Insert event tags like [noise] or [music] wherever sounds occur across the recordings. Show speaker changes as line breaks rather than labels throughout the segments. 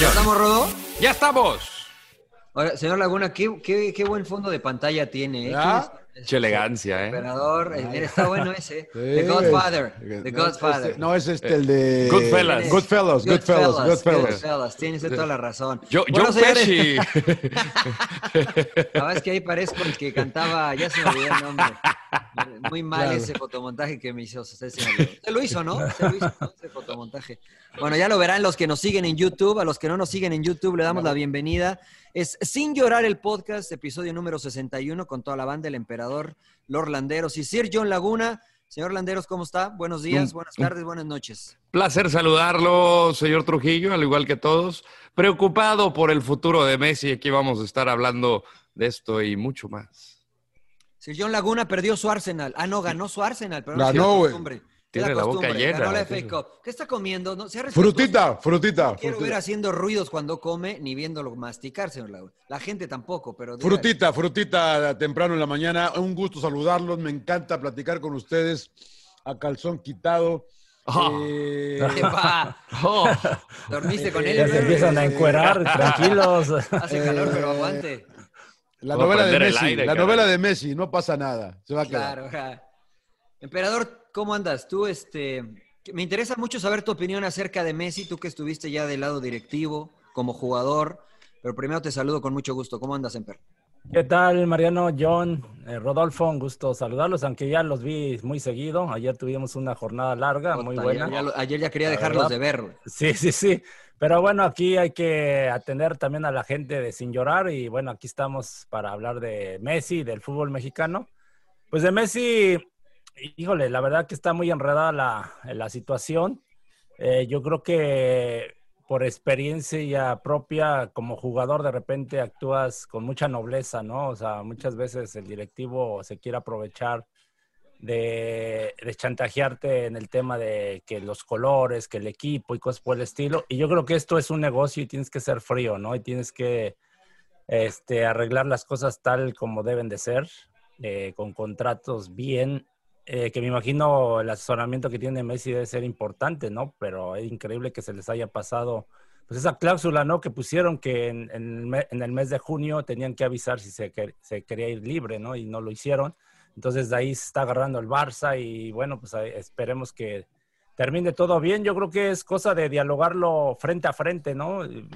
¿Ya estamos, Rodó?
¡Ya estamos!
Ahora, señor Laguna, qué, qué- qué buen fondo de pantalla tiene. ¿eh?
¿Ya?
¿Quién es?
¡Qué Ah, elegancia, eh!
Emperador, eh, está bueno ese. The Godfather. The
no,
Godfather.
este- no, es este el de.
Goodfellas.
Goodfellas, Goodfellas, Goodfellas.
Goodfellas, Tienes toda la razón.
Yo,
Bueno,
John
señores,
Pesci.
[laughs] La verdad es que ahí parezco el que cantaba, ya se me olvidó el nombre. Muy mal ese fotomontaje que me hizo. Usted, se me olvidó. Usted lo hizo, ¿no? Usted lo hizo, ¿no? Ese fotomontaje. Bueno, ya lo verán los que nos siguen en YouTube. A los que no nos siguen en YouTube, le damos la bienvenida. Es Sin Llorar el Podcast, episodio número 61, con toda la banda, el emperador, Lord Landeros y Sir John Laguna. Señor Landeros, ¿cómo está? Buenos días, buenas tardes, buenas noches.
Placer saludarlo, señor Trujillo, al igual que todos. Preocupado por el futuro de Messi, aquí vamos a estar hablando de esto y mucho más.
Sir John Laguna perdió su Arsenal. Ah, no, ganó su Arsenal, pero
Ganó,
no
güey.
Tiene la boca llena,
Ganó la FA
tiene-
Cup. ¿Qué está comiendo? No, sea respetuoso.
Frutita, frutita.
No quiero
frutita.
ver haciendo ruidos cuando come ni viéndolo masticar, señor Laguna. La gente tampoco, pero. diga-
Frutita, frutita temprano en la mañana. Un gusto saludarlos. Me encanta platicar con ustedes a calzón quitado.
Ah.
[laughs]
Eh, [laughs]
Epa,
Oh,
Dormiste con él.
Ya
Ya se empiezan a encuerar, tranquilos.
Hace calor, pero
Eh,
aguante.
ah, la
Voy a
novela de
prender el
Messi.
aire,
la
caray.
novela de Messi. No pasa nada. Se va a
Claro,
quedar.
ja. Emperador, ¿cómo andas? Tú, este. Me interesa mucho saber tu opinión acerca de Messi, tú que estuviste ya del lado directivo, como jugador. Pero primero te saludo con mucho gusto. ¿Cómo andas, Emper?
¿Qué tal, Mariano, John, eh, Rodolfo? Un gusto saludarlos, aunque ya los vi muy seguido. Ayer tuvimos una jornada larga, muy
Puta,
buena.
ayer ya lo- ayer ya quería
La
dejarlos
verdad.
de ver. güey.
[laughs] Sí, sí, sí. Pero bueno, aquí hay que atender también a la gente de Sin Llorar y bueno, aquí estamos para hablar de Messi, del fútbol mexicano. Pues de Messi, híjole, la verdad que está muy enredada la, la situación. Eh, yo creo que por experiencia propia como jugador de repente actúas con mucha nobleza, ¿no? O sea, muchas veces el directivo se quiere aprovechar de, de chantajearte en el tema de que los colores, que el equipo y cosas por el estilo. Y yo creo que esto es un negocio y tienes que ser frío, ¿no? Y tienes que este, arreglar las cosas tal como deben de ser, eh, con contratos bien, eh, que me imagino el asesoramiento que tiene Messi debe ser importante, ¿no? Pero es increíble que se les haya pasado. Pues esa cláusula, ¿no? Que pusieron que en, en el me- en el mes de junio tenían que avisar si se, quer- se quería ir libre, ¿no? Y no lo hicieron. Entonces de ahí se está agarrando el Barça y bueno, pues ahí esperemos que termine todo bien. Yo creo que es cosa de dialogarlo frente a frente, ¿no? Eh,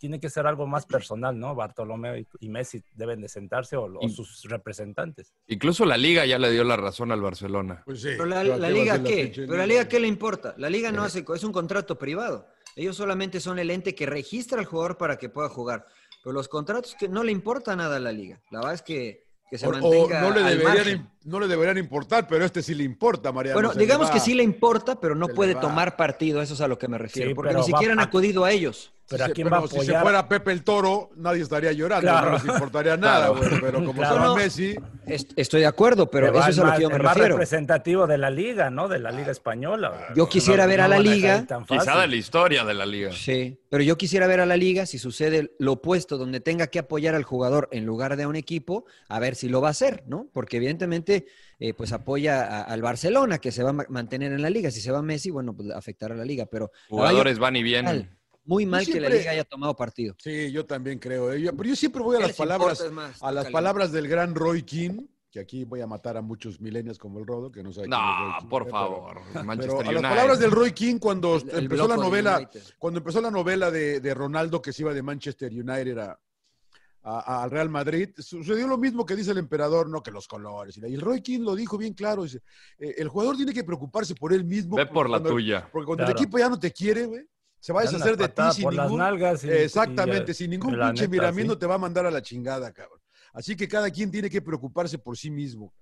Tiene que ser algo más personal, ¿no? Bartolomeo y- y Messi deben de sentarse o, o
Y-
sus representantes.
incluso la liga ya le dio la razón al Barcelona.
Pues sí,
Pero la,
pero
la
va a
liga
ser la
qué?
pinche
Pero la liga qué le importa? La liga no
Eh.
hace, co- es un contrato privado. Ellos solamente son el ente que registra al jugador para que pueda jugar. Pero los contratos que no le importa nada a la liga. La verdad es que, que se
O- o
mantenga.
no, le
al
deberían,
margen.
im- no le deberían importar, pero este sí le importa, Mariano.
Bueno,
se le
digamos
va.
que sí le importa, pero no
Se le
puede
va.
tomar partido. Eso es a lo que me refiero.
Sí,
porque
pero
ni
va-
siquiera han
a-
acudido a ellos.
Pero
Si
¿a
se-
quién
pero
va a
Si se
apoyar?
fuera Pepe el Toro, nadie estaría llorando,
Claro.
no les importaría nada, güey, pero como
Claro.
son Messi,
Est- estoy de acuerdo, pero
va
eso
el
es a lo
más-
que yo me
el más
refiero.
representativo de la liga, ¿no? De la
Ah,
liga española.
Yo quisiera ver a la
van caer
liga.
tan
Quizá
fácil.
de la historia de la liga.
Sí, pero yo quisiera ver a la liga si sucede lo opuesto, donde tenga que apoyar al jugador en lugar de a un equipo, a ver si lo va a hacer, ¿no? Porque evidentemente, eh, pues apoya a- al Barcelona, que se va a ma- mantener en la liga. Si se va Messi, bueno, pues afectará a la liga, pero la verdad, yo-
Jugadores van y vienen.
mal, muy mal
Yo
que la
siempre-
liga haya tomado partido.
sí, yo también creo. eh. Yo- pero yo siempre voy a
¿Qué
las
les
palabras,
importa? Es más,
a las
tócale.
palabras del gran Roy King,
que aquí voy a matar a muchos milenios como el Rodo, que no sabe
No,
quién es Roy King,
por
pero-
favor.
Pero
Manchester
a las
United.
palabras del Roy King cuando
El- el
empezó
loco
la
del
novela,
United.
cuando empezó la novela de, de Ronaldo que se iba de Manchester United a, a- al Real Madrid, sucedió lo mismo que dice el emperador, no que los colores. Y el Roy King lo dijo bien claro, dice, "Eh, el jugador tiene que preocuparse por él mismo.
Ve
porque
por la
cuando-
tuya.
Porque cuando el
Claro.
equipo ya no te quiere, güey, se va a
Dan una
deshacer de ti
patada
sin
por las
ningún...
nalgas y- y-
Exactamente,
eh,
sin ningún
la
pinche
neta,
miramiento
sí.
te va a mandar a la chingada, cabrón. Así que cada quien tiene que preocuparse por sí mismo.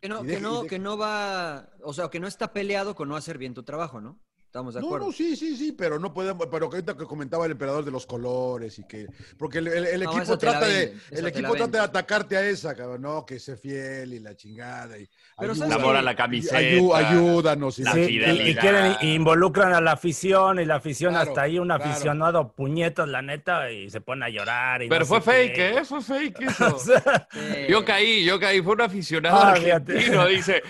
Que no, que
Y deja- y
no,
deja-
que no va, o sea, que no está peleado con no hacer bien tu trabajo, ¿no? Estamos de
No,
acuerdo.
no, sí, sí, sí, pero no podemos, pero que ahorita que comentaba el emperador de los colores y que, porque el, el- el
No,
equipo
esa te la
trata de,
venden, esa
el
te la
equipo trata
venden.
de atacarte a esa, cabrón, no, que sé fiel y la chingada y
Pero
ayuda-
¿sabes
La
qué?
moral, la camiseta.
ayu- ayúdanos y
Sí,
la-
y- y, quieren, y involucran a la afición y la afición
Claro,
hasta ahí, un
claro.
aficionado puñetas, la neta, y se pone a llorar. y
Pero
no
fue
sé
fake,
qué.
¿eh? Fue fake eso.
O sea,
Eh,
Yo caí, yo caí. Fue un aficionado
Ah,
argentino,
fíjate. [laughs]
dice.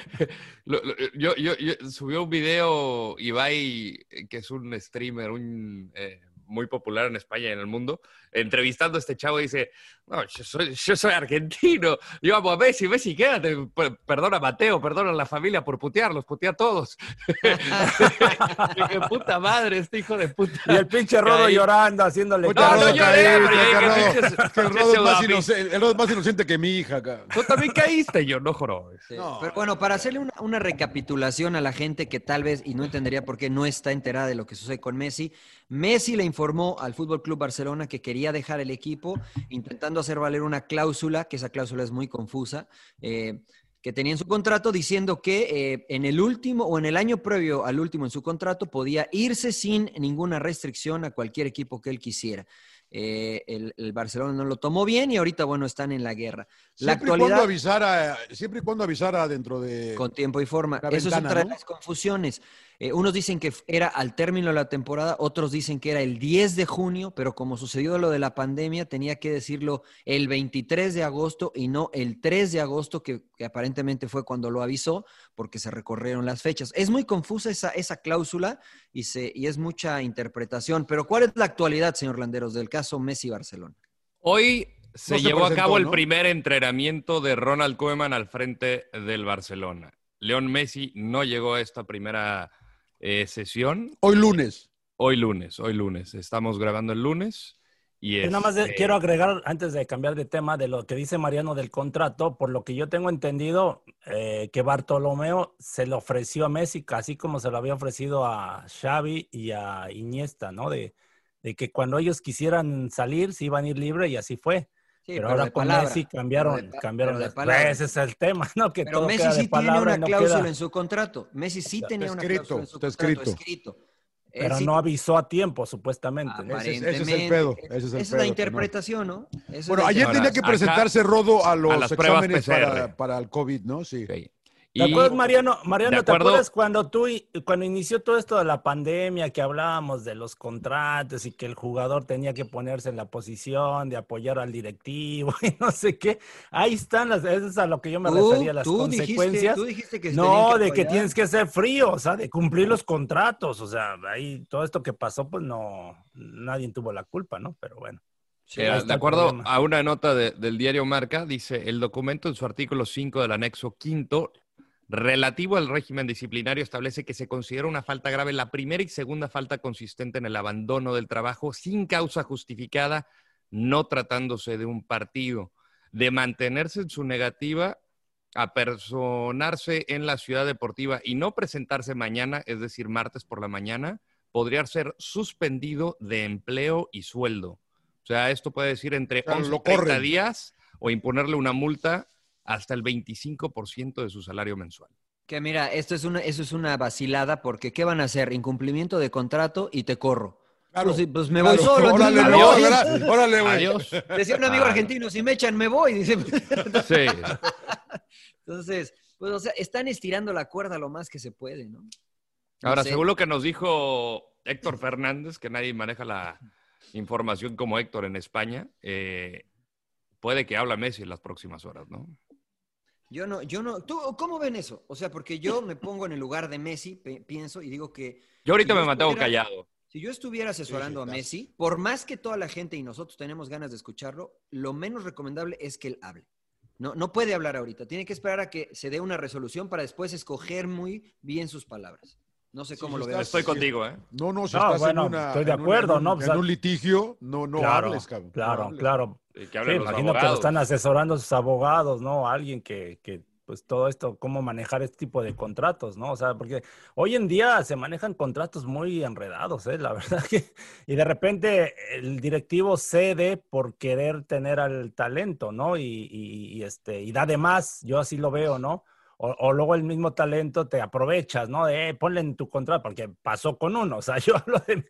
Lo- lo- yo, yo- yo- subió un video Ibai, eh, que es un streamer un, eh, muy popular en España y en el mundo, entrevistando a este chavo y dice, no, yo soy, yo soy argentino, yo amo a Messi, Messi, quédate, Per- perdona a Mateo, perdona a la familia por putearlos, putea a
[laughs]
todos. ¡Qué puta madre este hijo de puta!
[laughs] y el pinche Rodo
Caí.
llorando, haciéndole
Puta,
No,
caso.
no
Rodo,
lloré,
caí,
pero ya
puta,
dije,
Rodo.
pinches-
Que
pinches
el Rodo es más
pseudoamis.
inocente- el Rodo es más inocente que mi hija, cabrón.
Tú también caíste, yo no jorobes.
sí.
no.
Pero bueno, para hacerle una, una recapitulación a la gente que tal vez, y no entendería por qué, no está enterada de lo que sucede con Messi, Messi le informó al Fútbol Club Barcelona que quería dejar el equipo, intentando hacer valer una cláusula, que esa cláusula es muy confusa, eh, que tenía en su contrato diciendo que eh, en el último o en el año previo al último en su contrato podía irse sin ninguna restricción a cualquier equipo que él quisiera. Eh, el, el Barcelona no lo tomó bien y ahorita, bueno, están en la guerra. La
Siempre y cuando avisara, eh, siempre y cuando avisara dentro de
con tiempo y forma.
Una
Eso es
ventana,
otra de
¿no?
las confusiones. Eh, unos dicen que f- era al término de la temporada, otros dicen que era el 10 de junio, pero como sucedió lo de la pandemia, tenía que decirlo el 23 de agosto y no el 3 de agosto, que, que aparentemente fue cuando lo avisó, porque se recorrieron las fechas. Es muy confusa esa, esa cláusula y, se, y es mucha interpretación. Pero ¿cuál es la actualidad, señor Landeros, del caso Messi-Barcelona?
Hoy se
No se
llevó a
presentó,
cabo el
¿no?
primer entrenamiento de Ronald Koeman al frente del Barcelona. León Messi no llegó a esta primera eh, sesión.
hoy lunes.
Hoy lunes, hoy lunes. Estamos grabando el lunes. Y
Yo nada más de-
este,
quiero agregar, antes de cambiar de tema, de lo que dice Mariano del contrato, por lo que yo tengo entendido, eh, que Bartolomeo se le ofreció a Messi, así como se lo había ofrecido a Xavi y a Iniesta, ¿no? De, de que cuando ellos quisieran salir, se iban a ir libre y así fue.
Sí,
pero, ahora
de
con
palabra.
Messi
Pero
cambiaron,
de pa-
cambiaron
pero de
las-
palabra.
Ese es el tema, [laughs] ¿no? Que
Pero
todo
Messi
queda de
sí tiene
palabra,
una
no
cláusula
queda-
en su contrato. Messi sí
Está
tenía una
escrito,
cláusula en su
está
contrato
escrito.
Él
pero
sí-
no avisó a tiempo, supuestamente.
Ese es-
aparentemente.
ese es el pedo, ese es el
Esa es
pedo,
la
que no.
interpretación, ¿no? Esa es
Bueno,
la
ayer
Ahora,
tenía que
acá-
presentarse Rodo a los
las pruebas
exámenes
PCR.
para, para el COVID, ¿no? Sí.
ok.
¿Te
Y-
acuerdas, Mariano? Mariano,
de
¿te
acuerdo.
acuerdas cuando tú y- cuando inició todo esto de la pandemia que hablábamos de los contratos y que el jugador tenía que ponerse en la posición de apoyar al directivo [laughs] y no sé qué? Ahí están las, eso es a lo que yo me
Tú-
refería, las
Oh, tú dijiste-
consecuencias.
tú dijiste que se tenían
no, de que
apoyar.
tienes que ser frío, o sea, de cumplir los contratos, o sea, ahí todo esto que pasó, pues no, nadie tuvo la culpa, ¿no? Pero bueno.
Sí,
Eh,
ahí está
de
el
acuerdo
problema.
a una nota de- del diario Marca, dice el documento en su artículo 5 del anexo quinto relativo al régimen disciplinario establece que se considera una falta grave la primera y segunda falta consistente en el abandono del trabajo sin causa justificada, no tratándose de un partido, de mantenerse en su negativa a personarse en la ciudad deportiva y no presentarse mañana, es decir, martes por la mañana, podría ser suspendido de empleo y sueldo. O sea, esto puede decir entre
sea,
11
lo
y 30
corren.
días o imponerle una multa hasta el 25% de su salario mensual.
Que mira, esto es una, eso es una vacilada porque ¿qué van a hacer? Incumplimiento de contrato y te corro.
Claro.
Pues, sí, pues me voy
Claro.
solo.
Órale,
entonces,
luego,
me voy.
¿verdad? Ah, Órale, güey.
Adiós.
Decía un amigo
Ah.
argentino, si me echan, me voy. Dice,
[laughs] Sí.
entonces, pues o sea, están estirando la cuerda lo más que se puede, ¿no? No
Ahora,
sé.
según lo que nos dijo Héctor Fernández, que nadie maneja la información como Héctor en España, eh, puede que habla Messi en las próximas horas, ¿no?
Yo no, yo no. ¿Tú cómo ven eso? O sea, porque yo me pongo en el lugar de Messi, pe- pienso y digo que
Yo ahorita
Si yo
me mantengo
estuviera-
callado.
Si yo estuviera asesorando a
estás.
Messi, por más que toda la gente y nosotros tenemos ganas de escucharlo, lo menos recomendable es que él hable. No, no puede hablar ahorita. Tiene que esperar a que se dé una resolución para después escoger muy bien sus palabras. No sé cómo
Sí,
lo
sí,
veas.
Estoy contigo, ¿eh?
No, no, si
No,
estás
bueno,
en una.
estoy de
en un-
acuerdo,
en un-
¿no? Pues,
en
ah,
un litigio, no, no
claro,
hables, cabrón.
Claro, claro.
Y Eh, que
Sí,
hablen los
imagino que lo
abogados.
están asesorando sus abogados, ¿no? Alguien que, que, pues todo esto, cómo manejar este tipo de contratos, ¿no? O sea, porque hoy en día se manejan contratos muy enredados, ¿eh? La [laughs] verdad que... Y de repente el directivo cede por querer tener al talento, ¿no? Y, y- y, este, y da de más, yo así lo veo, ¿no? O, o luego el mismo talento te aprovechas, ¿no? De, "Eh, ponle en tu contrato, porque pasó con uno, o sea, [laughs] yo hablo de,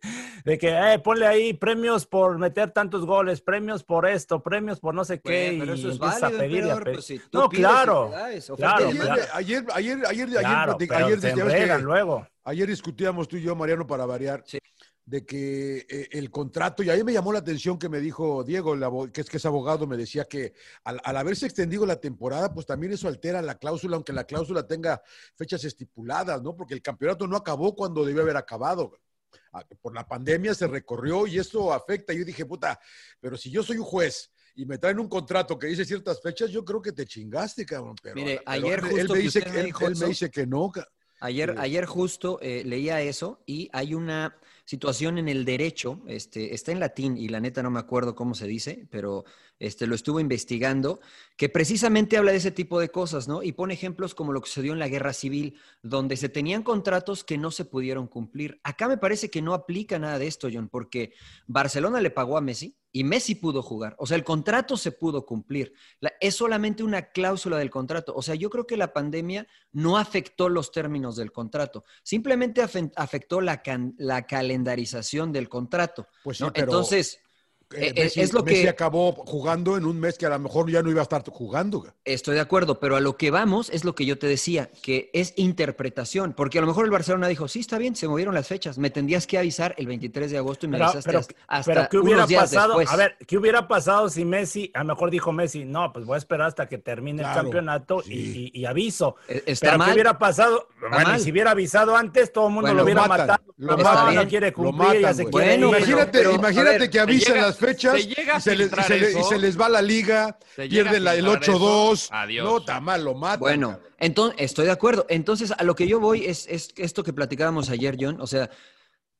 de que, eh, ponle ahí premios por meter tantos goles, premios por esto, premios por no sé qué,
Bueno, pero
y
eso es
empiezas
válido,
a pedir y a
emperador,
pedir.
pues, si tú
no,
pides y
claro,
te das, oferta
claro,
y
Ayer,
demanda.
claro,
ayer, ayer, ayer, ayer,
claro,
platic-
pero
ayer
se
ya ves que-
enredan luego.
Ayer discutíamos tú y yo, Mariano, para variar,
Sí.
de que eh, el contrato, y ahí me llamó la atención que me dijo Diego, el abo- que es que es abogado, me decía que al, al haberse extendido la temporada, pues también eso altera la cláusula, aunque la cláusula tenga fechas estipuladas, ¿no? Porque el campeonato no acabó cuando debió haber acabado. Ah, Por la pandemia se recorrió y eso afecta. Yo dije, puta, pero si yo soy un juez y me traen un contrato que dice ciertas fechas, yo creo que te chingaste, cabrón. Pero,
Mire,
pero
ayer
él- él,
justo
me
que
dice,
usted
que-
me
él-
dijo
él me
eso.
dice que no. ca-
Ayer,
Sí.
ayer justo eh, leía eso y hay una situación en el derecho, este, está en latín y la neta no me acuerdo cómo se dice, pero este, lo estuve investigando, que precisamente habla de ese tipo de cosas, ¿no? Y pone ejemplos como lo que sucedió en la guerra civil, donde se tenían contratos que no se pudieron cumplir. Acá me parece que no aplica nada de esto, John, porque Barcelona le pagó a Messi y Messi pudo jugar, o sea, el contrato se pudo cumplir. La- es solamente una cláusula del contrato. O sea, yo creo que la pandemia no afectó los términos del contrato, simplemente afen- afectó la, can- la calendarización del contrato.
Pues sí,
¿no?
pero-
Entonces,
Eh,
Eh,
Messi,
es lo
Messi
que-
acabó jugando en un mes que a lo mejor ya no iba a estar jugando. güey.
Estoy de acuerdo, pero a lo que vamos es lo que yo te decía, que es interpretación, porque a lo mejor el Barcelona dijo, sí, está bien, se movieron las fechas, me tendrías que avisar el 23 de agosto y me
Pero,
avisaste
pero,
hasta- hasta
pero ¿qué hubiera
unos días
pasado?
después. ¿E-,
A ver, ¿qué hubiera pasado si Messi, a lo mejor dijo Messi, no, pues voy a esperar hasta que termine
Claro,
el campeonato y-
sí.
y, y aviso?
Eh, está
pero
mal.
¿qué hubiera pasado? bueno,
mal.
y si hubiera avisado antes, todo el mundo
Bueno,
lo hubiera
lo matan,
matado.
lo
Pero
matan, ¿eh?
ahora
lo
no quiere
Lo
cumplir,
matan,
ya se
güey.
quiere
Bueno,
ir.
pero-
imagínate
pero,
imagínate
a ver,
que avisan
llega-
las fechas
se llega a
y, se les, y
filtrar
se le- y
eso.
se les va la liga,
Se llega a
pierden la- el
filtrar eso.
8-2.
Adiós.
No, está mal, lo matan.
Bueno,
cabrón.
entonces estoy de acuerdo. Entonces, a lo que yo voy es, es esto que platicábamos ayer, John. O sea,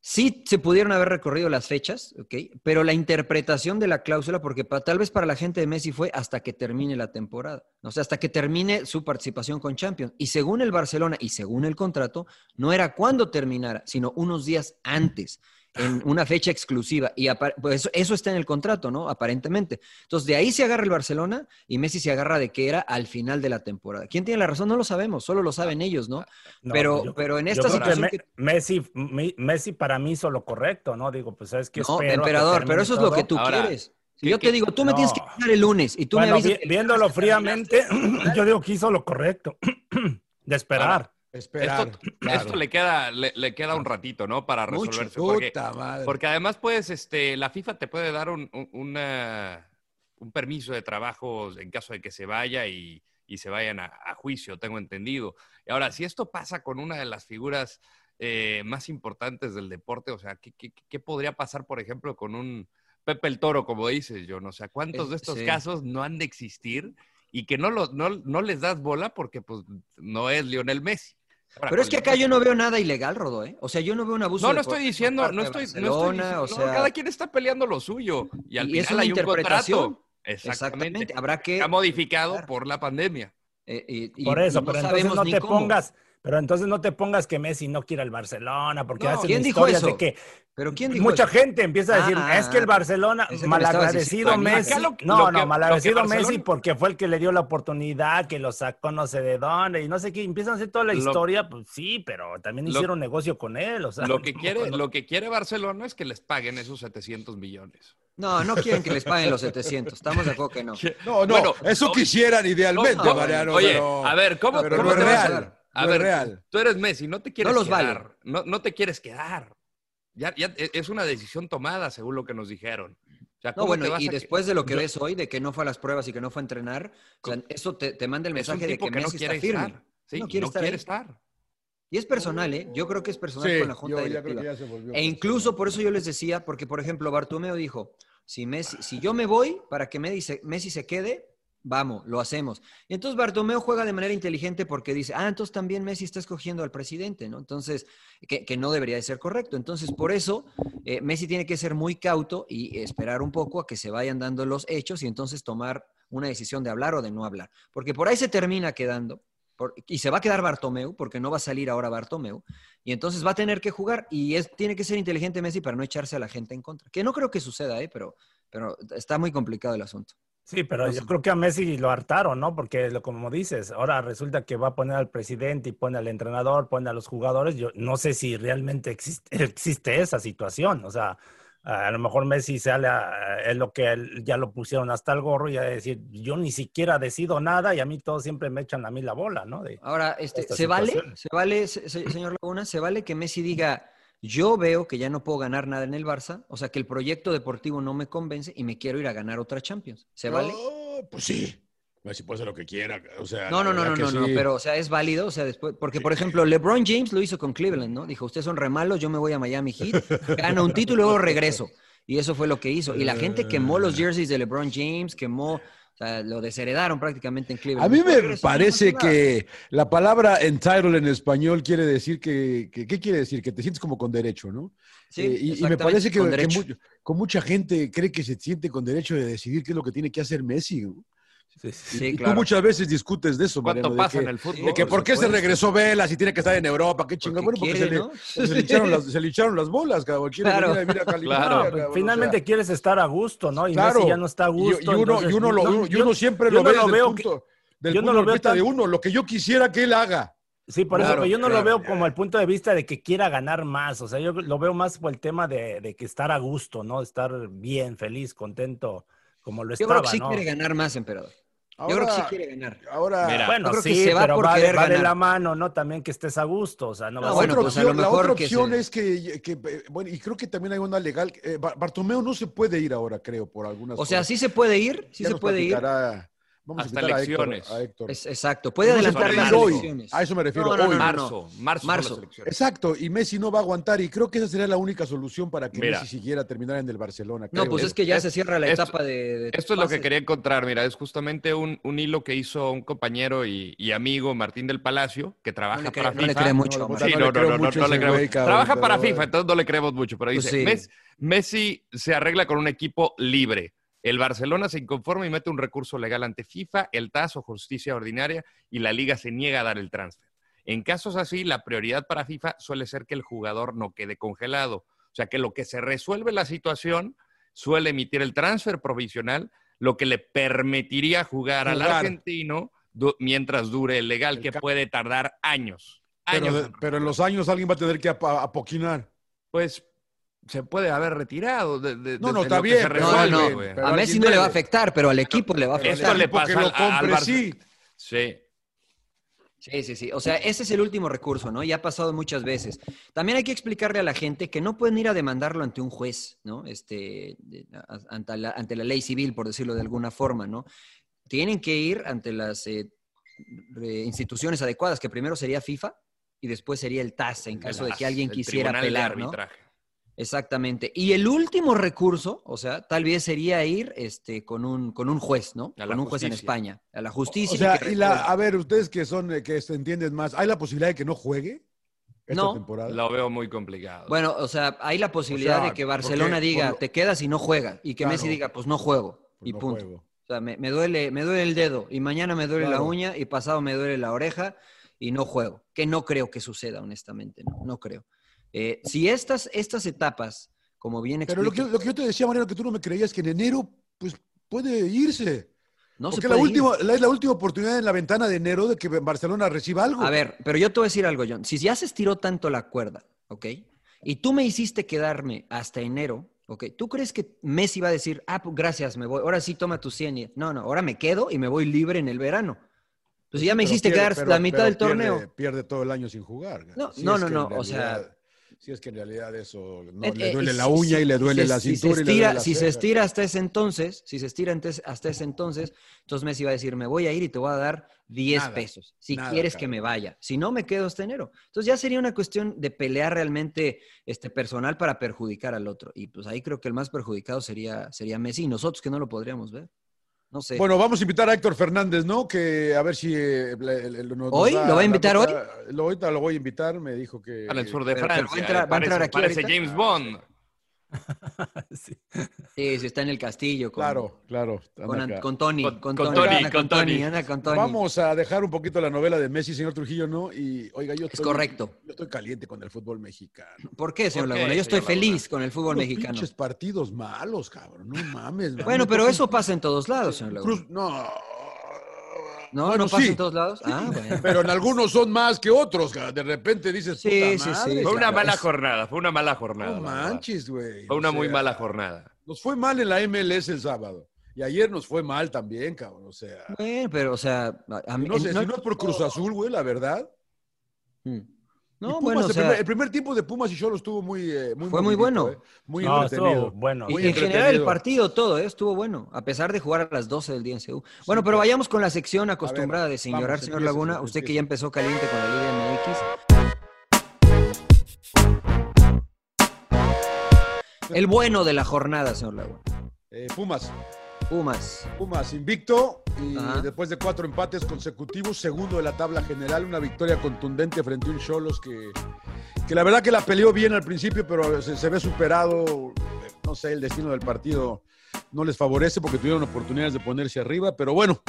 sí se pudieron haber recorrido las fechas, ¿ok? Pero la interpretación de la cláusula, porque pa- tal vez para la gente de Messi fue hasta que termine la temporada, o sea, hasta que termine su participación con Champions. Y según el Barcelona y según el contrato, no era cuando terminara, sino unos días antes. En una fecha exclusiva. Y apar- pues eso, eso está en el contrato, ¿no? Aparentemente. Entonces, de ahí se agarra el Barcelona y Messi se agarra de que era al final de la temporada. ¿Quién tiene la razón? No lo sabemos, solo lo saben
Ah,
ellos, ¿no?
No,
pero,
pues
yo-
pero en
yo
esta
creo que
situación
Me-
que-
Messi, Me- Messi para mí hizo lo correcto, ¿no? Digo, pues es que
No, emperador, pero eso es lo que tú
Ahora,
quieres. Si
¿qué-
yo te
qué-
digo, tú me
No.
tienes que ganar el lunes y tú me avisas. que-
viéndolo fríamente, [clears throat] yo digo que hizo lo correcto. [clears throat] De esperar.
Esperar.
esto,
claro.
esto le queda, le, le queda un ratito, ¿no? Para
Mucho.
resolverse. porque-
Puta madre.
Porque además, pues, este, la FIFA te puede dar un, un- una- un permiso de trabajo en caso de que se vaya y, y se vayan a, a juicio, tengo entendido. Y ahora, si esto pasa con una de las figuras eh, más importantes del deporte, o sea, ¿qué, qué, qué podría pasar, por ejemplo, con un Pepe el Toro, como dices, John? O sea, ¿cuántos
Es-
de estos
sí.
casos no han de existir y que no, lo, no, no les das bola porque pues, no es Lionel Messi? Ahora,
eh, Pero es
con
que acá yo no veo nada ilegal, Rodo, ¿eh? O sea, yo no veo un abuso.
no,
de
no estoy
por- por
diciendo,
parte
no
de
estoy, no estoy
Barcelona,
diciendo- no,
o sea,
cada quien está peleando lo suyo y al
Y es
final
una
hay un
interpretación.
contrato. Exactamente.
exactamente. Habrá que.
Está modificado
Claro.
por la pandemia.
eh, y- y-
Por eso,
y
pero entonces
sabemos
no
ni
te
cómo.
pongas, pero entonces no te pongas que Messi no quiere al Barcelona, porque
No,
hacen
¿quién dijo
historias
eso?
de que
Pero quién dijo
mucha
eso?
gente empieza a decir,
Ah,
es que el Barcelona,
pensé que me estabas
malagradecido
diciendo a mí.
Messi.
Acá lo- lo
no,
que- lo
no,
que
malagradecido
Barcelona-
Messi porque fue el que le dio la oportunidad, que lo sacó no sé de dónde y no sé qué. y Empiezan a hacer toda la
Lo-
historia, pues sí, pero también
Lo-
hicieron negocio con él. O sea,
Lo que quiere,
[laughs] no,
lo que quiere Barcelona es que les paguen esos 700 millones.
No, no quieren que les paguen los 700. Estamos de acuerdo que no.
No, no,
Bueno,
eso
no-
quisieran idealmente,
No,
Mariano.
oye,
pero-
a ver, [laughs] ¿cómo,
pero
cómo
no es
te vas a-
real,
A
no es
ver,
real.
tú eres Messi, no te quieres
los vale.
quedar. No, no te quieres quedar. Ya, ya e- es una decisión tomada, según lo que nos dijeron. O sea,
No,
¿cómo
bueno,
te vas
y
a que-
después de lo que
Yo-
ves hoy, de que no fue a las pruebas y que no fue a entrenar, o sea, eso te, te manda el
es un
mensaje de
tipo
que,
que no
Messi
quiere
está firme.
estar. Sí,
No
no
quiere
quiere
estar ahí.
estar.
Y es personal, ¿eh? Yo creo que es personal
Sí,
con la Junta
yo ya creo
Directiva.
que ya se volvió
E incluso por eso yo les decía, porque por ejemplo Bartomeu dijo, si, Messi, si yo me voy para que Messi se, Messi se quede, Vamos, lo hacemos. Y entonces Bartomeu juega de manera inteligente porque dice, ah, entonces también Messi está escogiendo al presidente, ¿no? Entonces, que, que no debería de ser correcto. Entonces, por eso, eh, Messi tiene que ser muy cauto y esperar un poco a que se vayan dando los hechos y entonces tomar una decisión de hablar o de no hablar. Porque por ahí se termina quedando, por- y se va a quedar Bartomeu, porque no va a salir ahora Bartomeu, y entonces va a tener que jugar, y es, tiene que ser inteligente Messi para no echarse a la gente en contra. Que no creo que suceda, ¿eh? pero, pero está muy complicado el asunto.
Sí, pero yo creo que a Messi lo hartaron, ¿no? Porque lo, como dices, ahora resulta que va a poner al presidente y pone al entrenador, pone a los jugadores. Yo no sé si realmente existe, [laughs] existe esa situación. O sea, a lo mejor Messi sale a, es lo que él- ya lo pusieron hasta el gorro y a decir, yo ni siquiera decido nada y a mí todos siempre me echan a mí la bola, ¿no? De-
Ahora, este,
esta
¿se vale?
situación.
¿Se vale, se- se- señor Laguna? ¿Se vale que Messi diga, yo veo que ya no puedo ganar nada en el Barça, o sea, que el proyecto deportivo no me convence y me quiero ir a ganar otra Champions? ¿Se vale?
No, pues sí. Messi puede hacer lo que quiera. O sea,
No, no,
la
no, no,
verdad
no,
que
no,
sí.
pero o sea, es válido, o sea, después, porque por ejemplo, LeBron James lo hizo con Cleveland, ¿no? Dijo, ustedes son re malos, yo me voy a Miami Heat, gano un título y luego regreso. Y eso fue lo que hizo. Y la gente quemó los
Eh.
jerseys de LeBron James, quemó, o sea, lo desheredaron prácticamente en Cleveland.
A mí
Después
me
regresó, no
parece
pasó nada.
que la palabra entitled en español quiere decir que, que- ¿qué quiere decir? Que te sientes como con derecho, ¿no?
Sí,
Eh, y- y, me
exactamente,
parece que,
con
que
derecho.
mu- con mucha gente cree que se siente con derecho de decidir qué es lo que tiene que hacer Messi. ¿no?
Sí,
y tú
claro.
muchas veces discutes de eso,
¿Cuánto
Mariano, de
pasa
que-
en el fútbol?
de que por qué se
supuesto.
regresó Vela si tiene que estar en Europa, qué chingón. Bueno,
Porque quiere,
porque se, le,
¿no?
se le echaron las, se le echaron las bolas, cabrón. Quiere
Claro.
venir a vivir a California,
Claro.
No,
cabrón, o sea.
finalmente quieres estar a gusto, ¿no? Y
Claro.
Messi ya no está a
Y-
gusto.
Y, uno,
entonces-
y uno, lo-
No,
uno- y uno siempre
yo
lo
no
ve
lo
desde el
veo que-
punto, del
yo no
punto
lo
de
veo
vista de
tan-
uno, lo que yo quisiera que él haga.
Sí, por
Claro,
eso, pero yo no
claro,
lo veo
ya.
como el punto de vista de que quiera ganar más. O sea, yo lo veo más por el tema de, de que estar a gusto, ¿no? Estar bien, feliz, contento, como lo
[laughs] Yo
estaba,
creo que sí
¿no?
quiere ganar más, emperador. Yo creo que sí quiere ganar.
Ahora,
Mira,
Bueno,
Yo creo que
sí,
se va
pero
por
va, de-
querer
va de
ganar.
la mano, ¿no? También que estés a gusto, o sea, no
No,
vas
la
a-
bueno,
otra
pues a
opción,
lo
la
mejor
otra
que
opción
se-
es que, que, eh, bueno, y creo que también hay una legal. eh, Bar- Bartomeu no se puede ir ahora, creo, por algunas
O sea,
cosas.
sí se puede ir, sí
Ya
se
nos
puede ir.
platicará- Vamos
Hasta
a invitar a Héctor-
elecciones.
a Héctor.
Es- exacto, puede
No se
adelantar
puede
las
ir hoy.
elecciones.
A eso me refiero,
No, no, no,
hoy.
no, Ah, no.
Marzo, marzo,
Marzo.
son las elecciones.
Exacto, y Messi no va a aguantar, y creo que esa sería la única solución para que
Mira.
Messi siguiera terminar en el Barcelona.
No,
creo. eh.
pues es que ya
es-
se cierra la
esto-
etapa de. de
Esto es lo que
pases.
quería encontrar, mira, es justamente un, un hilo que hizo un compañero y, y amigo, Martín del Palacio, que trabaja
No le,
para
cre- no le
FIFA.
cree mucho.
No,
a
no,
Marta.
Sí, no, no,
creo
no, no,
mucho
no
ese
le creo.
güey, cabrón,
Trabaja para
pero-
FIFA, entonces no le creemos mucho, pero
Pues
dice,
sí.
"Mes- Messi se arregla con un equipo libre. El Barcelona se inconforma y mete un recurso legal ante FIFA, el TAS o Justicia Ordinaria y la liga se niega a dar el transfer. En casos así, la prioridad para FIFA suele ser que el jugador no quede congelado. O sea, que lo que se resuelve la situación suele emitir el transfer provisional, lo que le permitiría jugar, al
Jugar.
argentino du- mientras dure el legal,
El
que
ca-
puede tardar años.
este
Pero,
años
de- pero en los años alguien va a tener que ap- apoquinar.
pues se puede haber retirado. De, de-
No, no,
desde
está
lo que
bien,
se
pero-
No,
resuelve,
no,
güey.
pero
a Messi
alguien
no le
debe.
va a afectar, pero al equipo le va a
Pero
Esto
afectar.
le
tipo que
pasa
lo
al, al
compre,
Barça.
sí.
Sí.
Sí, sí, sí. O sea, ese es el último recurso, ¿no? Ya ha pasado muchas veces. También hay que explicarle a la gente que no pueden ir a demandarlo ante un juez, ¿no? Este, de- a- ante, la, ante la ley civil, por decirlo de alguna forma, ¿no? Tienen que ir ante las eh, re- instituciones adecuadas, que primero sería FIFA y después sería el TAS, en caso de que alguien
El
quisiera
Tribunal de
apelar, ¿no?
Arbitraje.
Exactamente. Y el último recurso, o sea, tal vez sería ir este, con, un, con un juez, ¿no?
A la
Con un juez en
justicia.
España, a la
O
justicia.
sea,
que
y la,
resuelva.
a ver, ustedes que son, eh, que se entienden más, ¿hay la posibilidad de que no juegue esta
No.
temporada? Ah,
Lo veo muy complicado.
Bueno, o sea, hay la posibilidad
O sea,
de que Barcelona
porque-
diga,
por lo-
te quedas y no juega, y que
Claro.
Messi diga, pues no juego,
Pues
y
no
punto.
juego.
O sea, me, me duele, me duele el dedo, y mañana me duele la
Claro.
uña, y pasado me duele la oreja, y no juego. Que no creo que suceda, honestamente, no, no creo. Eh, si estas, estas etapas, como bien
Pero lo que,
explica,
lo que yo te decía, Mariano, que tú no me creías que en enero, pues puede irse.
no se puede
Porque la
ir.
última, la- es la última oportunidad en la ventana de enero de que Barcelona reciba algo.
A ver, pero yo te voy a decir algo, John. Si ya se estiró tanto la cuerda, ¿ok? Y tú me hiciste quedarme hasta enero, ¿ok? ¿Tú crees que Messi va a decir, ah, pues gracias, me voy, ahora sí toma tu 100? y-". No, no, ahora me quedo y me voy libre en el verano. Pues ya me
Pero
hiciste
pierde-
quedar
pero-
la mitad
pero
del
pierde-
torneo.
Pierde todo el año sin jugar.
No,
Si
no,
es
no,
que
no,
en realidad-
o sea-
Si es que en realidad eso no,
Eh,
le
eh,
duele
y
la
si-
uña y le
si-
duele
si-
la
si se
cintura y le
estira-
duele la
Si se
ceja.
estira hasta ese entonces, si se estira antes- hasta ese entonces, entonces Messi va a decir, me voy a ir y te voy a dar 10
Nada,
pesos, si
nada,
quieres que
cabrón.
me vaya. Si no, me quedo hasta enero. Entonces ya sería una cuestión de pelear realmente este, personal para perjudicar al otro. Y pues ahí creo que el más perjudicado sería, sería Messi y nosotros que no lo podríamos ver. No sé.
Bueno, vamos a invitar a Héctor Fernández, ¿no? Que a ver si... eh, le- le- le- nos-
¿Hoy?
nos da
¿Lo va a
la
invitar hoy?
nota. Lo, ahorita lo voy a invitar, me dijo que...
Al sur de
Pero-
Francia.
pero va a entrar- va a
parece,
entrar aquí
parece
ahorita.
James Bond.
Sí.
Ah, Sí, sí, está en el castillo con,
Claro, claro. anda
con,
acá.
An- con Tony. Con,
con
Tony,
Tony,
anda
con Tony.
anda con Tony.
Vamos a dejar un poquito la novela de Messi, señor Trujillo, ¿no? Y, oiga, yo
Es
estoy-
correcto.
Yo estoy caliente con el fútbol mexicano.
¿Por qué, señor
¿Por qué,
Laguna? Yo estoy
señor Laguna?
feliz con el fútbol
Unos
mexicano.
pinches partidos malos, cabrón. No mames. mano.
Bueno, pero eso pasa en todos lados, señor Laguna.
Cruz, no.
¿No?
Bueno,
¿No pasa
sí.
en todos lados?
[laughs]
Ah, bueno.
Pero en algunos son más que otros. ca- De repente dices,
Sí,
puta
sí,
madre,
sí.
Fue una
cabrón.
mala jornada, fue una mala jornada.
No
la verdad.
manches, güey.
Fue una
O
muy
sea,
mala jornada.
Nos fue mal en la MLS el sábado. Y ayer nos fue mal también, cabrón. O sea,
Bueno, pero, o sea, a- a mí-
no sé,
no-
si no es por Cruz Azul, güey, la verdad.
Mm.
Y
No,
Pumas,
bueno, o
el,
sea,
primer, el primer tiempo de Pumas y Cholos estuvo muy, eh, muy
Fue muy
movidito,
bueno.
eh. Muy
No, estuvo
entretenido.
bueno.
Muy
y en
entretenido.
general el partido todo eh, estuvo bueno, a pesar de jugar a las 12 del día en CU. Bueno, pero vayamos con la sección acostumbrada de sin
vamos,
llorar, señor
empiece,
Laguna.
señor,
Usted que
empiece.
ya empezó caliente con la Liga MX. El bueno de la jornada, señor Laguna.
Eh, Pumas,
Pumas.
Pumas invicto y
Ajá.
después de cuatro empates consecutivos, segundo de la tabla general, una victoria contundente frente a un Cholos que, que la verdad que la peleó bien al principio, pero se, se ve superado, eh, no sé, el destino del partido no les favorece porque tuvieron oportunidades de ponerse arriba, pero bueno,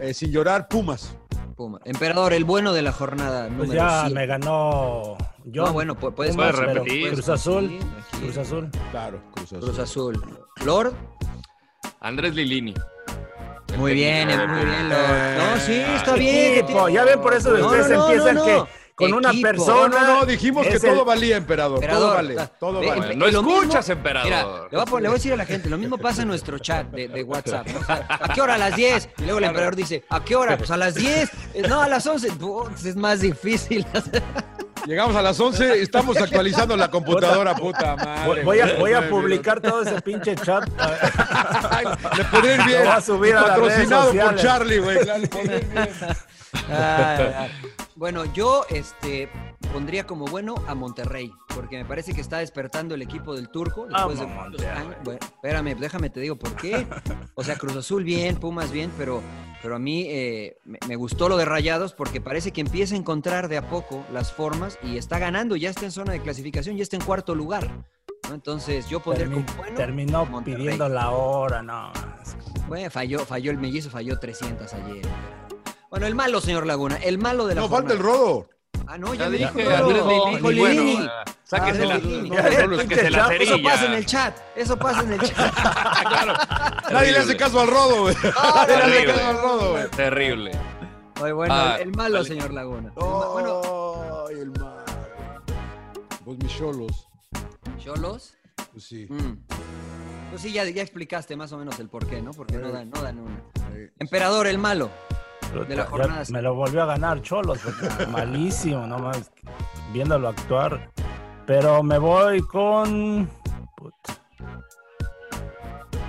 eh, sin llorar, Pumas.
Pumas. Emperador, el bueno de la jornada.
Pues
Número
ya
siete.
me ganó yo.
No, bueno, pu- puedes
Puedes
pero-
repetir.
Cruz Azul.
Sí,
Cruz
tranquilo.
Azul.
Claro, Cruz Azul.
Cruz Azul. Lord.
Andrés Lilini. Este El
Muy bien,
técnico de
muy
Pumas.
bien, Lord. No, sí, está bien. que
Eh, Equipo,
tiene-
ya ven, por eso
No,
ustedes
no, no,
empiezan
no, no.
que con una
Equipo.
No,
persona.
no, no, dijimos que
es el-
todo valía, emperador. todo
Emperador,
vale,
está-
todo
ve,
vale.
empe-
No
y lo mismo-
escuchas, emperador.
Mira, le voy, a poner- le voy a decir a la gente, lo mismo pasa en nuestro chat de, de WhatsApp. ¿no? O sea, ¿A qué hora? A las 10. Y luego el emperador dice, ¿a qué hora? Pues a las 10. Eh, No, a las 11. Putz, es más difícil.
Llegamos a las 11, estamos actualizando la computadora, puta madre.
Voy a,
güey.
voy a
Nueve
publicar todo ese pinche chat.
Ay, Le podría ir bien.
Lo va a subir a las
patrocinado
redes
por
sociales.
Charlie, güey.
[laughs]
claro, le podría ir bien.
Ah, bueno, yo este, pondría como bueno a Monterrey, porque me parece que está despertando el equipo del turco. Después de
Vamos,
muchos
Monterrey.
años. Bueno, espérame, pues déjame te digo por qué. O sea, Cruz Azul bien, Pumas bien, pero, pero a mí eh, me, me gustó lo de Rayados porque parece que empieza a encontrar de a poco las formas y está ganando, ya está en zona de clasificación, ya está en cuarto lugar. ¿no? Entonces yo pondría
Termi-
como bueno.
terminó
Monterrey.
pidiendo la hora, no.
Bueno, falló, falló el mellizo, falló 300 ayer. Bueno, el malo, señor Laguna, el malo de la
No falta el
jornada.
rodo.
Ah, no,
Ya
ya, me
dije,
dijo,
Andrés Lilini.
dijo
Bueno,
Lilini.
ah, sáquese
Ah,
la-
Lilini.
no, solo es que se la
Eso
Eso pasa en
cerilla.
el chat, eso pasa en el chat.
[laughs]
Nadie le hace caso al rodo, güey. Nadie le hace
Terrible.
caso al rodo, güey.
Terrible.
Ay, bueno,
Ah,
el, el malo,
vale.
señor Laguna. El ma- Bueno,
Ay, el mal. Pues mis cholos.
Cholos.
Pues sí.
mm. Pues sí, ya, ya explicaste más o menos el porqué, ¿no? Porque no
Sí.
dan, no dan una.
Eh,
Emperador, el malo. De la
Ya
jornada.
Me lo volvió a ganar Cholos, [laughs] porque malísimo, nomás viéndolo actuar. Pero me voy con. puta.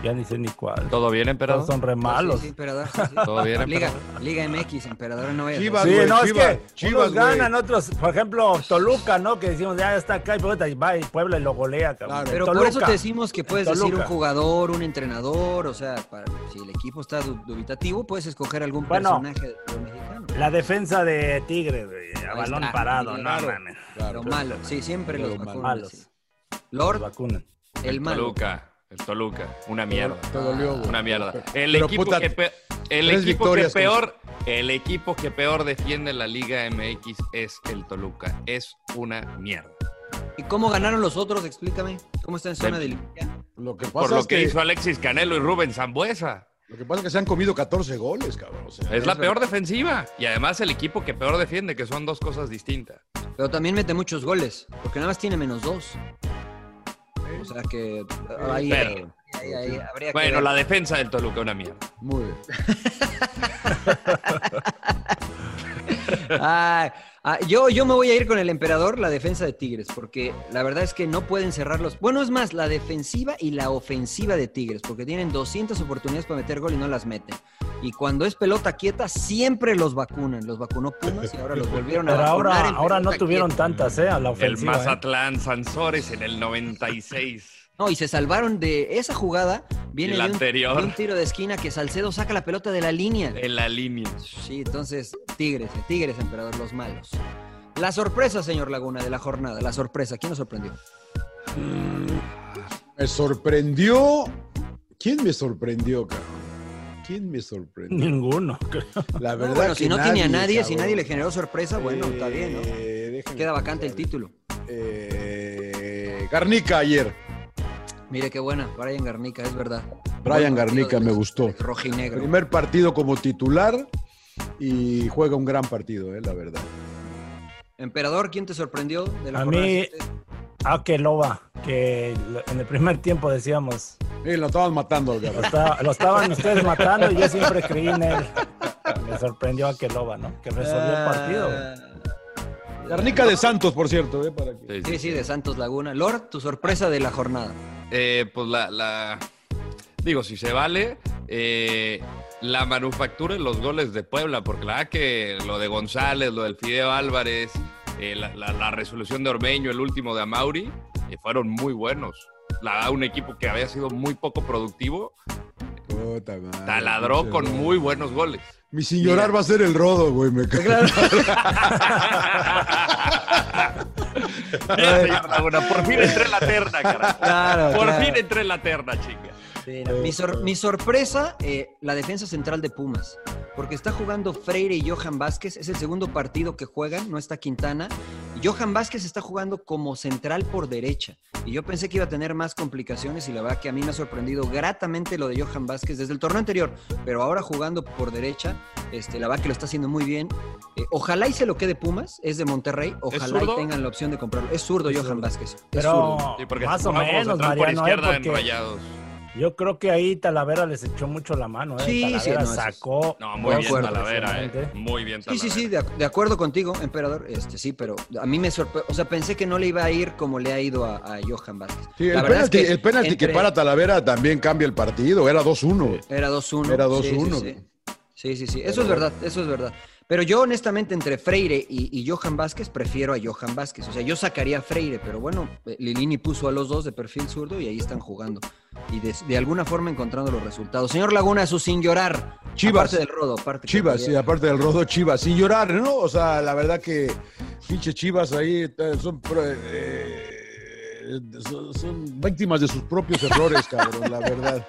Ya ni sé ni cuál.
¿Todo bien,
Todos
emperador?
son re
Sí,
malos.
sí,
Sí,
emperador.
[laughs]
sí, sí.
¿Todo bien,
Liga,
emperador?
Liga MX, emperador, no vayas a-
Chivas, güey,
no,
Chivas,
es que
Chivas,
unos
güey.
ganan, otros, por ejemplo, Toluca, ¿no? Que decimos, ya está acá y puta, y va y Puebla y lo golea, cabrón.
Claro.
Pero por
Toluca.
eso te decimos que puedes decir un
Toluca.
jugador, un entrenador, o sea, para- si el equipo está du- dubitativo, puedes escoger algún
Bueno.
personaje de los mexicanos.
La defensa de Tigres, güey, a
Ahí
balón
está.
parado, no
Claro.
mames.
Claro.
Lo malo, sí, siempre
Lo
los
malo.
vacunan,
Malos.
sí.
Los
Lord,
vacunan.
el malo.
Toluca. El Toluca. Una mierda.
Te dolió, güey.
Una mierda. El
Pero,
equipo,
puta,
que, pe- el
tres
equipo que
victorias con-
peor. El equipo que peor defiende la Liga MX es el Toluca. Es una mierda.
¿Y cómo ganaron los otros? Explícame. ¿Cómo está en zona de liguilla?
Lo que
Por
pasa
lo
es
que,
que,
hizo Alexis Canelo y Rubén Zambuesa.
lo que pasa es que se han comido 14 goles, cabrón. O sea,
Es la
Es
peor
verdad.
defensiva. Y además el equipo que peor defiende, que son dos cosas distintas.
Pero también mete muchos goles, porque nada más tiene menos dos. O sea que ahí,
Pero-
ahí- ahí habría que
Bueno,
ver.
la defensa del Toluca, una mierda.
[laughs]
muy bien.
Ah, ah, yo, yo me voy a ir con el emperador, la defensa de Tigres, porque la verdad es que no pueden cerrarlos. Bueno, es más, la defensiva y la ofensiva de Tigres, porque tienen 200 oportunidades para meter gol y no las meten. Y cuando es pelota quieta, siempre los vacunan. Los vacunó Pumas y ahora los volvieron a
Pero ahora,
vacunar en
ahora no
pelota
tuvieron
quieta.
tantas, ¿eh? A la
El
ofensiva. ¿eh?
Mazatlán Sansores en el 96.
No, y se salvaron de esa jugada. Viene
Y la
de un,
anterior.
de un tiro de esquina que Salcedo saca la pelota de la línea.
En la línea.
Sí, entonces, Tigres, eh, Tigres, emperador, los malos. La sorpresa, señor Laguna, de la jornada, la sorpresa. ¿Quién nos sorprendió?
Me sorprendió. ¿Quién me sorprendió, cabrón? ¿Quién me sorprendió? [laughs]
Ninguno.
La verdad
bueno,
que
si no tiene a nadie, si
cabrón.
nadie le generó sorpresa, Ah, bueno, está bien, ¿no?
Eh, déjame
Queda vacante el
pensar.
título.
Eh, Garnica ayer.
Mire qué buena, Brian Garnica, es verdad.
Brian
Buen partido
Garnica
del
me gustó.
Rojinegro.
Primer partido como titular y juega un gran partido, eh, la verdad.
Emperador, ¿quién te sorprendió de la
A
jornada?
mí, a que loba, que en el primer tiempo decíamos,
Eh, lo estaban matando al
[laughs]
lo,
Garnica.
esta- lo estaban ustedes matando y yo siempre creí en él. Me sorprendió a que loba, ¿no? Que resolvió el partido. güey.
Garnica de Santos, por cierto, eh, para que-
Sí, sí, de Santos Laguna. Lord, tu sorpresa de la jornada.
Eh, pues la, la- Digo, si se vale, eh, la manufactura en los goles de Puebla, porque la verdad que lo de González, lo del Fideo Álvarez, eh, la, la- la resolución de Ormeño, el último de Amauri, eh, fueron muy buenos. La verdad, un equipo que había sido muy poco productivo,
Puta madre,
taladró
pinche
con
rodo.
muy buenos goles.
Mi sin llorar va a ser el rodo, güey. Me cago.
Bien, señor Laguna, por fin entré en la terna, carajo.
Claro,
Por
claro.
fin entré en la terna, chinga.
Sí, no. mi, sor- mi sorpresa, eh, la defensa central de Pumas, porque está jugando Freire y Johan Vázquez, es el segundo partido que juegan, no está Quintana. Y Johan Vázquez está jugando como central por derecha, y yo pensé que iba a tener más complicaciones, y la verdad que a mí me ha sorprendido gratamente lo de Johan Vázquez desde el torneo anterior, pero ahora jugando por derecha, este, la verdad que lo está haciendo muy bien. Eh, ojalá y se lo quede Pumas, es de Monterrey, ojalá y
zurdo?
tengan la opción de comprarlo. Es zurdo
Es
Johan
zurdo.
Vázquez. es
Pero
zurdo.
Sí, porque
más o
jugamos
menos,
central por
Mariano, ¿eh?
izquierda en
porque
Rayados.
yo creo que ahí Talavera les echó mucho la mano. ¿eh?
Sí, sí,
Talavera
no, eso es-
sacó.
No, muy
De
bien
acuerdo.
Talavera, eh.
Impresionante.
Muy bien
Sí,
Talavera.
sí, sí, de, ac- de acuerdo contigo, emperador. Este, sí, pero a mí me sorprendió. O sea, pensé que no le iba a ir como le ha ido a, a Johan Vázquez.
Sí,
La
el
verdad es
penalti, el penalti
entre-
que para Talavera también cambia el partido. Era 2-1.
Era 2-1.
Era
sí,
2-1.
Sí, sí. Sí, sí, sí, Eso es verdad, eso es verdad. Pero yo, honestamente, entre Freire y, y Johan Vázquez, prefiero a Johan Vázquez. O sea, yo sacaría a Freire, pero bueno, eh, Lilini puso a los dos de perfil zurdo y ahí están jugando. Y de, de alguna forma encontrando los resultados. Señor Laguna, su sin llorar.
Chivas.
Parte del rodo, aparte. que
Chivas,
podía-
sí, aparte del rodo, Chivas, sin llorar, ¿no? O sea, la verdad que pinche Chivas ahí eh, son, pro- eh, son- son víctimas de sus propios errores, cabrón, la verdad.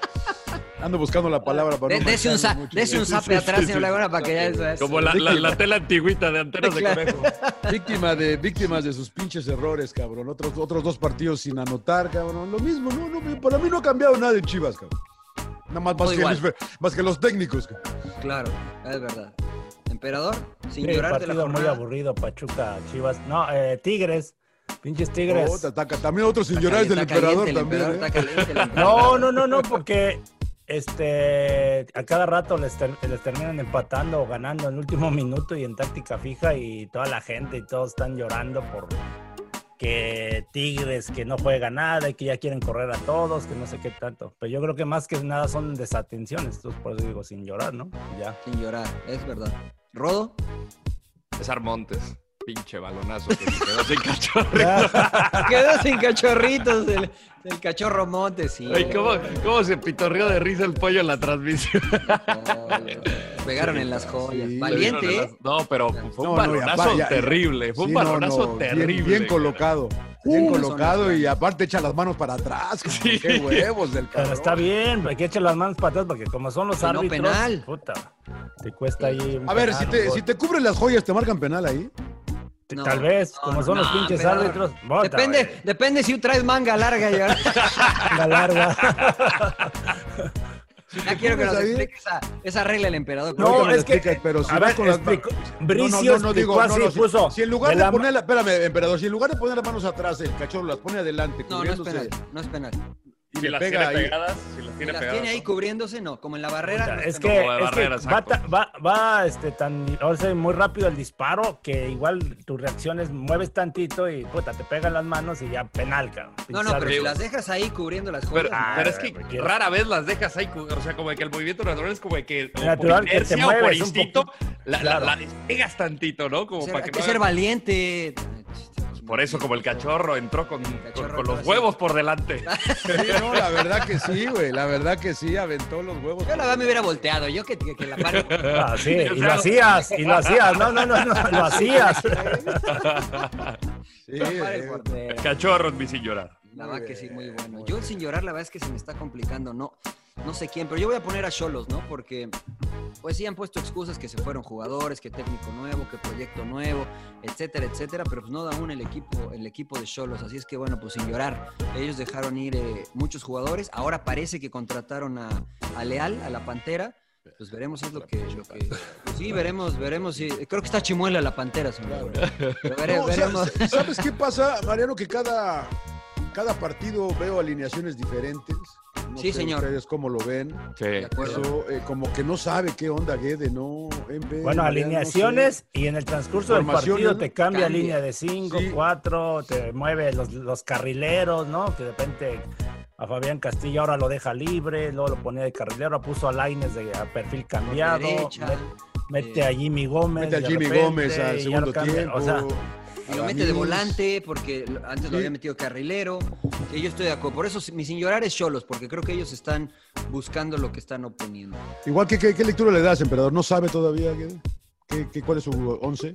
Ando buscando la palabra para
De-
no
dese un,
mancharme
sa-
mucho.
dese un
Sí,
zape
sí,
atrás,
sí,
señor
sí.
Laguna, para que ya eso es.
Como la, la- la tela antigüita de anteras de
Claro.
conejo.
Víctima de, víctimas de sus pinches errores, cabrón. Otros, otros dos partidos sin anotar, cabrón. Lo mismo, no, no, para mí no ha cambiado nada en Chivas, cabrón. Nada más, más,
Todo
que,
igual.
los- más que los técnicos. cabrón.
Claro, es verdad. Emperador,
Sí,
sin llorar de la
partido muy
jornada.
aburrido, Pachuca, Chivas. No, eh, Tigres. Pinches Tigres.
Oh,
Otra taca. También otros sin
Está
llorar es del
caliente, Pues está
emperador
caliente el
también. ¿eh?
emperador, está caliente
[laughs]
el
No,
emperador.
no, no, no, porque este a cada rato les, ter- les terminan empatando o ganando en el último minuto y en táctica fija y toda la gente y todos están llorando por que Tigres que no juega nada y que ya quieren correr a todos, que no sé qué tanto. Pero yo creo que más que nada son desatenciones, entonces por eso digo sin llorar, ¿no? Ya.
Sin llorar, es verdad.
[laughs]
Rodo,
César Montes. Pinche balonazo que se quedó sin cachorro.
quedó sin cachorritos el, el cachorro Montes. Sí,
Ay, ¿cómo, cómo se pitorreó de risa el pollo en la
[laughs]
transmisión?
Ay, Pegaron en las joyas.
Sí.
Le
Valiente,
dieron
¿eh?
el- No, pero fue
No,
un
no, y
balonazo
aparte, ya-
terrible. Fue un
Sí, no,
balonazo
no, bien-
terrible.
Bien, colocado. Bien colocado y aparte echa las manos para atrás. cabrón.
Sí.
Qué huevos del
Pero
cabrón.
está bien, hay que echar las manos para atrás porque como son los
Si no,
árbitros,
penal.
puta, te cuesta ahí un
A ver,
penal,
si
un
te,
gol.
si te cubren las joyas, te marcan penal ahí.
T-
No,
Tal vez,
no,
como
no,
son los
no,
pinches
emperador.
árbitros. bota,
Depende,
güey,
depende si traes manga larga. ya.
[laughs]
La larga.
Ya quiero que nos
pones ahí-
explique esa, esa regla el emperador.
No,
Ahorita me lo
es que-
explicas, pero si
a
vas
ver,
con las-
explicó-
No,
Bricio explicó así,
si,
puso,
si en lugar
de
de,
la-
poner, la- espérame, emperador, si en lugar de poner las manos atrás, el cachorro las pone adelante,
No, no es
cubriéndose
penal, no es penal.
y le pega ahí.
pegadas, si las
Si las tiene ahí cubriéndose, no, como en la barrera. no
Es
penal.
que,
Como de
es que
barrera,
va,
exacto.
ta- va, va, este, tan, o sea, muy rápido el disparo que igual tus reacciones mueves tantito y puta, te pegan las manos y ya penal, cabrón.
No,
Pinches
no, pero si
árbitros.
las dejas ahí cubriendo las joyas.
Pero,
Ah,
pero es
güey,
que
porque-
rara vez las dejas ahí, cu- o sea, como que el movimiento natural es como que o
Natural
por
que te
inercia o por
mueves un
instinto, la, la-
Claro.
la despegas tantito, ¿no? Como
Ser-
para
hay
que,
que
no
ser
hagas-
valiente.
Por eso, como el cachorro entró con, con- con los huevos por delante.
Sí, no, la verdad que sí, güey. La verdad que sí, aventó los huevos.
Yo la verdad me hubiera volteado, yo que, que- que la paro.
Ah,
[laughs]
sí, y lo hacías, y lo hacías. No, no, no, no lo hacías.
[laughs]
Sí, eh,
Pare por delante.
Cachorros, mi sin llorar.
La verdad que sí, muy bueno. Yo el sin llorar, la verdad es que se me está complicando, no, no sé quién, pero yo voy a poner a Cholos, ¿no? Porque, pues sí, han puesto excusas que se fueron jugadores, que técnico nuevo, que proyecto nuevo, etcétera, etcétera, pero pues no da aún el equipo, el equipo de Cholos. Así es que bueno, pues sin llorar. Ellos dejaron ir eh, muchos jugadores. Ahora parece que contrataron a, a Leal, a la Pantera. Pues veremos es lo que, lo que- pues sí, veremos, veremos. si- Creo que está Chimuela la Pantera, señor. Pero vere-
[laughs] No, o sea,
veremos.
¿Sabes qué pasa, Mariano? Que cada, cada partido veo alineaciones diferentes. No
Sí,
sé
señor.
Ustedes cómo lo ven.
Sí.
acuerdo.
Eso, eh, como que no sabe qué onda Guede, ¿no? Embe,
Bueno,
Mariano,
alineaciones y en el transcurso del
Formaciones,
partido
¿no?
te cambia,
Cambia.
línea de 5,
Sí.
4, te mueve los, los carrileros, ¿no? Que de repente a Fabián Castillo ahora lo deja libre, luego lo ponía de carrilero, ahora puso a Laines de a perfil cambiado,
derecha,
met- mete a Jimmy
sí.
Gómez.
eh, Mete a
de
Jimmy
repente,
Gómez
y
al
ya
segundo
lo cambia,
tiempo.
O sea,
Y lo mete de volante porque lo- antes lo había metido carrilero. Sí, yo estoy de acuerdo. Por eso si- mi sin llorar es Cholos, porque creo que ellos están buscando lo que están oponiendo.
Igual que, ¿qué, qué lectura le das, emperador? ¿No sabe todavía Guede? ¿Qué, qué, cuál es su once?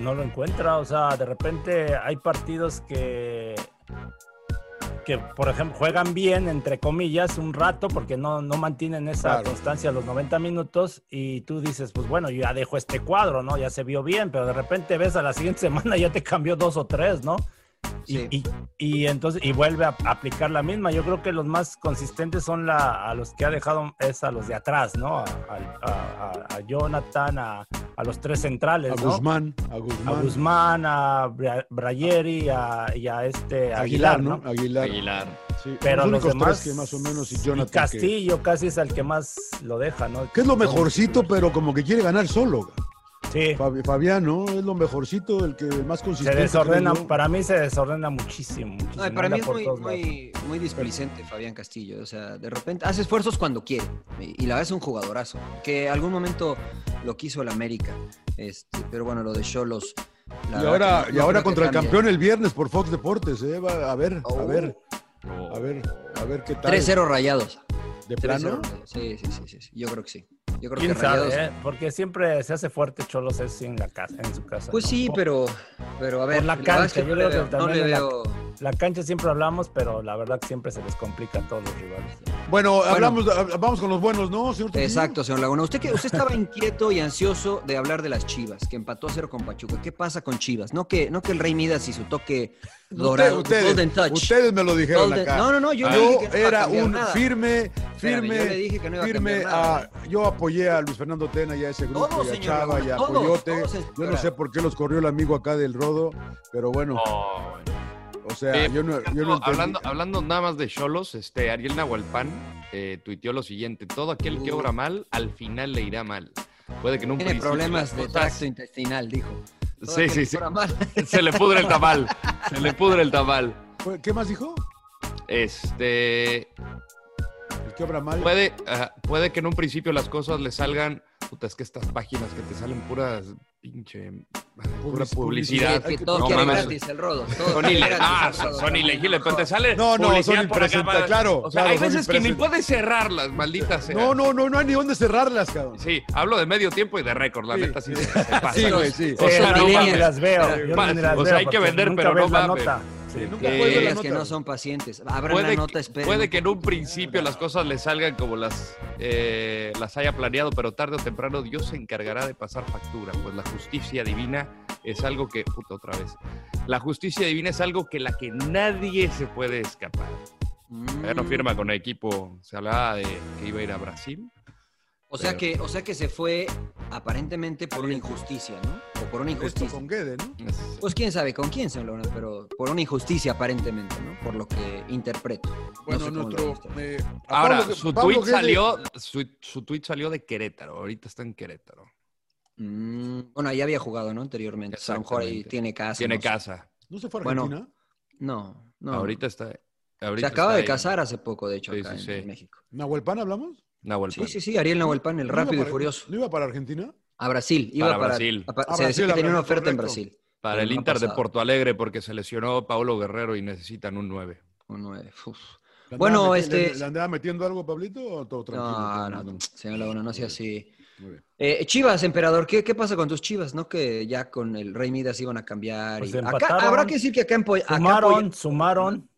no lo encuentra. O sea, de repente hay partidos que, que por ejemplo, juegan bien, entre comillas, un rato porque no, no mantienen esa
Claro.
constancia a los 90 minutos y tú dices, pues bueno, yo ya dejo este cuadro, ¿no? Ya se vio bien, pero de repente ves a la siguiente [laughs] semana ya te cambió dos o tres, ¿no? Y-
Sí.
Y, y entonces y vuelve a aplicar la misma. Yo creo que los más consistentes son la, a los que ha dejado es a los de atrás, ¿no? A, a- a- a- a Jonathan, a, a los tres centrales,
A
Pues ¿no?
Guzmán, a Guzmán.
a Guzmán, a Bra- Brayeri a- y a este a
Aguilar, ¿no? Aguilar.
Aguilar.
Sí,
Pero
los
los
únicos
demás
tres que más o menos y
y
Jonathan. que-
Castillo casi es el que más lo deja, ¿no?
que es lo mejorcito, pero como que quiere ganar solo.
Sí.
Fabi- Fabián, ¿no? Es lo mejorcito, el que el más
Se
consistente.
desordena,
creo yo.
para mí se desordena muchísimo. muchísimo,
No, y para mí
anda
es
por
muy,
todos lados.
muy, muy displicente Fabián Castillo. O sea, de repente hace esfuerzos cuando quiere. Y y la verdad es un jugadorazo. Que algún momento lo quiso el América. Este, pero bueno, lo de Cholos. la
Y
verdad
ahora,
que no- Ah,
y
no creo
ahora
que
contra el
cambie.
campeón el viernes por Fox Deportes, ¿eh? Va- a ver, a
Oh.
ver, a ver, a ver qué tal.
3-0 rayados.
¿De
3-0
plano?
rayados. Sí, sí, sí, sí, sí. Yo creo que sí. Yo creo
¿Quién
que
sabe,
rayados.
eh? Porque siempre se hace fuerte Cholos eso en la casa, en su casa.
Pues
¿no?
sí,
Por-
pero, pero a ver,
la
verdad
cancha,
es
yo
no
creo
le
que
veo, no
también
le
en la-
veo-
La cancha siempre hablamos, pero la verdad que siempre se les complica a todos los rivales.
Bueno, hablamos, hab- vamos con los buenos, ¿no, señor? Trujillo?
Exacto, señor Laguna. Usted que usted estaba inquieto y ansioso de hablar de las Chivas, que empató a cero con Pachuca. ¿Qué pasa con Chivas? No que, no que el Rey Midas y su toque dorado, pues,
ustedes,
Golden Touch.
ustedes me lo dijeron
Golden-
acá.
No, no, no, yo,
Yo,
le dije que no iba a
era
cambiar
un
nada.
firme,
Espérame,
firme,
yo le dije que no iba a
firme
cambiar nada.
a- yo apoyé a Luis Fernando Tena y a ese grupo
Todos,
y a
señor
Chava
Laguna,
y a
todos,
Coyote.
todos en-
Yo no sé por qué los corrió el amigo acá del Rodo, pero bueno,
Oh,
o sea,
Eh,
yo no, yo no entendí.
hablando, hablando nada más de Cholos, este, Ariel Nahualpan eh, tuiteó lo siguiente: todo aquel que obra mal, al final le irá mal. Puede que en un
Tiene
principio
problemas
las
de
cosas-
tracto intestinal, dijo. Todo
Sí,
aquel
sí,
que
sí.
fuera mal.
Se le pudre el tamal. se le pudre el tamal.
Fue- ¿Qué más dijo?
Este.
El que obra mal.
Puede, ajá, puede que en un principio las cosas le salgan. Puta, es que estas páginas que te salen puras pinche. Pura
Publici-
publicidad.
publicidad.
Que
que-
todo
no
quiere
mames.
gratis, el rodo. todo
Son,
quiere
ile
gratis,
ah,
el rodo.
son ilegibles, pero te sale.
No, no,
publicidad
son
por acá,
impresenta-
madre.
claro,
O sea,
claro,
hay
son
veces que ni
impresenta-
puedes cerrarlas, maldita sea.
No, no, no, no hay ni dónde cerrarlas, cabrón.
Sí, hablo de medio tiempo y de récord, la
Sí,
neta sí,
sí.
se pasa.
Sí, güey, sí.
O
Sí,
sea,
yo
no
ni
mames.
las veo. yo
Pasa,
ni las
o sea,
veo
hay que
porque
vender,
nunca
pero
ves
no
la
mames.
nota.
Sí, nunca
Eh,
cuelga la
Aquellas que
nota.
no son pacientes. Abran
Puede,
la nota,
que,
esperen.
puede que en un principio las cosas le salgan como las eh, las haya planeado, pero tarde o temprano Dios se encargará de pasar factura, pues la justicia divina es algo que, puta otra vez, la justicia divina es algo que la que nadie se puede escapar.
Mm.
Ya no firma con el equipo, se hablaba de que iba a ir a Brasil.
O sea,
Pero-
que, o sea que se fue aparentemente por una injusticia, ¿no? O por una
Esto
injusticia.
con Guede, ¿no?
Es-
Pues quién sabe con quién se habló, ¿no? pero por una injusticia aparentemente, ¿no? Por lo que interpreto. No
Bueno,
sé cómo lo
nuestro.
viste.
eh, a
Ahora,
Pablo-
su
Pablo
tweet
Guede-
salió, su, su tweet salió de Querétaro, ahorita está en Querétaro.
Mm, bueno, ahí había jugado, ¿no? Anteriormente. A lo mejor ahí
Exactamente.
tiene casa.
Tiene
no sé.
casa.
¿No se fue a
Bueno,
Argentina?
No, no.
Ahorita está.
se
ahorita
acaba
está
de
en
casar hace poco, de hecho,
Sí,
acá
sí,
en
sí.
México.
¿Nahuelpan hablamos?
Nahualpan.
Sí, sí, sí. Ariel Nahuelpan, el
¿No iba
rápido y
para-
furioso.
¿No iba para Argentina?
A Brasil. Iba
Para
para,
Brasil.
a- pa-
A
se decía
Brasil,
que tenía
a
una
Brasil,
oferta en
correcto.
Brasil.
Para el
no ha
Inter de
pasado.
Porto Alegre, porque se lesionó Paolo Guerrero y necesitan un 9.
Un 9.
¿Le andaba
Bueno,
metiendo-
este-
¿Le, le andaba metiendo algo, Pablito? ¿O todo tranquilo?
No, no, no, señor Laguna, no sea así.
Muy bien.
Eh, chivas, emperador, ¿qué, ¿qué pasa con tus chivas? ¿No que ya con el Rey Midas iban a cambiar?
Pues
y- Acá-
empataron,
habrá que decir que acá en Po- acá
Sumaron,
apoya-
sumaron,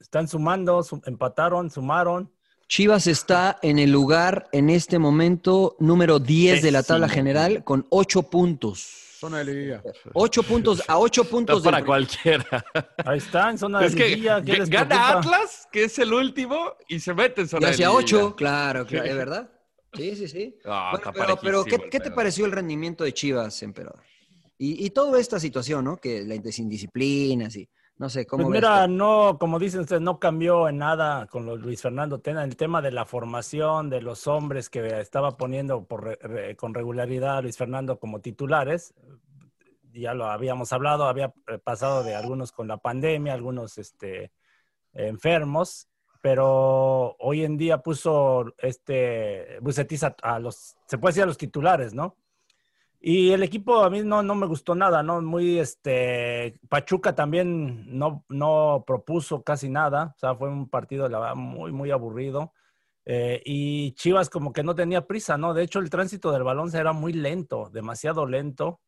están sumando, su- empataron, sumaron.
Chivas está en el lugar en este momento número 10 de la tabla
Décimo.
general con 8 puntos.
Zona de liguilla.
8 puntos a 8 puntos
Está para
del
[laughs] cualquiera.
Ahí está, en zona
Es
de
que
liguilla. ¿qué
g-
les
gana
preocupa?
Atlas, que es el último, y se mete en
Y
zona de
hacia
liguilla.
8, claro, claro, es verdad. Sí, sí, sí.
Ah,
Bueno,
está
pero, pero
parejísimo
¿qué,
el
qué te
pedo.
pareció el rendimiento de Chivas, emperador? Y, y toda esta situación, ¿no? Que la indisciplina, y no sé, ¿cómo
Pues
ves
mira, no, como dicen ustedes, no cambió en nada con lo- Luis Fernando Tena. El tema de la formación de los hombres que estaba poniendo por re- re- con regularidad Luis Fernando como titulares, ya lo habíamos hablado, había eh, pasado de algunos con la pandemia, algunos este, enfermos, pero hoy en día puso este Bucetich a- a los, se puede decir a los titulares, ¿no? Y el equipo a mí no, no me gustó nada, ¿no? Muy, este, Pachuca también no, no propuso casi nada, o sea, fue un partido la verdad, muy, muy aburrido. Eh, y Chivas como que no tenía prisa, ¿no? De hecho, el tránsito del balón era muy lento, demasiado lento.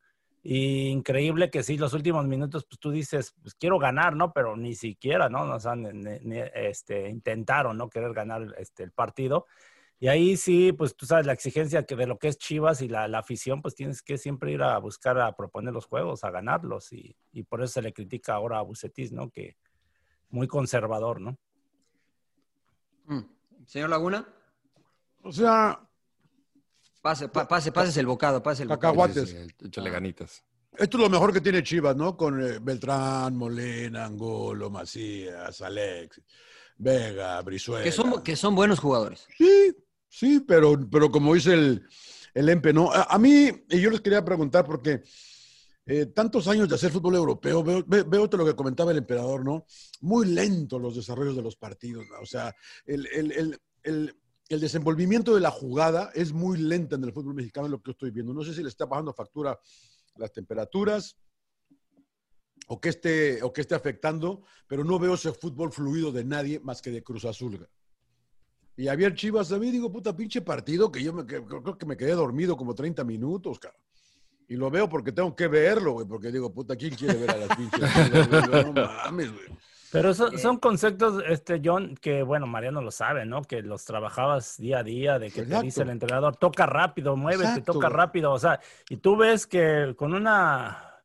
Y increíble que sí, los últimos minutos, pues tú dices, pues quiero ganar, ¿no? Pero ni siquiera, ¿no? O sea, ni- ni- ni, este, intentaron, ¿no? Querer ganar este, el partido. Y ahí sí, pues tú sabes la exigencia que de lo que es Chivas y la, la afición, pues tienes que siempre ir a buscar a proponer los juegos, a ganarlos. Y, y por eso se le critica ahora a Bucetis, ¿no? Que muy conservador, ¿no?
Mm. Señor Laguna,
O sea,
pase, pa- pase, pases el bocado, pase el bocado.
Cacahuates.
Sí, sí, sí, Échale ganitas.
Esto es lo mejor que tiene Chivas, ¿no? Con eh, Beltrán, Molina, Angulo, Macías, Alex, Vega, Brizuela.
Que son, que son buenos jugadores.
Sí, sí, pero, pero como dice el, el Empe, ¿no? A, a mí, y yo les quería preguntar, porque eh, tantos años de hacer fútbol europeo, veo, ve- veo todo lo que comentaba el emperador, ¿no? Muy lento los desarrollos de los partidos, ¿no? o sea, el, el- el- el- el desenvolvimiento de la jugada es muy lenta en el fútbol mexicano, es lo que yo estoy viendo. No sé si le está bajando factura las temperaturas o que esté, o que esté afectando, pero no veo ese fútbol fluido de nadie más que de Cruz Azul. Y Javier Chivas, a mí digo, puta pinche partido, que yo me, que- creo que me quedé dormido como 30 minutos, cabrón. Y lo veo porque tengo que verlo, güey, porque digo, puta, ¿quién quiere ver a las pinches? chivas, güey? No mames, güey.
Pero son, son conceptos, este, John, que bueno, Mariano lo sabe, ¿no? Que los trabajabas día a día, de que te dice
Exacto.
el entrenador, toca rápido, muévete,
Exacto,
toca
güey.
rápido. O sea, y tú ves que con una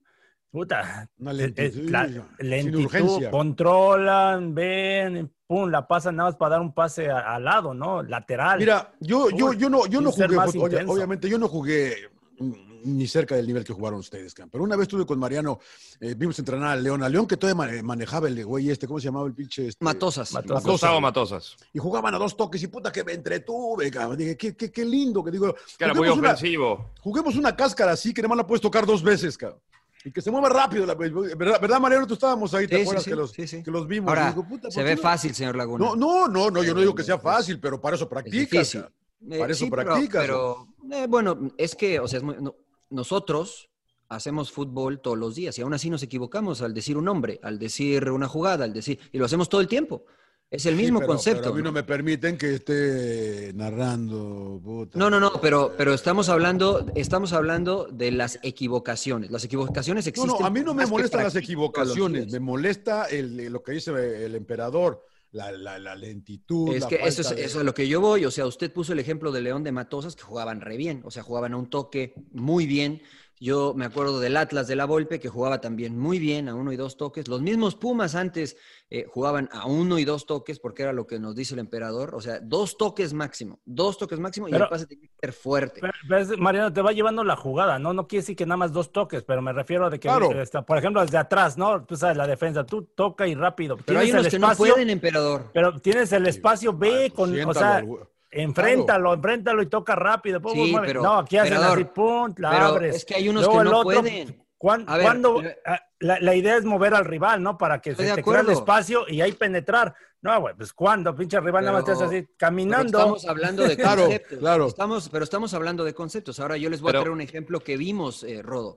puta
Una
eh, eh,
lentitud,
la-
sin
lentitud,
urgencia.
controlan, ven, pum, la pasan nada más para dar un pase a- al lado, ¿no? Lateral.
Mira, yo, yo,
Uy,
yo no, yo
y
no
ser
jugué,
más
fútbol, obvia-
intenso.
obviamente, yo no jugué mm, ni cerca del nivel que jugaron ustedes, campeón. Pero una vez estuve con Mariano, eh, vimos entrenar a León, a León que todavía ma- manejaba el güey este, ¿cómo se llamaba el pinche? Este?
Matosas.
Matosas.
Gustavo Matosas.
Y jugaban a dos toques y puta que me entretuve, cabrón. Dije, qué, qué, qué lindo, que digo.
Que era muy
juguemos una-
ofensivo.
Juguemos una cáscara así que nada más la puedes tocar dos veces, cabrón. Y que se mueva rápido. la- ¿verdad, ¿Verdad, Mariano? Tú estábamos ahí, ¿te
Sí, sí,
acuerdas
sí,
que, los,
sí, sí.
que los vimos? Y
Ahora,
digo, puta,
se
¿por
ve
qué no?
fácil, señor Laguna.
No, no, no, no, yo no digo que sea fácil, pero para eso practicas.
difícil.
cabrón.
Eh,
Para eso
sí, pero-
practicas,
Pero, eh, bueno, es que, o sea, es muy- no- nosotros hacemos fútbol todos los días y aún así nos equivocamos al decir un nombre, al decir una jugada, al decir. Y lo hacemos todo el tiempo. Es el
Sí,
mismo
pero-
concepto.
pero a mí no
¿no?
me permiten que esté narrando. puta.
No, no, no, pero, pero estamos hablando, estamos hablando de las equivocaciones. Las equivocaciones
No,
existen.
no, a mí no
por
me
más que
molestan las
practiques
equivocaciones,
todos los
me
días.
molesta el- el- lo que dice el emperador, la, la- la lentitud.
Es
la
que eso es,
falta de-
eso es lo que yo voy. O sea, usted puso el ejemplo de León de Matosas que jugaban re bien. O sea, jugaban a un toque muy bien. Yo me acuerdo del Atlas de la Volpe que jugaba también muy bien a uno y dos toques. Los mismos Pumas antes eh, jugaban a uno y dos toques porque era lo que nos dice el emperador. O sea, dos toques máximo. Dos toques máximo y
Pero-
el pase tenía que ser fuerte.
Pero, pero es- Mariano, te va llevando la jugada, ¿no? No quiere decir que nada más dos toques, pero me refiero a de que,
Claro.
eh, está- por ejemplo, desde atrás, ¿no? Tú sabes, la defensa, tú toca y rápido.
Pero hay
Tienes
unos
el
que no
espacio,
pueden, emperador.
Pero tienes el espacio, ve
Ay, pues,
con, o
siéntalo
sea,
al güey.
enfréntalo, enfréntalo y toca rápido. pum,
Sí,
pum, mueve.
pero,
no, aquí hacen
emperador,
así, pum, la
pero
abres.
es que hay unos
Luego
que
el
no
otro,
pueden.
¿cuán-
A ver,
cuándo-
pero-
ah, la, la idea es mover al rival, ¿no? Para que
Estoy
se
de
te crea el
acuerdo.
espacio y ahí penetrar. No, güey, pues cuando, pinche rival, nada más te
Pero-
hace así,
Pero
caminando.
Estamos hablando de
Claro,
conceptos.
claro.
Estamos, pero estamos hablando de conceptos. Ahora yo les voy
Pero-
a traer un ejemplo que vimos, eh, Rodo.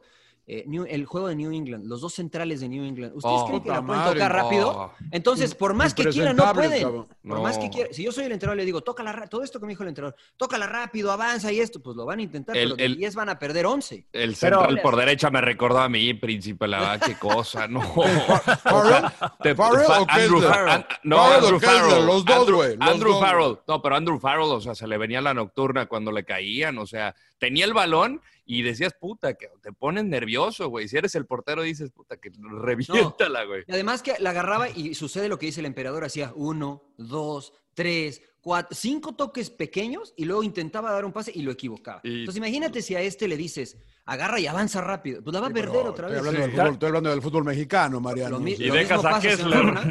eh, New- el juego de New England, los dos centrales de New England. ¿Ustedes
Oh,
creen que
puta
la pueden
madre,
tocar rápido?
no.
Entonces, por más que quieran, no
Impresentable,
pueden.
[laughs]
cabrón.
Por más que
No.
quieran. Si yo soy el entrenador, le digo, tócala, ra- todo esto que me dijo el entrenador, tócala rápido, avanza y esto, pues lo van a intentar,
El-
pero de
el-
10 van a perder 11.
El
Pero-
central por derecha me recordó a mí, príncipe, la verdad, qué cosa, [laughs]
[laughs]
no. Te-
¿Farrell
Fa-
o
Andrew
Kessler?
Farrell. No,
¿Farrell o
Andrew
Kessler?
Farrell.
Los dos,
Andrew-
güey, los
Andrew
dos.
Farrell. No, pero Andrew Farrell, o sea, se le venía la nocturna cuando le caían, o sea, tenía el balón y decías, puta, que te pones nervioso, güey. Si eres el portero, dices, puta, que reviéntala, güey.
Y además que la agarraba y sucede lo que dice el emperador, hacía uno, dos, tres, cuatro, cinco toques pequeños y luego intentaba dar un pase y lo equivocaba.
Y-
Entonces imagínate si a este le dices, agarra y avanza rápido, pues la va a perder
Pero
otra
estoy
vez.
hablando del fútbol- Estoy hablando del fútbol mexicano, Mariano.
Lo mi-
Sí.
lo mismo pasa si no, ¿no?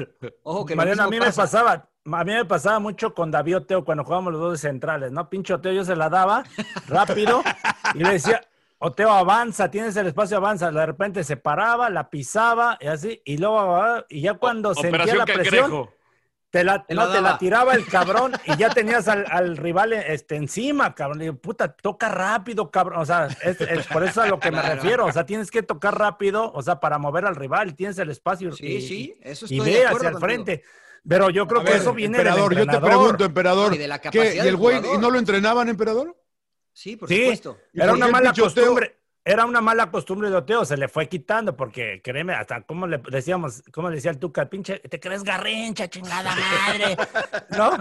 Ojo que lo
Mariano, a
mismo
mí
pasa.
me pasaba, a mí me pasaba mucho con David Oteo cuando jugábamos los dos de centrales, ¿no? Pincho Oteo, yo se la daba rápido y le decía, Oteo, avanza, tienes el espacio, avanza. De repente se paraba, la pisaba y así, y luego, ah, y ya cuando sentía
Operación
la presión,
Cangrejo.
te la,
Te
no,
la
te la
daba.
tiraba el cabrón y
[laughs]
ya tenías al, al rival este, encima, cabrón. Le digo, puta, toca rápido, cabrón. O sea, es, es por eso a lo
[laughs]
que me
Claro.
refiero. O sea, tienes que tocar rápido, o sea, para mover al rival, tienes el espacio.
Sí,
y-
sí, eso
y
estoy de
ve
acuerdo
hacia el
contigo.
frente. Pero yo creo
A
que
ver,
eso viene
emperador,
del
yo te
entrenador.
pregunto, emperador,
Y de la
¿qué?
capacidad
¿Y el
del
güey
jugador.
¿y no lo entrenaban, emperador?
[laughs]
Sí, por
Sí,
supuesto.
era una
qué
mala
pinche Oteo?
costumbre. Era una mala costumbre de Oteo, se le fue quitando, porque créeme, hasta como le decíamos, como le decía el Tuca, pinche, te crees garrincha, chingada madre.
[laughs]
¿No?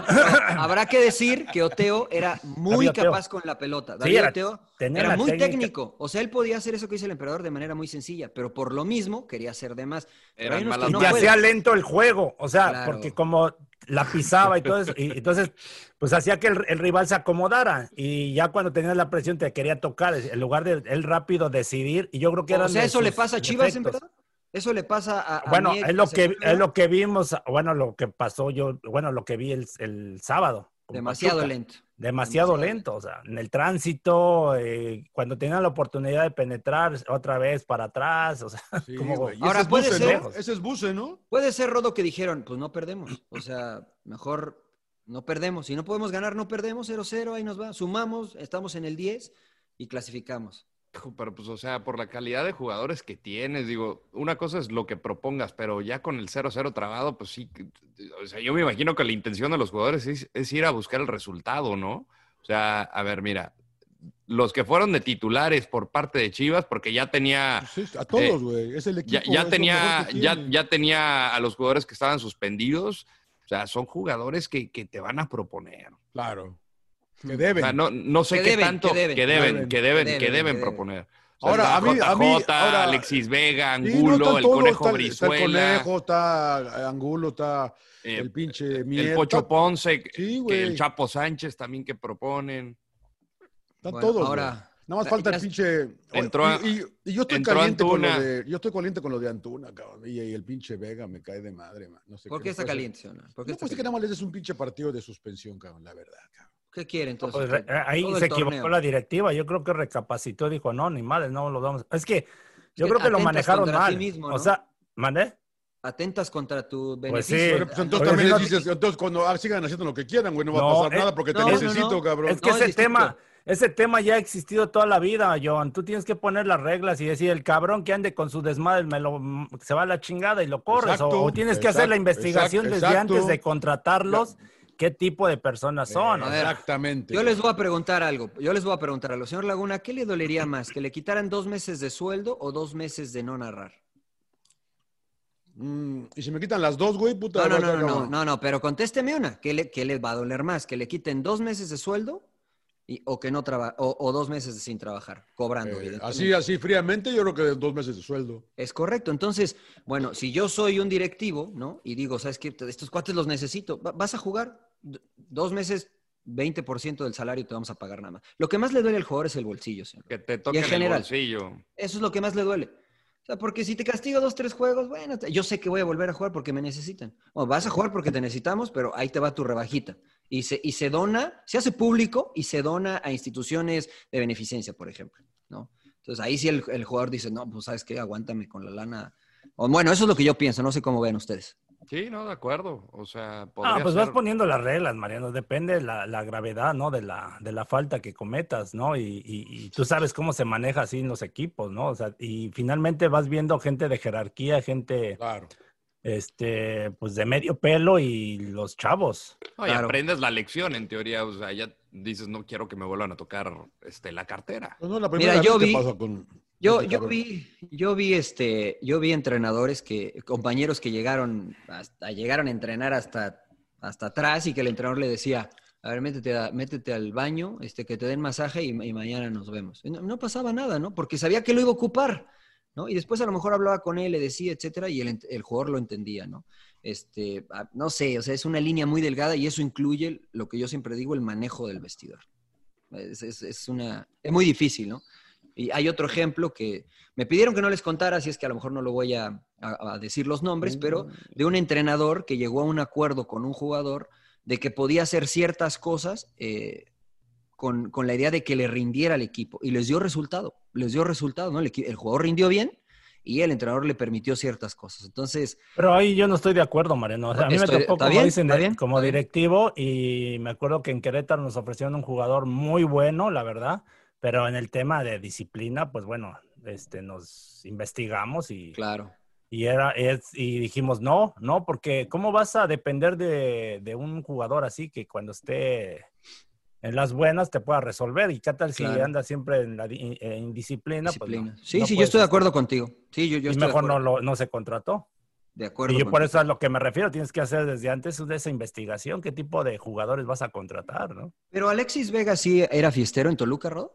Habrá que decir que Oteo
[laughs]
era muy
David Oteo.
capaz con la pelota.
Sí,
David
era-
Oteo
tenía
era
la
muy
técnica.
técnico. O sea, él podía hacer eso que dice el emperador de manera muy sencilla, pero por lo mismo quería hacer de más. Pero hay
Eran
unos que
malas
y
no
te
pueden.
hacía lento el juego, o sea,
Claro.
porque como la pisaba y todo eso, y entonces, pues hacía que el, el rival se acomodara y ya cuando tenías la presión te quería tocar, en lugar de él rápido decidir, y yo creo que era...
O sea, eso le pasa a Chivas, emperador. Eso le pasa a. a
Bueno,
Mier-
es lo,
a
que,
Sepúlveda.
es lo que vimos, bueno, lo que pasó yo, bueno, lo que vi el, el sábado. con
Demasiado
Pachuca.
lento.
Demasiado, lento, o sea, en el tránsito, eh, cuando tenían la oportunidad de penetrar otra vez para atrás, o sea, [laughs] como-
güey. Y
Ahora,
ese es
puede
Buse,
ser-
¿no? Ese es Buse, ¿no?
Puede ser, Rodo, que dijeron, pues no perdemos. O sea, mejor no perdemos. Si no podemos ganar, no perdemos 0-0, ahí nos va. Sumamos, estamos en el 10 y clasificamos.
Hijo, Pero pues, o sea, por la calidad de jugadores que tienes, digo, una cosa es lo que propongas, pero ya con el 0-0 trabado, pues sí, que- o sea, yo me imagino que la intención de los jugadores es, es ir a buscar el resultado, ¿no? O sea, a ver, mira, los que fueron de titulares por parte de Chivas, porque ya tenía...
A
eh,
todos, güey. Es el
ya,
equipo.
ya
es lo mejor
tenía,
que
ya,
tiene.
ya tenía a los jugadores que estaban suspendidos. O sea, son jugadores que, que te van a proponer.
Claro. Que deben.
Hmm. O sea, no, no sé
Que
qué
deben,
tanto
que
que
deben,
deben, que deben, que deben, proponer.
Ahora,
está
a mí- a mí-
JJ,
ahora-
Alexis Vega,
Sí, no,
Angulo,
están
el
todos,
Conejo
está, está el
Brizuela,
Conejo, está Angulo, está
eh,
el pinche
el,
Mier,
Pocho
está-
Ponce, que-
Sí,
que
güey.
el Chapo Sánchez también que proponen.
Están
Bueno,
todos.
ahora-
güey. Nada más falta el pinche.
Entró a-
y, y- y yo estoy
entró
caliente con lo
Antuna.
de. Yo estoy caliente con lo de Antuna, cabrón. Y, y el pinche Vega me cae de madre, man. No sé
¿Por qué
no
está
puede ser.
caliente, Jonah? ¿Por qué
No,
está
pues es que
caliente?
nada más les des un pinche partido de suspensión, cabrón, la verdad.
¿Qué quiere entonces?
Pues, re-
Todo
ahí
el
se equivocó
torneo.
la directiva. Yo creo que recapacitó, dijo, no, ni madre, no lo vamos. Es que yo
que
creo que lo
atentas
manejaron
contra ti
mal.
mismo,
O
¿no?
sea, ¿mandé?
Atentas contra tu
Pues sí.
Eh,
beneficio.
Pero,
Pues entonces
Oye,
también les
fíjate-
dices, entonces cuando ah, sigan haciendo lo que quieran, güey, no va
No,
a pasar
eh,
nada porque te
no, no,
necesito,
no.
cabrón.
Es que
No, es
ese
distinto.
tema, ese tema ya ha existido toda la vida, John. Tú tienes que poner las reglas y decir, el cabrón que ande con su desmadre me lo, mm, se va a la chingada y lo corres.
Exacto,
o, o tienes que hacer la
exacto,
investigación
exacto,
desde
exacto. Eh,
antes de contratarlos, qué tipo de personas son.
a ver,
Exactamente.
Yo les voy a preguntar algo. Yo les voy a preguntar algo. Señor Laguna, ¿qué le dolería más? ¿Que le quitaran dos meses de sueldo o dos meses de no narrar?
Mm, y si me quitan las dos, güey, puta.
No, no,
va a
no,
estar
no, no,
cabrón.
no, no, pero contésteme una. ¿Qué le, qué le va a doler más? ¿Que le quiten dos meses de sueldo y, o que no traba- o, o dos meses de sin trabajar, cobrando?
Eh,
evidentemente?
así, así fríamente, yo creo que dos meses de sueldo.
Es correcto. Entonces, bueno, si yo soy un directivo, ¿no? Y digo, ¿sabes qué? Estos cuates los necesito. Va- Vas a jugar d- dos meses, 20% del salario te vamos a pagar nada más. Lo que más le duele al jugador es el bolsillo, señor.
Que te toquen el
general.
bolsillo.
Eso es lo que más le duele. O sea, porque si te castigo dos, tres juegos, bueno, te- yo sé que voy a volver a jugar porque me necesitan. O vas a jugar porque te necesitamos, pero ahí te va tu rebajita. Y se, y se dona, se hace público y se dona a instituciones de beneficencia, por ejemplo, ¿no? Entonces ahí sí el, el jugador dice, no, pues sabes qué, aguántame con la lana. O, bueno, eso es lo que yo pienso, no sé cómo ven ustedes.
Sí, no, de acuerdo. O sea,
Ah,
podría
pues
ser-
vas poniendo las reglas, Mariano. Depende la, la gravedad, ¿no? De la, de la falta que cometas, ¿no? Y, y- y tú sabes cómo se maneja así en los equipos, ¿no? O sea, y finalmente vas viendo gente de jerarquía, gente, este, pues de medio pelo y los chavos.
No, y aprendes la lección, en teoría. O sea, ya dices, no quiero que me vuelvan a tocar este, la cartera.
Pues No, no, la
Mira,
primera
yo
vez
vi-
que pasa con...
Yo,
con este
yo
cabrón.
vi, yo vi este, yo vi entrenadores que, compañeros que llegaron hasta, llegaron a entrenar hasta, hasta atrás y que el entrenador le decía, a ver, métete, a- métete al baño, este, que te den masaje y, y mañana nos vemos. Y no, no pasaba nada, ¿no? Porque sabía que lo iba a ocupar, ¿no? Y después a lo mejor hablaba con él, le decía, etcétera, y el, ent- el jugador lo entendía, ¿no? Este, ah, no sé, o sea, es una línea muy delgada y eso incluye lo que yo siempre digo, el manejo del vestidor. Es, es- es una, es muy difícil, ¿no? Y hay otro ejemplo que me pidieron que no les contara, así es que a lo mejor no lo voy a, a- a decir los nombres,
Mm.
pero de un entrenador que llegó a un acuerdo con un jugador de que podía hacer ciertas cosas eh, con, con la idea de que le rindiera al equipo. Y les dio resultado, les dio resultado, ¿no? El, equi- el jugador rindió bien y el entrenador le permitió ciertas cosas. Entonces,
Pero ahí yo no estoy de acuerdo, Mariano. O sea, a mí
Estoy-
me tocó,
¿está
como
bien?
dicen,
¿Está
de-
bien?
como directivo, y me acuerdo que en Querétaro nos ofrecieron un jugador muy bueno, la verdad, pero en el tema de disciplina, pues bueno, este, nos investigamos y,
claro.
y, era, es- y dijimos, no, no, porque ¿cómo vas a depender de, de un jugador así que cuando esté en las buenas te pueda resolver? ¿Y qué tal si
Claro.
anda siempre en la di- en indisciplina? Pues, no,
disciplina. sí,
no
sí, yo
puedes
estoy de acuerdo contigo. Sí, yo, yo
y
estoy
mejor
de
no,
acuerdo.
lo, no se contrató.
De acuerdo
Y yo por
contigo.
eso a lo que me refiero, tienes que hacer desde antes de esa investigación, qué tipo de jugadores vas a contratar, ¿no?
Pero Alexis Vega sí era fiestero en Toluca, Rod.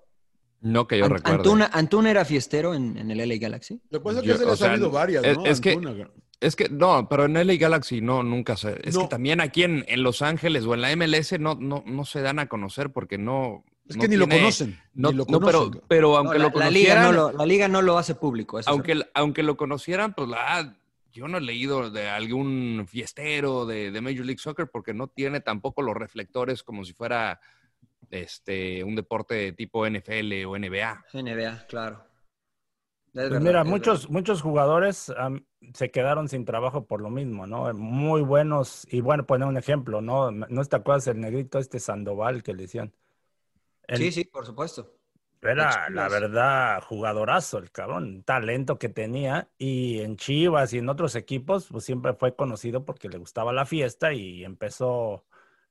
No que yo
Ant-
recuerde.
Antuna, Antuna era fiestero en, en el LA Galaxy.
Lo que pasa es que
Yo-
ya se le
o
ha
sea,
salido varias,
es-
¿no?
es que-
Antuna.
Es que, no, pero en LA Galaxy no, nunca se. Es
No.
que también aquí en, en Los Ángeles o en la MLS no, no, no se dan a conocer porque no.
Es
no
que ni lo
tiene-
conocen.
No,
ni lo
no,
conocen.
pero, pero aunque lo
No, la, la liga
conocieran,
no lo, la liga no lo hace público. eso es
aunque, aunque lo conocieran, pues la, yo no he leído de algún fiestero de, de Major League Soccer porque no tiene tampoco los reflectores como si fuera este un deporte tipo NFL o NBA.
verdad. NBA, claro. Es
Pues
verdad,
mira,
es
muchos,
verdad.
muchos jugadores am, se quedaron sin trabajo por lo mismo, ¿no? Eh, Muy buenos, y bueno, poner un ejemplo, ¿no? ¿No te acuerdas el negrito este Sandoval que le decían? El-
Sí, sí, por supuesto.
Era,
en
la
Chivas.
verdad, jugadorazo el cabrón, talento que tenía. Y en Chivas y en otros equipos, pues siempre fue conocido porque le gustaba la fiesta y empezó.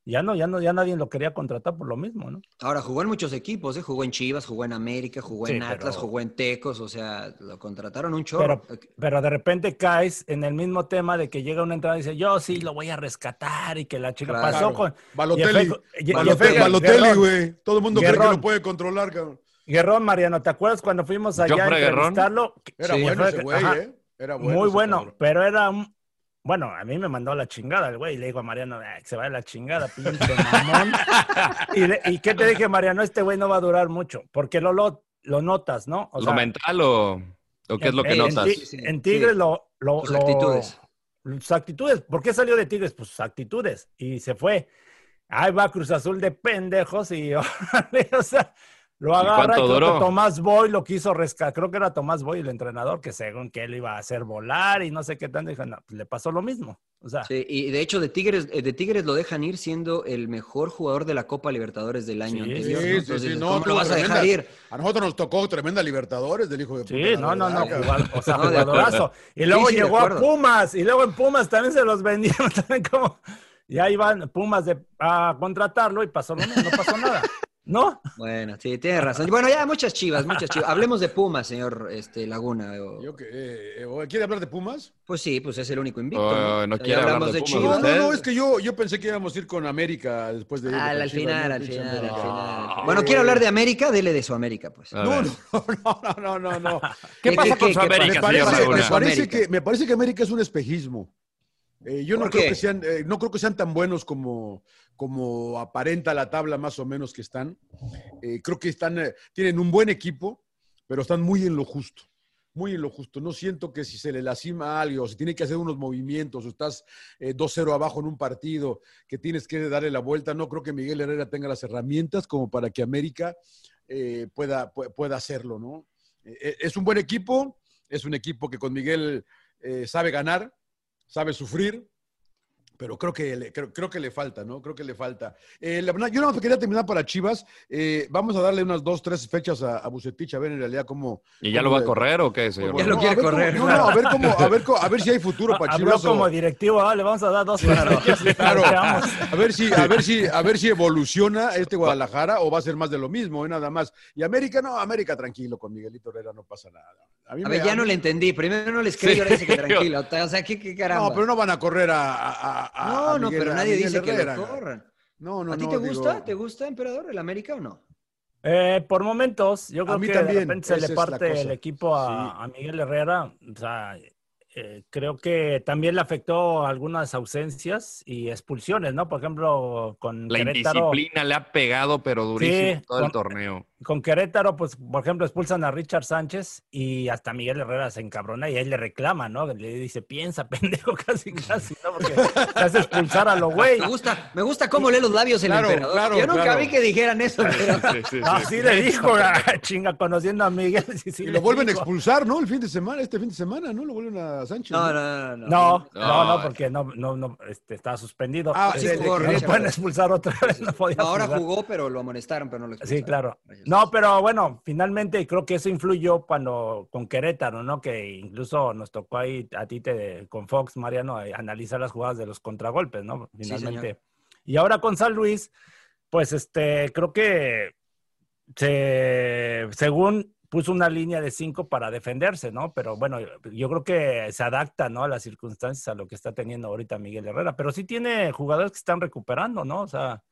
Ya no, ya no, ya nadie lo quería contratar por lo mismo, ¿no?
Ahora jugó en muchos equipos, ¿eh? jugó en Chivas, jugó en América, jugó
Sí,
en
pero-
Atlas, jugó en Tecos, o sea, lo contrataron un chorro.
Pero de repente caes en el mismo tema de que llega una entrada y dice, yo sí lo voy a rescatar y que la chica
Claro.
pasó con.
Balotelli.
y- y- y-
Balotelli,
Guerrón,
Balotelli, güey. Todo el mundo cree que
Guerrón.
lo puede controlar, cabrón.
Guerrón, Mariano, ¿te acuerdas cuando fuimos allá a
¿Jofre Guerrón?
entrevistarlo?
Era
Sí,
bueno
Jofre-
ese güey,
ajá.
¿eh? Era bueno.
Muy
ese
bueno,
cabrón.
pero era un... Bueno, a mí me mandó a la chingada el güey. Le digo a Mariano, "Ah, que se va a la chingada, pinche mamón. y, le-
[laughs]
¿Y qué te dije, Mariano? Este güey no va a durar mucho, porque lo, lo, lo notas, ¿no? O
¿Lo
sea,
mental o, o qué es lo que
en- en
notas?
Ti- En, Tigres
Sí.
lo... lo-
Sus
lo-
actitudes.
Sus actitudes. ¿Por qué salió de Tigres? Pues sus actitudes. Y se fue. Ahí va Cruz Azul de pendejos y... [laughs] órale, o sea, lo agarra.
cuánto
y creo que
duró?
Tomás Boy lo quiso rescatar. Creo que era Tomás Boy el entrenador que según que él iba a hacer volar y no sé qué tanto. Dijo, no, pues le pasó lo mismo. O sea,
Sí, y de hecho de Tigres, eh, de Tigres lo dejan ir siendo el mejor jugador de la Copa Libertadores del año
Sí,
anterior. ¿no?
Sí, sí,
Entonces,
sí. No,
¿Cómo lo
tuvo
vas a dejar
tremendas-
ir?
A nosotros nos tocó tremenda Libertadores del hijo de puta.
Sí,
la
no, no, no,
verdad,
jugador- o sea,
No, de acuerdo.
jugadorazo. Y luego
Sí, sí, de
llegó a
acuerdo.
Pumas, y luego en Pumas también se los vendieron, [laughs] también como, y ahí van Pumas de, a contratarlo y pasó lo mismo, no pasó nada, ¿no?
Bueno, sí, tienes razón. Bueno, ya muchas chivas, muchas chivas. Hablemos de Pumas, señor este, Laguna. o-
Yo que, eh, eh, ¿Quiere hablar de Pumas?
Pues sí, pues es el único invicto.
Oh,
¿no?
no
ya
quiere hablar
hablamos
de
de
Pumas,
No,
Chivas.
no, no, es que yo, yo pensé que íbamos a ir con América después de... ir
Ah,
con
al
Chivas,
final,
¿no?
al
Pinche
final, al
América.
final. Bueno, quiere hablar de América, dele de su América, pues.
A
No,
ver.
no, no, no, no, no.
¿Qué,
¿Qué-
pasa
qué-
con
qué-
su
qué
Me
América,
pasa?
señor
¿Qué pasa
parece,
Laguna?
con
me
su
parece
América?
que, me parece que América es un espejismo. Eh, yo no
¿Por
creo,
qué?
que sean, eh, no creo que sean tan buenos como, como aparenta la tabla más o menos que están. Eh, creo que están, eh, tienen un buen equipo, pero están muy en lo justo. Muy en lo justo. No siento que si se le lastima a alguien o si tiene que hacer unos movimientos o estás eh, 2-0 abajo en un partido que tienes que darle la vuelta, no creo que Miguel Herrera tenga las herramientas como para que América eh, pueda, pu- pueda hacerlo, ¿no? Eh, eh, es un buen equipo, es un equipo que con Miguel eh, sabe ganar, sabe sufrir, pero creo que le, creo, creo que le falta, ¿no? Creo que le falta. Eh, la verdad, yo nada más quería terminar para Chivas. Eh, vamos a darle unas dos, tres fechas a, a Bucetich, a ver en realidad cómo.
¿Y ya
cómo
lo va a
le-
correr o qué, señor?
Bueno, no, a ver cómo- no, no, a ver cómo, a ver, co- a ver si hay
[laughs]
futuro para
Habló
Chivas. o-
como directivo, ah, le vamos a dar dos fechas y [laughs]
Claro,
tanteamos.
a ver si, a
[laughs]
ver si, a ver si evoluciona este Guadalajara o va a ser más de lo mismo, eh, nada más. Y América, no, América tranquilo, con Miguelito Herrera no pasa nada. mí
A
me-
ver, ya
a
no
mí-
le entendí. Primero no les creo, ahora
[laughs]
dice que tranquilo. O sea, ¿qué, qué caramba?
No, pero no van a correr a. a- a- a-
No,
a
no,
Miguel-
pero
a
nadie
Miguel
dice que
Herrera.
lo corran.
No, no,
¿A ti
no,
te
digo-
gusta? ¿Te gusta, emperador, el América o no?
Eh, por momentos, yo
A
creo
mí
que
también,
de repente se
esa
le
es la
parte
cosa.
el equipo a, a Miguel Herrera. O sea, eh, creo que también le afectó algunas ausencias y expulsiones, ¿no? Por ejemplo, con
La
Querétaro.
indisciplina le ha pegado, pero durísimo
Sí,
todo el
con-
torneo.
Con Querétaro, pues, por ejemplo, expulsan a Richard Sánchez y hasta Miguel Herrera se encabrona y ahí le reclama, ¿no? Le dice, piensa, [laughs] pendejo, casi, casi, ¿no? Porque te hace expulsar a los güey.
Me gusta, me gusta cómo lee los labios el
Claro,
emperador.
claro,
Yo nunca
claro.
vi que dijeran eso,
[laughs]
pero
Así le dijo, [laughs] ah, chinga, conociendo a Miguel. sí, sí
Y
le
lo vuelven a
dijo.
expulsar, ¿no? El fin de semana, este fin de semana, ¿no? Lo vuelven a Sánchez.
No, no, no.
No, no, no,
No,
porque no, no, no, este, estaba suspendido.
Ah,
Este,
sí,
no
jugó
lo
Richard.
pueden expulsar otra vez, no podía
No, ahora
jugar.
jugó, pero lo amonestaron, pero no lo expulsaron.
Sí, claro.
Gracias.
No, pero bueno, finalmente creo que eso influyó cuando con Querétaro, ¿no? Que incluso nos tocó ahí a ti te, con Fox, Mariano, eh, analizar las jugadas de los contragolpes, ¿no?
Sí, señor.
Finalmente. y ahora con San Luis, pues este, creo que se, según puso una línea de cinco para defenderse, ¿no? Pero bueno, yo creo que se adapta, ¿no? A las circunstancias, a lo que está teniendo ahorita Miguel Herrera. Pero sí tiene jugadores que están recuperando, ¿no? O sea,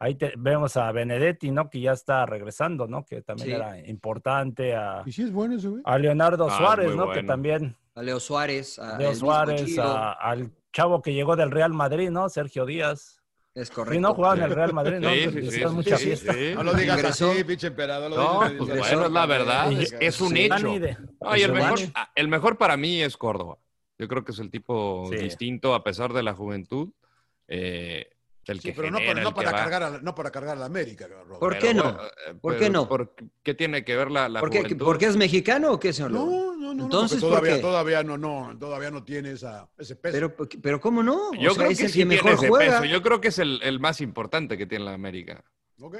ahí te- vemos a Benedetti, ¿no? Que ya está regresando, ¿no? Que también
Sí.
era importante. A,
Y sí es bueno ese, güey.
a Leonardo
Ah,
Suárez,
muy
¿no? Que
bueno.
también.
A Leo Suárez, a Ah, el
Leo
mismo
Suárez,
Chiro.
a- al chavo que llegó del Real Madrid, ¿no? Sergio Díaz.
Es
Y
correcto.
no jugaba en el Real Madrid, [laughs] ¿no?
Sí, sí,
Hicieron
sí,
mucha
sí,
fiesta.
sí.
No lo digas así,
Ingresó.
pinche emperador.
No, pues bueno, es la verdad, es, es un
Sí.
hecho.
Dani de-
No, y el
Giovanni.
mejor, ah, el mejor para mí es Córdoba. Yo creo que es el tipo
Sí.
distinto, a pesar de la juventud, eh, del que
pero no
genera,
para, no
el que
para
va.
cargar a la, no para cargar a la América,
¿Por
cabrón.
Pero
qué no?
bueno, eh,
¿Por
pero
qué no?
¿por qué- ¿Qué tiene que ver la, la
¿Por qué,
juventud?
¿Por qué es mexicano o qué, señor?
No,
Lobo?
no, no, no.
Entonces,
porque
¿por
todavía,
qué?
todavía no, no, todavía no tiene esa, ese peso.
Pero, pero ¿cómo no? O
Yo
sea,
creo
es
que
el
sí
que
tiene
mejor
ese
juega.
peso. Yo creo que es el, el más importante que tiene la América.
Ok.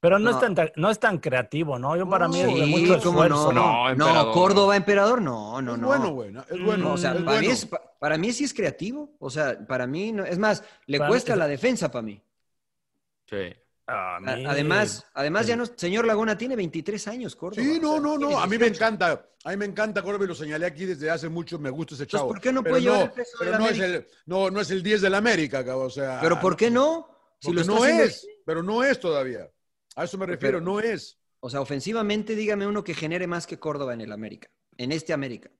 Pero no,
No.
Es tan, ta- no es tan creativo, ¿no? Yo para mí es de
Sí,
mucho
¿cómo
esfuerzo.
No,
no? No,
emperador,
Córdoba, emperador, no, no,
es
no.
bueno, güey. ¿no? Es bueno.
No, o sea,
es
para,
bueno.
mí es- pa- para mí sí es creativo. O sea, para mí no. Es más, le
Para mí
cuesta
es-
la defensa para mí.
Sí.
A
A-
mí-
Además, además ya no, señor Laguna tiene 23 años, Córdoba.
Sí,
O
no,
sea,
no, no.
tiene
A mí me
18.
encanta. A mí me encanta Córdoba y lo señalé aquí desde hace mucho. Me gusta ese
Entonces,
chavo.
Pues, ¿por qué no
Pero
puede llevar el peso de
pero
la
no es
América?
el, no, no es el 10 de la América, cabrón. O sea,
Pero ¿por qué no? Si
porque
lo está
no
haciendo
es. Pero no es todavía. A eso me refiero.
Pero-
no es.
O sea, ofensivamente, dígame uno que genere más que Córdoba en el América, en este América.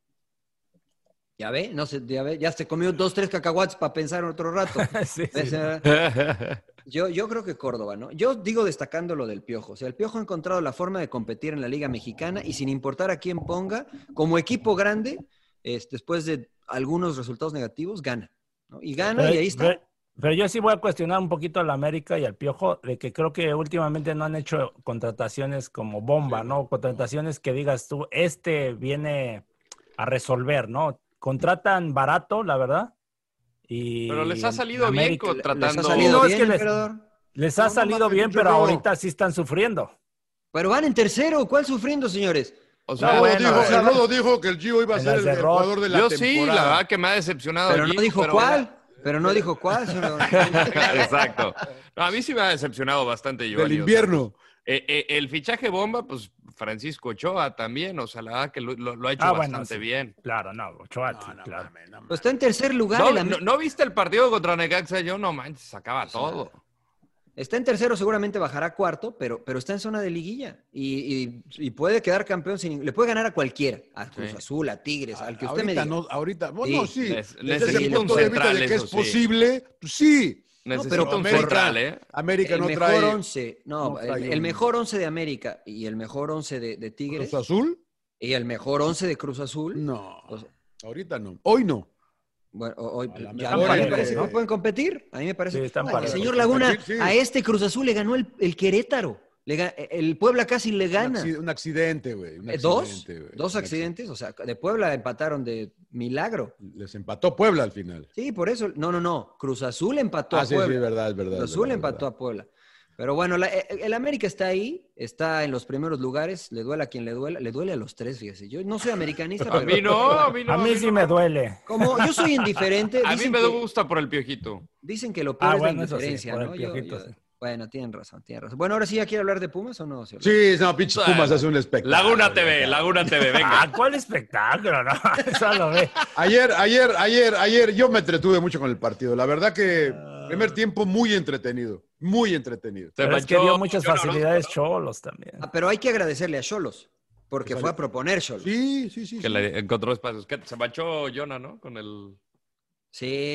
Ya ve, no sé, ya ve, ya se comió dos, tres cacahuates para pensar otro
[laughs]
rato.
[laughs] Sí, sí.
O sea,
[laughs]
Yo, yo creo que Córdoba, ¿no? Yo digo destacando lo del Piojo. O sea, el Piojo ha encontrado la forma de competir en la Liga Mexicana y sin importar a quién ponga, como equipo grande, es- después de algunos resultados negativos, gana. ah, ¿no? Y gana y ahí está.
Pero, pero yo sí voy a cuestionar un poquito a la América y al Piojo de que creo que últimamente no han hecho contrataciones como bomba, ¿no? Contrataciones que digas tú, este viene a resolver, ¿no? Contratan barato, la verdad. Y
Pero les ha salido bien
América-
contratando.
Les ha
No,
salido
es
bien,
que les-
emperador.
Les ha
No, no
salido
mames,
bien,
yo
pero
no.
ahorita sí están sufriendo.
Pero van en tercero. ¿Cuál sufriendo, señores?
O
Ah,
sea, eh,
Rodo
bueno,
dijo,
bueno.
el Rodo dijo que el Gio iba a
En
ser
las
el,
de
el
Rod.
jugador de la
yo
temporada.
sí, la verdad que me ha decepcionado.
Pero no
Gio,
dijo
pero-
cuál. Pero no dijo cuál, señor.
[laughs] Exacto. No, a mí sí me ha decepcionado bastante
Del
Giovanni, o sea,
invierno.
Eh, eh, el fichaje bomba, pues Francisco Ochoa también, o sea, la verdad que lo, lo- lo ha hecho
Ah, bueno,
bastante
sí.
bien.
Claro, no, Ochoa, sí,
No, no
claro.
mames, no mames.
Pero está en tercer lugar.
¿No,
el Amé-
no-
Ah.
no viste el partido contra Necaxa? Yo no manches, sacaba todo.
Está en tercero, seguramente bajará a cuarto, pero, pero está en zona de liguilla y, y- y puede quedar campeón. Sin, le puede ganar a cualquiera, a Cruz
Sí.
Azul, a Tigres, al que usted
ahorita
me diga.
no, ahorita, bueno,
Sí.
sí.
Ne-
Desde ese
necesita un
punto de vista de
central,
que es
eso sí.
posible, pues sí. No,
Necesito
pero
un
América-
central, ¿eh?
América
el
no
mejor
trae
once, no,
no trae
el, el
un-
mejor once de América y el mejor once de, de Tigres
Cruz Azul.
y el mejor once de Cruz Azul.
No,
O sea,
ahorita no. Hoy no.
bueno, o- hoy-
A la
ya
mejor
a mí
es-
me parece que no
eh,
pueden competir. A mí me parece.
Sí, están
No,
parejos.
señor Laguna,
Sí, sí.
a este Cruz Azul le ganó el, el Querétaro. Le ga- el Puebla casi le
Un
gana.
acci- Un accidente, güey. un
Eh, ¿Dos?
accidente, güey.
¿Dos
Un accidente.
accidentes? O sea, de Puebla empataron de Milagro.
Les empató Puebla al final.
Sí, por eso. No, no, no. Cruz Azul empató
Ah,
a
sí,
Puebla.
sí, verdad, es verdad.
Cruz
es
Azul
verdad,
empató a Puebla. Pero bueno, la- eh, el el América está ahí, está en los primeros lugares, le duele a quien le duele, le duele a los tres, fíjese. Yo no soy
[laughs]
americanista,
A
pero...
mí no, a mí no.
A mí sí me duele.
Como yo soy
[laughs]
indiferente,
A mí
dicen
me
que-
gusta por el piojito.
Dicen que lo
Ah,
peor es
bueno,
la
eso sí,
indiferencia,
por el
¿no? Yo-
piojito,
yo-
sí.
Bueno, tienen razón, tienen razón. Bueno, ahora sí ya quiero hablar de Pumas o no?
verdad. Sí, no, pinches Pumas hace un espectáculo.
Laguna TV, Laguna TV, venga.
Ah, ¿cuál espectáculo? No, [laughs] eso lo ve.
Ayer, ayer, ayer, ayer, yo me entretuve mucho con el partido. La verdad que
Ah.
primer tiempo muy entretenido, muy entretenido.
Se
Pero es que
manchó
dio muchas
John Alonso,
facilidades
¿no?
cholos también.
Ah, pero hay que agradecerle a Cholos, porque
Pues,
fue
Ale-
a proponer Cholos. Sí.
Sí, sí, sí.
[laughs] Que
sí.
le encontró espacios. Que se manchó Jonah, ¿no? Con el.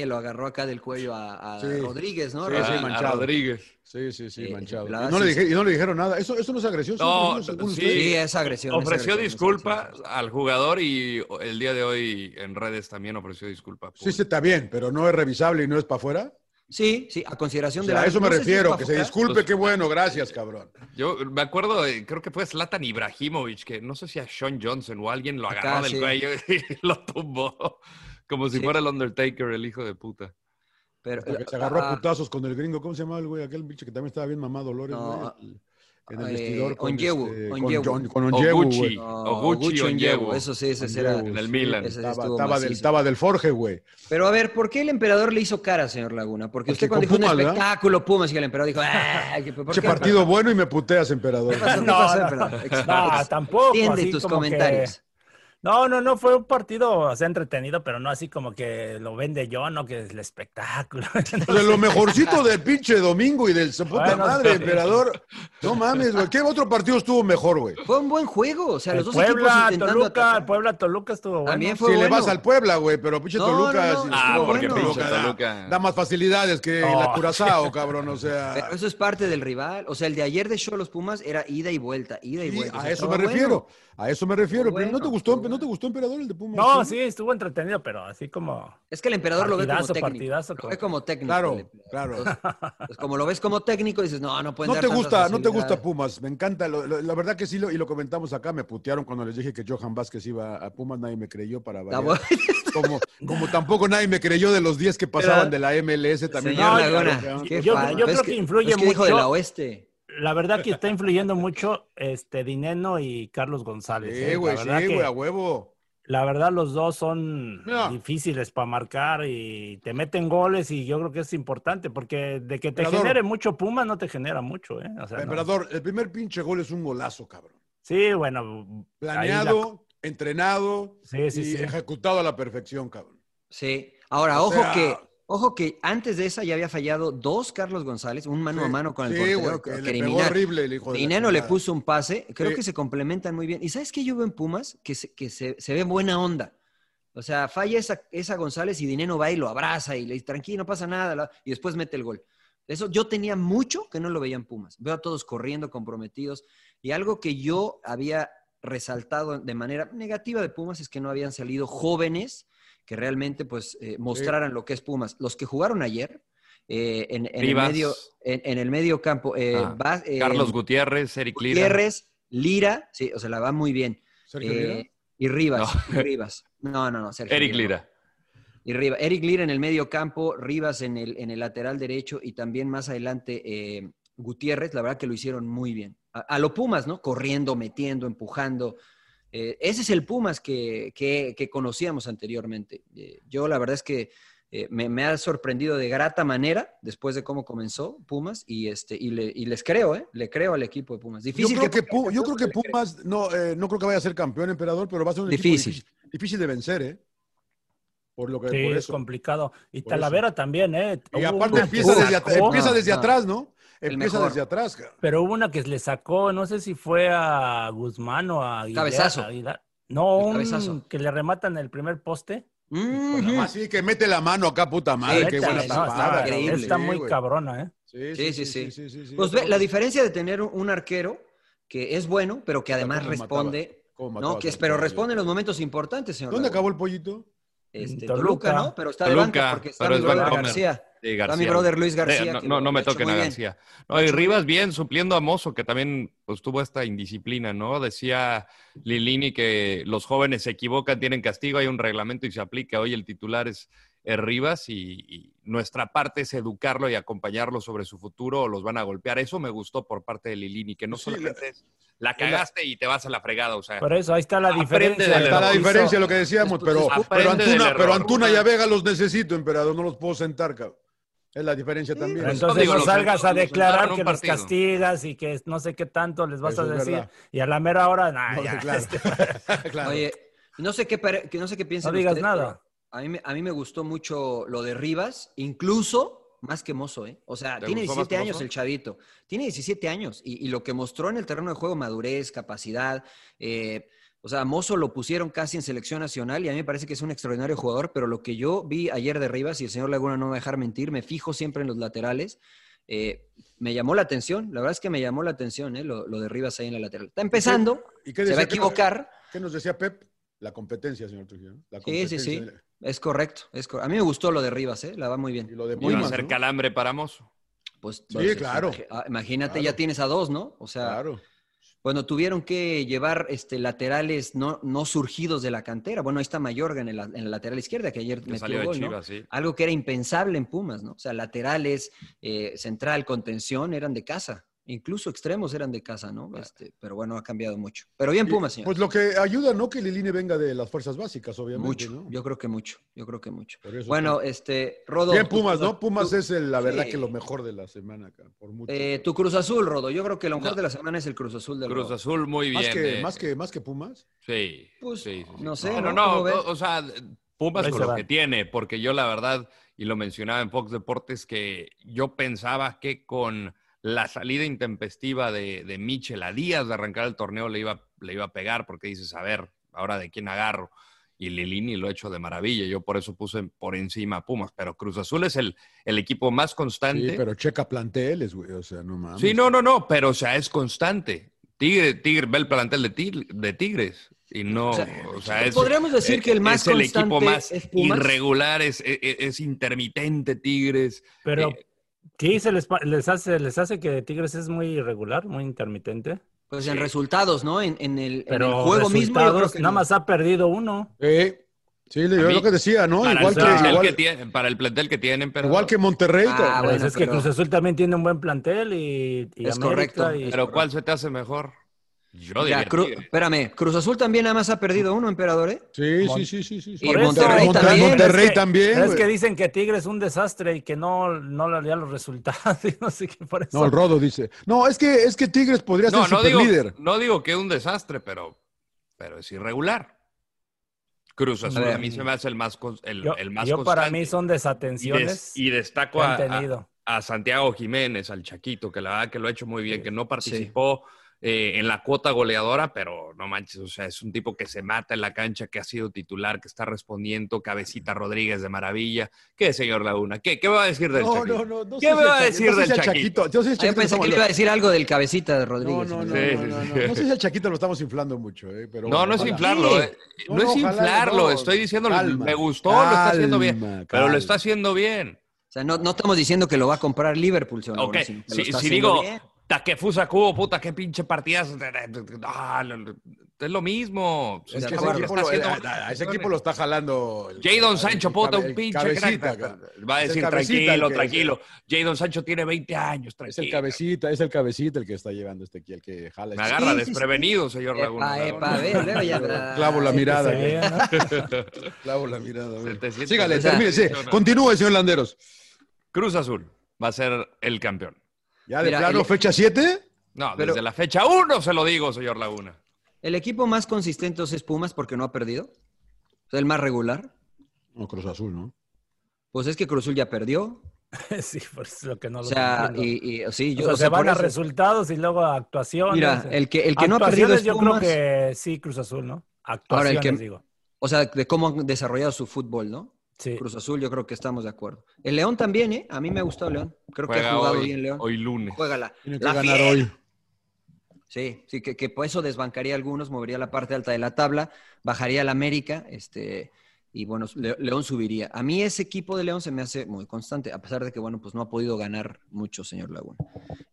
lo agarró acá del cuello a, a
Sí.
Rodríguez, ¿no?
Sí,
a-
sí,
a
manchado.
Rodríguez.
Sí, sí, sí,
Sí,
manchado.
Eh, la
Y no, le
verdad, sí.
dije- y no le dijeron nada. Eso, eso no es agresión. eso
No,
es agresión, según
sí.
ustedes.
Sí, es agresión. es
Ofreció
agresión, es
disculpa
agresión.
al jugador y el día de hoy en redes también ofreció disculpa.
Sí, sí, está bien, pero no es revisable y no es para afuera.
Sí, sí, a consideración
O
de
sea, a
la.
eso me
no sé si es
refiero,
para
que se
jugar.
disculpe, qué bueno, gracias, cabrón.
Yo me acuerdo, eh, creo que fue Zlatan Ibrahimovic, que no sé si a Sean Johnson o alguien lo agarró
Acá,
del
sí.
cuello [laughs] y lo tumbó. Como si
Sí.
fuera el Undertaker, el hijo de puta.
Pero,
Hasta que se agarró a
ah,
putazos con el gringo. ¿Cómo se llamaba el güey? Aquel bicho que también estaba bien mamado, Dolores.
No,
güey, en el
eh,
vestidor. con
Onyewu,
este- con
Onyewu.
John- con Onyewu,
Oguchi.
güey.
no,
Oguchi
Oguchi
Onyewu.
Onyewu, Eso sí, ese será.
Onyewu,
En el
sí,
Milan.
Ese sí
Estaba,
estuvo
estaba del,
macizo.
estaba del Forge, güey.
Pero a ver, ¿por qué el emperador le hizo cara, señor Laguna? Porque usted
Porque
cuando
con
dijo un
Pumas, ¿verdad?
espectáculo Pumas y el emperador dijo, "Ah, ¿por
Ese
qué?
partido bueno y me puteas,
¿Qué
emperador.
pasó? [laughs] ¿Qué
No,
pasó,
no,
emperador?
no,
Ex-
tampoco,
Extiende
así
tus
como que-
comentarios.
No, no, no, fue un partido, o sea, entretenido, pero no así como que lo vende yo, no que es el espectáculo. [laughs] No
De
sé.
lo mejorcito del pinche domingo y del su puta
Bueno,
madre,
sí.
emperador. No mames, güey. ¿Qué otro partido estuvo mejor, güey?
Fue un buen juego, o sea,
El
los dos
Puebla,
equipos intentando
Toluca,
atacar.
el Puebla, Toluca estuvo bueno.
También
Si
fue
le
bueno.
vas al Puebla, güey, pero pinche
No,
Toluca.
no, no,
sí,
Ah,
estuvo
porque
bueno.
pinche
da-
Toluca. Oh.
Da más facilidades que
No.
la Curazao, cabrón, o sea.
[laughs] Pero eso es parte del rival. O sea, el de ayer de los Pumas era ida y vuelta, ida y
Sí,
vuelta. O sea,
a eso me
estaba bueno.
refiero, a eso me refiero.
Bueno,
¿No te gustó,
bueno.
no te gustó Emperador el de Pumas?
No, sí, estuvo entretenido, pero así como...
Es que el emperador
Partidazo,
lo ve como técnico.
partidazo,
Lo ve como técnico.
Claro,
el emperador.
claro. [laughs]
Entonces, pues, como lo ves como técnico, dices, no, no pueden
No
dar
te
tantas
gusta, no te gusta
facilidades.
Pumas. Me encanta, lo- lo- la verdad que sí lo, y lo comentamos acá. Me putearon cuando les dije que Johan Vázquez iba a Pumas, nadie me creyó para
Está
variar.
bueno.
Como, como tampoco nadie me creyó de los 10 que pasaban de la MLS también.
Señor
No,
Laguna, qué
yo-
fan.
yo
Pues
creo que influye
es que dijo de
mucho.
la oeste.
La verdad que está influyendo mucho este Dineno y Carlos González.
Sí,
¿eh?
güey,
la,
sí,
verdad que-
güey, a huevo.
la verdad los dos son
No.
difíciles para marcar y te meten goles y yo creo que es importante porque de que te
Emperador.
genere mucho Puma no te genera mucho, ¿eh? O sea, no.
Emperador, el primer pinche gol es un golazo, cabrón.
Sí, bueno. ahí la-
Planeado, entrenado
Sí, sí,
y
sí.
ejecutado a la perfección, cabrón.
Sí. Ahora,
O
ojo
sea-
que. Ojo que antes de esa ya había fallado dos Carlos González, un mano a
Sí,
mano con el
sí,
portero
güey, que le pegó
criminal.
horrible el hijo de la
Dineno le
chingada.
puso un pase, creo
Sí.
que se complementan muy bien. ¿Y sabes qué yo veo en Pumas? Que se, que se, se ve buena onda. O sea, falla esa, esa González y Dineno va y lo abraza y le dice, tranquilo, no pasa nada, la- y después mete el gol. Eso yo tenía mucho que no lo veía en Pumas. Veo a todos corriendo, comprometidos. Y algo que yo había resaltado de manera negativa de Pumas es que no habían salido jóvenes que realmente pues eh, mostraran lo que es Pumas. Los que jugaron ayer eh, en, en el
Rivas.
medio, en, en el medio campo, eh,
Ah,
Vaz- eh,
Carlos Gutiérrez, Eric Lira.
Gutiérrez, Lira, sí, o sea, la va muy bien.
Sergio
Eh,
Lira.
y Rivas, y Rivas. No, no, no, Sergio
Eric
no.
Lira.
Y Riva- Eric Lira en el medio campo, Rivas en el, en el lateral derecho y también más adelante eh, Gutiérrez, la verdad que lo hicieron muy bien. A, a lo Pumas, ¿no? Corriendo, metiendo, empujando. Eh, ese es el Pumas que, que- que conocíamos anteriormente. Eh, yo la verdad es que eh, me, me ha sorprendido de grata manera después de cómo comenzó Pumas y, este, y, le- y les creo, ¿eh? Le creo al equipo de Pumas.
Yo
Difícil
creo, que,
Pumas
Pu- yo creo que
le creo.
Pumas, no, eh, no creo que vaya a ser campeón, emperador, pero va a ser un
Difícil.
equipo difícil, difícil de vencer, ¿eh? Por lo que
Sí,
por
es
eso.
complicado. Y
Por eso.
Talavera también, ¿eh?
Y
Hubo
aparte
una
empieza
que
desde, at-
sacó,
empieza
No,
desde
no.
atrás, ¿no?
Ah, El
Empieza
mejor.
desde atrás, cabrón.
Pero hubo una que le sacó, no sé si fue a Guzmán o a Aguilera.
Cabezazo.
Aguilar. No,
El
un-
cabezazo.
que le rematan el primer poste.
Ujú.
Así que mete la mano acá, puta madre.
Sí,
qué
Neta,
buena
no,
tapada.
está,
cabrón.
increíble.
está
Sí,
muy
güey.
cabrona, ¿eh?
Sí, sí, sí.
sí, sí,
Pues
está
ve, la
muy-
diferencia de tener un- un arquero que es bueno, pero que además
¿Cómo
responde,
¿Cómo mataba
¿no? Que, pero
a Santiago?
responde en los momentos importantes, señor.
¿Dónde
Laguna.
acabó el pollito?
Este,
Toluca.
Toluca, ¿no? Pero está de
Toluca,
banca porque está
pero
mi
es
brother
banca.
García.
Sí,
Está mi
García.
brother Luis García.
Eh, no,
que
no,
lo
no me
ha hecho
toquen
muy
a
bien.
García. No, y Rivas bien supliendo a Mozo, que también pues, tuvo esta indisciplina, ¿no? Decía Lilini que los jóvenes se equivocan, tienen castigo, hay un reglamento y se aplica. Hoy el titular es, es Rivas y, y nuestra parte es educarlo y acompañarlo sobre su futuro o los van a golpear. Eso me gustó por parte de Lilini, que no solamente es la cagaste y te vas a la fregada, o sea.
Por eso, ahí está la
Aprende
diferencia.
del
Está la
error.
diferencia de lo que decíamos, pero, pero,
Aprende del
Antuna,
error.
pero Antuna y a Vega los necesito, emperador, no los puedo sentar, cabrón. Es la diferencia también.
pues,
[laughs]
Entonces no salgas a declarar que los
partido.
castigas y que no sé qué tanto les vas
Eso
a
es
decir.
verdad.
Y a la mera hora, nah,
No
[laughs]
ya,
declaras.
este,
ah, Oye, no sé qué, pare- que no sé qué piensan
[laughs] No digas
ustedes,
nada.
pero A mí, me- a mí me gustó mucho lo de Rivas, incluso más que Mozo, ¿eh? O sea,
¿Te
tiene
gustó más
17
que
años
Mozo?
el chavito. Tiene 17 años. Y, y lo que mostró en el terreno de juego, madurez, capacidad. eh, o sea, Mozo lo pusieron casi en selección nacional y a mí me parece que es un extraordinario jugador, pero lo que yo vi ayer de Rivas, y el señor Laguna no me va a dejar mentir, me fijo siempre en los laterales. eh, me llamó la atención, la verdad es que me llamó la atención eh, lo, lo de Rivas ahí en la lateral. Está empezando,
¿Y qué
se va a
decía? ¿Qué nos-
equivocar,
¿Qué nos decía Pep? La competencia, señor Trujillo. ¿no? La
Sí, sí,
competencia.
sí. Es correcto. Es cor- a mí me gustó lo de Rivas, ¿eh? La va muy bien.
Y lo de
Iba
muy
a
bien.
ser calambre para Mozo.
Pues,
Sí,
pues,
claro.
imagi- ah, Imagínate,
Claro.
ya tienes a dos, ¿no? O sea,
Claro.
bueno, tuvieron que llevar este, laterales no, no surgidos de la cantera. Bueno, ahí está Mayorga en, el, en la lateral izquierda, que ayer
Que
metió
salió de
gol, ¿no?
Chivas, sí.
Algo que era impensable en Pumas, ¿no? O sea, laterales, eh, central, contención, eran de casa. Incluso extremos eran de casa, ¿no? Este, pero bueno, ha cambiado mucho. Pero bien Pumas, señor.
Pues lo que ayuda, ¿no? Que Lilini venga de las fuerzas básicas, obviamente.
mucho.
¿no?
Yo creo que mucho. Yo creo que mucho.
Por eso
Bueno,
sí.
este, Rodo.
Bien
tú-
Pumas, ¿no? Pumas
tú-
es el- la verdad
Sí.
que lo mejor de la semana, cabrón, por mucho.
Eh, tu Cruz Azul, Rodo. Yo creo que lo mejor
No.
de la semana es el Cruz Azul del
Cruz
Rodo.
Azul muy bien.
más, que,
eh.
más, que, más que Pumas.
Sí.
Pues,
sí, sí, sí.
no sé,
Pero
¿no?
no,
¿Cómo ves?
o sea, Pumas
Ahí
con
se
lo
van.
que tiene, porque yo la verdad, y lo mencionaba en Fox Deportes, que yo pensaba que con la salida intempestiva de, de Michel a Díaz de arrancar el torneo le iba, le iba a pegar, porque dices, a ver, ahora de quién agarro. Y Lilini lo ha hecho de maravilla, yo por eso puse por encima a Pumas, pero Cruz Azul es el, el equipo más constante.
Sí, pero checa planteles, güey. O sea, no mames.
Sí, no, no, no, pero o sea, es constante. Tigre, Tigre, ve el plantel de, Tigre- de Tigres. Y no, o sea, es, e
podríamos decir que el más
es el
constante
equipo más
es Pumas.
irregular, es, es- es intermitente Tigres.
Pero
Eh,
sí, se les, pa- les, hace, les hace que Tigres es muy irregular, muy intermitente.
Pues en resultados, ¿no? En, en el, en
Pero
el juego mismo. Yo creo
resultados,
que
nada
no.
más ha perdido uno.
Sí, sí le-
A
yo
mí-
lo que decía, ¿no?
para,
Igual
el plantel
que,
que
igual,
tienen- para el plantel que tienen, pero,
igual que Monterrey,
Ah,
cabrón.
Pues
bueno,
es que
pero-
Cruz Azul también tiene un buen plantel y, y
Es
América
correcto,
y-
es
pero ¿cuál se te hace mejor? Yo
Mira,
diría
Cru-
Tigres.
Espérame, Cruz Azul también nada más ha perdido uno, emperador, ¿eh?
Sí,
Mon-
sí, sí, sí, sí. sí.
Y
Por eso,
Monterrey
es que-
también.
Monterrey
es que-
también,
Es
güey.
que dicen que Tigres es un desastre y que no, no le da los resultados [laughs] y no sé qué por eso.
No, el Rodo dice. No, es que, es que Tigres podría
No,
ser
no digo,
superlíder.
no digo que es un desastre, pero, pero es irregular. Cruz Azul a,
ver.
mí se me hace el más, cons- el,
yo
el más
yo para
constante.
mí son
Y, des-
desatenciones
y destaco
que han
a,
ah,
a-
tenido.
a Santiago Jiménez, al Chaquito, que la verdad que lo ha hecho muy bien, que no participó eh, en la cuota goleadora, pero no manches, o sea, es un tipo que se mata en la cancha, que ha sido titular, que está respondiendo, cabecita Rodríguez de maravilla. ¿Qué, señor Laguna? ¿Qué, qué va a decir del
No,
Chaquito?
no, no. no
¿Qué
sé
me
si
va a
el
decir
Chaquito- no sé
del
si el
Chaquito?
Yo sé
Ah,
si el
yo
Chaquito
pensé
estamos
que le iba a decir algo del cabecita de
No,
Rodríguez. ¿eh?
no, no, no,
Sí,
no, no,
sí,
no.
sí.
No sé si al Chaquito lo estamos inflando mucho, eh, pero
No, no es
ojalá.
inflarlo,
Sí.
eh.
No,
no, es
no, ojalá,
inflarlo,
no.
estoy diciendo,
Calma,
me gustó, lo está haciendo bien,
calma,
pero lo
calma.
está haciendo bien.
O sea, no, no estamos diciendo que lo va a comprar Liverpool, señor.
Ok,
Laguna, sino que lo
si,
está
si
haciendo
digo,
bien.
Taquefusa Cubo, puta, qué pinche partidas. Ah, lo- lo- es lo mismo.
Es que
Está
ese
bueno,
equipo,
está
lo,
haciendo-
a, a- a ese equipo lo está jalando. el-
Jadon
el-
Sancho,
el
puta,
cabe-
un
el
pinche crack.
cabecita, cabrón.
Va a
Es el
decir,
cabecita
tranquilo,
el que-
tranquilo. Jadon Sancho tiene 20 años,
Es el
tranquilo.
cabecita, es el cabecita el que está llevando este aquí, el que jala.
Me
este-
agarra
Sí, sí,
desprevenido, señor Laguna.
Epa,
la
epa,
verdad.
ve,
[laughs]
luego ya-
Clavo la
Sí, que
mirada.
se
güey.
vea, ¿no?
[laughs]
[laughs]
[laughs]
Clavo la mirada. güey.
Se te siente-
Sígale,
o sea,
termine, sí.
no, no.
Continúe, señor Landeros.
Cruz Azul va a ser el campeón.
Ya de
Mira,
plano,
el-
fecha 7.
No,
Pero-
desde la fecha 1 se lo digo, señor Laguna.
El equipo más consistente es Pumas porque no ha perdido. O sea, el más regular.
No, Cruz Azul, ¿no?
Pues es que Cruz Azul ya perdió.
sí, por eso es lo que no
O
lo
sea,
entiendo.
y, y- sí,
O
yo
sea,
o sea,
se van
por
a
eso-
resultados y luego a actuaciones. eh.
Mira, el que, el que no ha perdido
Actuaciones
es
yo
Pumas.
creo que sí, Cruz Azul, ¿no?
Ahora,
Actuaciones,
el que-
digo.
O sea, de cómo han desarrollado su fútbol, ¿no?
Sí.
Cruz Azul, yo creo que estamos de acuerdo. El León también, ¿eh? A mí me ha gustado León. Creo que ha
Juega
jugado
hoy,
bien León.
hoy lunes.
Juégala.
Tiene que
La
ganar
fiera.
hoy.
Sí, sí, pues que, que por eso desbancaría a algunos, movería la parte alta de la tabla, bajaría al América, este, y bueno, Le- León subiría. A mí ese equipo de León se me hace muy constante, a pesar de que, bueno, pues no ha podido ganar mucho, señor Laguna.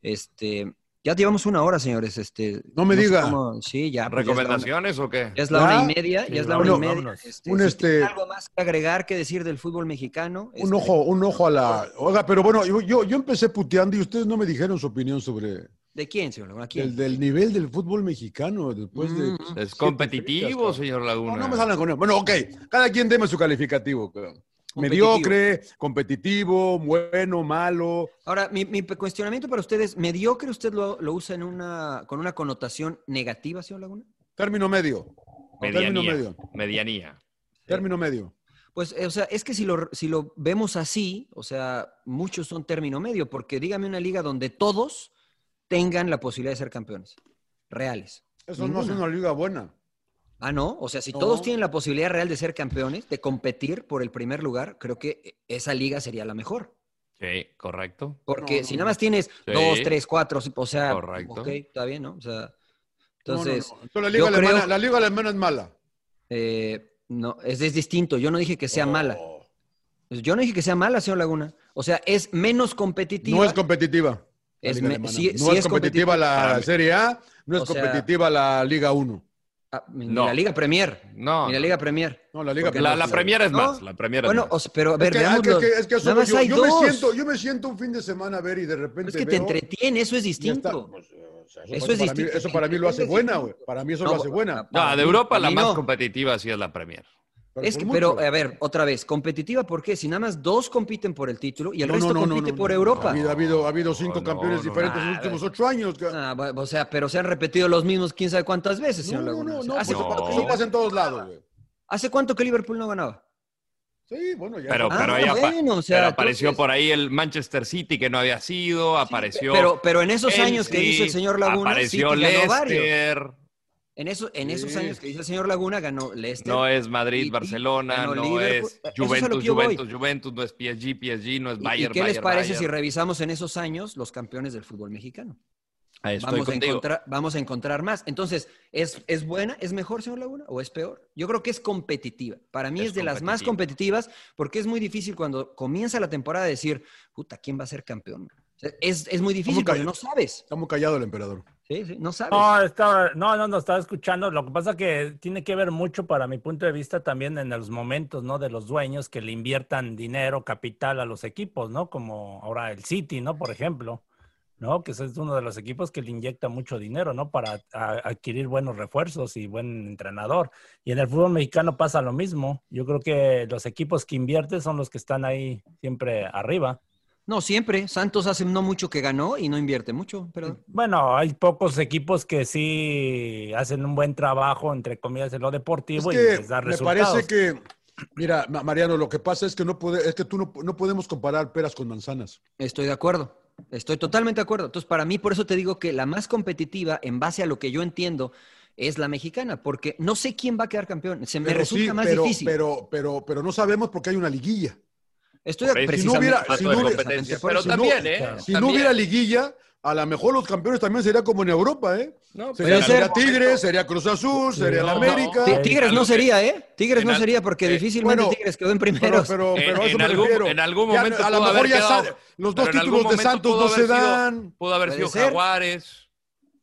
Este, ya llevamos una hora, señores. Este,
No me
sé
diga.
cómo- sí, ya. pues, ya es la hora-
¿Recomendaciones o qué?
Ya es la hora
¿Ya?
y media,
Sí,
ya es la hora y
vámonos,
media.
vámonos.
Este,
Un
si
este-
tienen algo más que agregar que decir del fútbol mexicano.
Un
este,
ojo, un ojo a la. Oiga, pero bueno, yo, yo, yo empecé puteando y ustedes no me dijeron su opinión sobre
¿De quién, señor Laguna? ¿Quién?
el del nivel del fútbol mexicano después de.
Mm,
siete
Es competitivo,
fechas,
señor Laguna.
No, no me salgan con él. Bueno, ok. Cada quien deme su calificativo. cabrón.
Competitivo.
Mediocre, competitivo, bueno, malo.
Ahora, mi, mi cuestionamiento para ustedes, ¿mediocre usted lo, lo usa en una, con una connotación negativa, señor Laguna?
Término medio. Término
Medianía.
medio.
Medianía.
Término medio.
Pues, eh, o sea, es que si lo, si lo vemos así, o sea, muchos son término medio, porque dígame una liga donde todos tengan la posibilidad de ser campeones reales.
Eso no es
Ninguna.
una liga buena.
Ah, no, o sea, si
No.
todos tienen la posibilidad real de ser campeones, de competir por el primer lugar, creo que eh, esa liga sería la mejor.
Sí, correcto.
Porque
No, no,
si nada más tienes
Sí.
dos, tres, cuatro, o sea,
Correcto.
ok, está bien, ¿no? O sea,
No, no, no.
entonces...
Entonces, la, liga
yo
alemana,
creo-
la liga alemana es mala.
Eh, no, es, es distinto. Yo no dije que sea mala. Pues
Oh,
Yo no dije que sea mala, señor Laguna. O sea, es menos competitiva.
No es competitiva. la
Es
liga
me-
alemana.
sí-
no
sí
es,
es
competitiva
competitiva.
la
Para mí.
Serie A, no es
O sea-
competitiva la Liga 1.
Ah, ni
No.
la Liga Premier.
No.
Ni la Liga Premier.
No, la Liga
Porque
La,
Premier
la
sí.
Premier es
No.
más. La Premier es
Bueno,
más.
o sea, pero a
Es
ver,
que, ah, que-
veámoslo.
que- es que eso
Nada más
yo,
hay
yo me
dos.
siento, yo me siento un fin de semana a ver y de repente
Es que te
veo y
entretiene, eso es
ya está.
distinto.
Pues, o sea,
Eso
para
es
mí-
distinto.
eso para mí lo hace
Es
buena, güey.
distinto.
Para mí eso
No,
lo hace
para
buena.
no, Ah, de
mí-
Europa
para
la
mí
más
no.
competitiva sí es la Premier.
Pero
Es
por
que,
mucho.
pero, eh, a ver, otra vez, competitiva, ¿por qué? Si nada más dos compiten por el título y el
No,
resto
no, no, no,
compite
no,
por
no. Ha
Europa.
habido, ha habido, ha habido cinco
No,
campeones
no,
diferentes en
no.
los últimos ocho años. ca-
Ah, bueno, o sea, pero se han repetido los mismos quién sabe cuántas veces,
No,
señor
no,
Laguna.
no,
O sea,
no,
¿hace,
pues,
cuánto
eso-
que
eso
no.
Liverpool-
pasa en todos lados, güey.
hace cuánto que Liverpool no ganaba?
Sí, bueno, ya.
Pero,
Ah,
pero, ahí apa-
bueno, o sea,
pero apareció
entonces-
por ahí el Manchester City que no había sido, apareció.
Pero, pero en esos
Chelsea,
años que dice el señor Laguna,
Apareció
City ganó varios.
Leicester.
En, eso- en esos
Sí.
años que dice el señor Laguna, ganó Leicester.
No es Madrid,
City,
Barcelona,
ganó
no
Liverpool.
es
Eso es a lo
Juventus,
que yo voy.
Juventus, Juventus, no es PSG, PSG, no es
¿Y-
Bayern,
¿Y qué les
Bayern,
parece si
Bayern.
revisamos en esos años los campeones del fútbol mexicano?
Ah, Estoy
Vamos a,
contigo.
encontrar, vamos a encontrar más. Entonces, ¿es, ¿es buena? ¿Es mejor, señor Laguna? ¿O es peor? Yo creo que es competitiva. Para mí es,
Es
de las más competitivas porque es muy difícil cuando comienza la temporada decir, puta, ¿quién va a ser campeón? O sea, es, es muy difícil
Nunca-
porque no sabes.
Está muy callado el emperador.
Sí, sí, no sabes.
No, está- no, no, no, estaba escuchando. Lo que pasa que tiene que ver mucho, para mi punto de vista, también en los momentos, ¿no? De los dueños que le inviertan dinero, capital a los equipos, ¿no? Como ahora el City, ¿no? Por ejemplo, ¿no? Que ese es uno de los equipos que le inyecta mucho dinero, ¿no? Para a- adquirir buenos refuerzos y buen entrenador. Y en el fútbol mexicano pasa lo mismo. Yo creo que los equipos que invierten son los que están ahí siempre arriba.
No, siempre. Santos hace no mucho que ganó y no invierte mucho, pero
Bueno, hay pocos equipos que sí hacen un buen trabajo, entre comillas, en lo deportivo y
Es
les da
que me
resultados.
parece que, mira, Ma- Mariano, lo que pasa es que no puede, es que tú no, no podemos comparar peras con manzanas.
estoy de acuerdo. Estoy totalmente de acuerdo. Entonces, para mí, por eso te digo que la más competitiva, en base a lo que yo entiendo, es la mexicana, porque no sé quién va a quedar campeón. Se me
Pero
resulta
sí,
más
pero,
difícil.
Pero, pero, pero no sabemos porque hay una liguilla.
estoy de
Por eso,
Si no
precisamente-
hubiera,
Formato
si
de
no hubiera-
competencia.
por
Pero
eso, si
también,
no-
¿eh?
Si no
También.
hubiera liguilla, a lo mejor los campeones también sería como en Europa, ¿eh?
No,
Sería,
pero en
sería
algún
Tigres,
momento-
sería Cruz Azul, sería el
no,
América.
no.
Ti- Tigres
Algo
no
que-
sería, ¿eh? Tigres
en
no
al-
sería, porque
eh,
difícilmente
bueno,
Tigres quedó en
Pero,
primeros.
pero, pero
En-
a eso
en
me
algún-
refiero.
en algún
Ya,
momento
a lo
pudo
mejor
haber
ya
quedado-
sale- los dos
pero en algún
títulos de
momento
Santos
pudo
no
haber
se
sido-
dan.
Pudo haber
Puede
sido
ser.
Jaguares.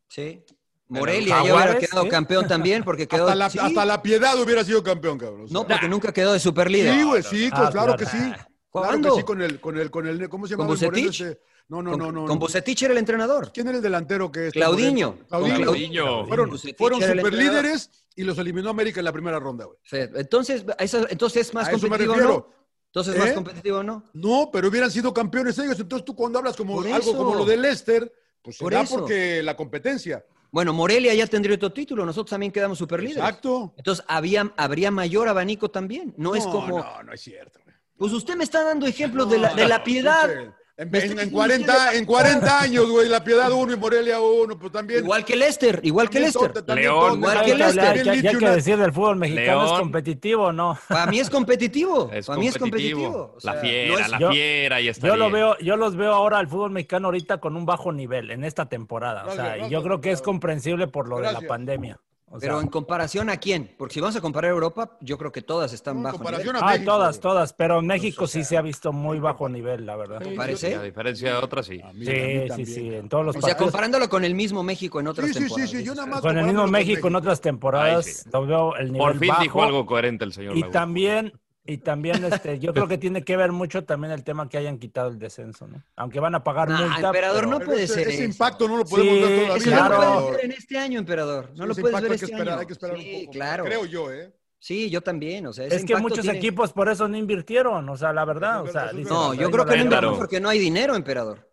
Sí. Morelia ya
Jaguares,
hubiera quedado
¿sí?
campeón también, porque quedó.
¿eh? Hasta la,
sí.
hasta la piedad hubiera sido campeón, cabrón. O sea,
No, porque nunca quedó de superlíder.
Sí, güey, sí,
no,
claro,
no.
claro
Ah,
que sí.
claro.
Claro que
¿Cuándo?
sí, con el, con el, con el, ¿cómo se llama?
¿Con
el moreno
Bucetich?
ese? No, no,
con,
no, no.
con
no.
Bucetich era el entrenador.
¿Quién era el delantero que es?
Claudinho. Con
Moreno? Claudinho.
Claudinho.
Fueron,
Bucetich
fueron
era el entrenador.
superlíderes y los eliminó América en la primera ronda, güey.
Fed. Entonces, a eso- entonces es más
A eso me
competitivo,
refiero.
¿no? Entonces, más
¿Eh?
competitivo, ¿no?
No, pero hubieran sido campeones ellos. Entonces tú cuando hablas como
Por
algo
eso.
como lo de Lester, pues
Por
será
eso.
porque la competencia.
Bueno, Morelia ya tendría otro título, nosotros también quedamos superlíderes.
Exacto.
Entonces, había, habría mayor abanico también. No, es
No,
como.
No, no es cierto. güey.
Pues usted me está dando ejemplos de, la, de la piedad.
Escuche, En,
Me
en-
está
en
diciendo
40,
usted
en 40 años, güey, la piedad uno y Morelia uno, pues también.
Igual que Lester, igual que
también
Lester.
tonta, también
León.
tonta,
Igual
Hay
que
que
también
Lester.
hablar,
este,
bien
que- ya
dicho
que
una-
decir del fútbol mexicano es
León.
competitivo, ¿no?
Para mí es competitivo.
Es
Para mí es competitivo.
competitivo.
O sea,
la
no
fiera,
es-
la
yo-
fiera, y está
Yo lo
bien.
veo, yo los veo ahora al fútbol mexicano ahorita con un bajo nivel en esta temporada. O sea,
Gracias,
y yo
gracias,
creo que es
claro.
comprensible por lo de
Gracias.
la pandemia. O O
Pero
sea,
en comparación a quién? Porque si vamos a comparar Europa, yo creo que todas están bajo. nivel.
ah, todas, todas, pero en México sí se ha visto muy bajo nivel, la verdad.
¿Te parece?
A diferencia de otras, sí.
Sí, sí, sí, en todos los
O sea,
partidos.
comparándolo con el mismo México en otras
Sí, sí, sí,
temporadas.
sí, yo
dices,
nada más
Con el mismo México en otras temporadas,
Ahí sí.
lo veo el nivel
Por fin
bajo.
dijo algo coherente el señor
Y
Laguna.
también, y también este, yo creo que tiene que ver mucho también el tema que hayan quitado el descenso, ¿no? Aunque van a pagar
Nah,
multa.
emperador,
pero-
no
Pero
puede
ese,
ser
ese
eso.
impacto no lo podemos ver
Sí,
todavía.
Eso no lo
Claro.
puedes ver en este año, emperador. No
Sí,
lo
ese
puedes ver
impacto hay que
este
esperar,
año.
hay que esperar
sí,
un poco.
claro.
Creo yo, ¿eh?
Sí, yo también. O sea, ese
Es que
impacto
muchos
tiene-
equipos por eso no invirtieron, o sea, la verdad.
Eso
O
es
sea,
verdad, eso es
dicen,
No,
Pero
yo
ahí
creo que no
la
Claro.
invirtieron
verdad.
porque no hay dinero, emperador.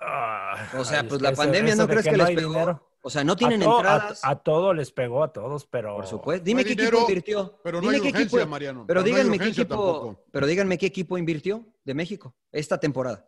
Ah,
O sea,
ay,
pues la
ese-
pandemia
eso
no
de
crees que,
no
les
hay
pegó.
dinero.
O sea, no
A
tienen
to- a-
entradas.
A, todos les pegó, a todos, pero.
por supuesto. Dime
hay
qué
dinero,
equipo invirtió.
Pero no
Dime
hay
qué
urgencia,
equipo.
Mariano.
Pero
no hay
díganme qué
urgencia
equipo.
tampoco.
Pero díganme qué equipo invirtió de México esta temporada.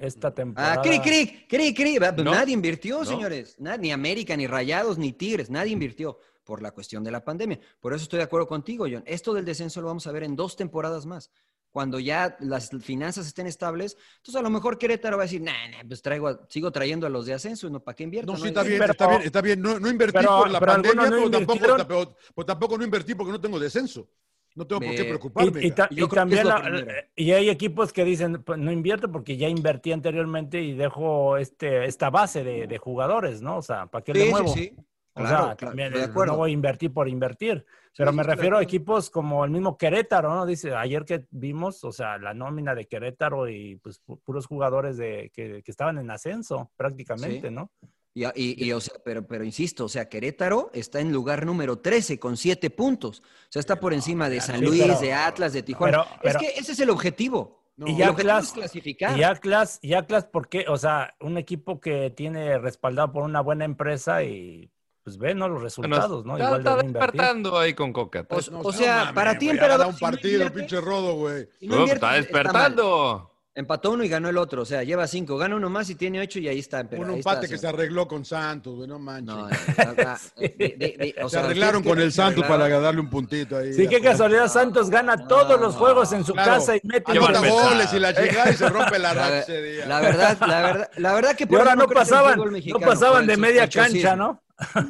Esta temporada.
Ah, cri, cri, cri, cri. Va, pues
No.
Nadie invirtió,
No.
señores. Nad- ni América, ni Rayados, ni Tigres. Nadie invirtió por la cuestión de la pandemia. Por eso estoy de acuerdo contigo, John. Esto del descenso lo vamos a ver en dos temporadas más. Cuando ya las finanzas estén estables, entonces a lo mejor Querétaro va a decir, nah, nah, pues traigo a- sigo trayendo a los de ascenso, ¿no? ¿Para qué invierto?
No, sí,
hay
está bien,
dinero".
está bien, está bien. No, no invertí
pero-
por la
pero
pandemia,
algunos no
pero tampoco,
invirtieron.
pero- pero tampoco no invertí porque no tengo descenso. No tengo por qué
Me-
preocuparme.
Y, y ta-
Y yo
y
creo que es
también
lo
la-
primero.
y hay equipos que dicen, "Pues, no invierto porque ya invertí anteriormente y dejo este esta base de, de jugadores, ¿no? O sea, ¿para qué le
Sí,
muevo?
sí, sí.
O
Claro,
sea,
claro,
también
estoy de
eh,
acuerdo.
no voy a invertir por invertir. Pero
Sí,
me
estoy de
refiero a
acuerdo.
equipos como el mismo Querétaro, ¿no? Dice, ayer que vimos, o sea, la nómina de Querétaro y pues pu- puros jugadores de, que, que estaban en ascenso prácticamente,
Sí.
¿no?
Y, y- y, o sea, pero, pero insisto, o sea, Querétaro está en lugar número 13 con 7 puntos. O sea, está por encima de San
sí,
Luis,
pero-
de Atlas, de Tijuana.
pero- pero-
es que ese es el objetivo.
No.
Y
el
ya
objetivo
Atlas-
es clasificar.
Y Atlas, y Atlas, ¿por qué? O sea, un equipo que tiene respaldado por una buena empresa y pues ve, ¿no? Los
Bueno,
resultados, ¿no?
está-
Igual
está
debe invertir.
despertando ahí con Coca.
o,
No,
o
no
sea,
mames,
para ti,
güey,
emperador.
ahora un
si no
partido,
inviertes-
pinche rodo, güey.
si no
Uf,
inviertes,
está
mal.
despertando.
Empató uno y ganó el otro. O sea, lleva 5. Gana uno más y tiene 8 y ahí está. emperador,
Un
ahí está,
empate que se
señor.
arregló con Santos, güey, no manches.
No, eh, ah, ah, eh, de- de- de- o
se
sea,
arreglaron
ustedes
con el
se
Santos
arreglaron.
para darle un puntito ahí.
Sí, qué casualidad, Santos gana todos los juegos en su
Claro.
casa y mete
Qué
Anota
mal
goles.
pensado.
goles y la
[laughs]
llegada y se rompe la
Eh, La,
racha
ver-
ese día.
la verdad, la verdad, la verdad que
Y
por
ahora
eso
no
crece el
pasaban,
fútbol
no
mexicano, por
pasaban
el
de media
sospechosismo.
cancha, ¿no?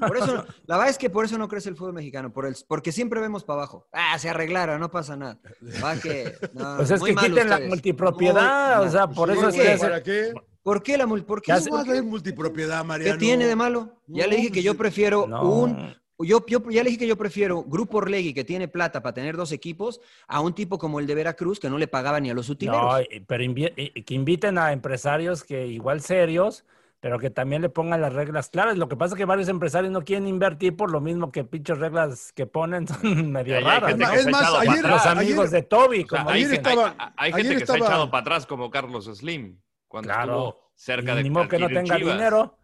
Por eso, no- la verdad es que por eso no crece el fútbol mexicano, por el, porque siempre vemos para abajo. Ah, se arreglaron, no pasa nada. Va que,
[laughs]
no,
Pues
Ah,
es
muy
que
mal
quiten la
ustedes.
multipropiedad,
Muy
o sea,
mal.
por
Sí,
eso es
güey,
que...
¿Para qué?
¿Por qué la mul- por qué?
Ya
¿Cómo
sé-
va a haber multipropiedad,
¿Qué
Mariano?
tiene de malo? Ya
No,
le dije que
pues
yo
sí.
prefiero
No.
un yo, yo- ya le dije que yo prefiero Grupo Orlegui que tiene plata para tener dos equipos a un tipo como el de Veracruz que no le pagaba ni a los utileros.
No, y- pero invi- y- que inviten a empresarios que igual serios, pero que también le pongan las reglas claras. Lo que pasa es que varios empresarios no quieren invertir por lo mismo que pinches reglas que ponen son [laughs] medio
Ay, ay,
raras.
gente
¿no?
que se ha
Es más,
echado para
ayer-
Los
atrás.
ayer-
amigos de Toby,
O sea,
como
hay,
ayer
dicen.
hay-
estaba-
hay- hay
ayer
gente que se ha
estaba-
echado para atrás como Carlos Slim cuando
Claro.
estuvo cerca de
Ni modo que no
adquirir
tenga
Chivas.
dinero.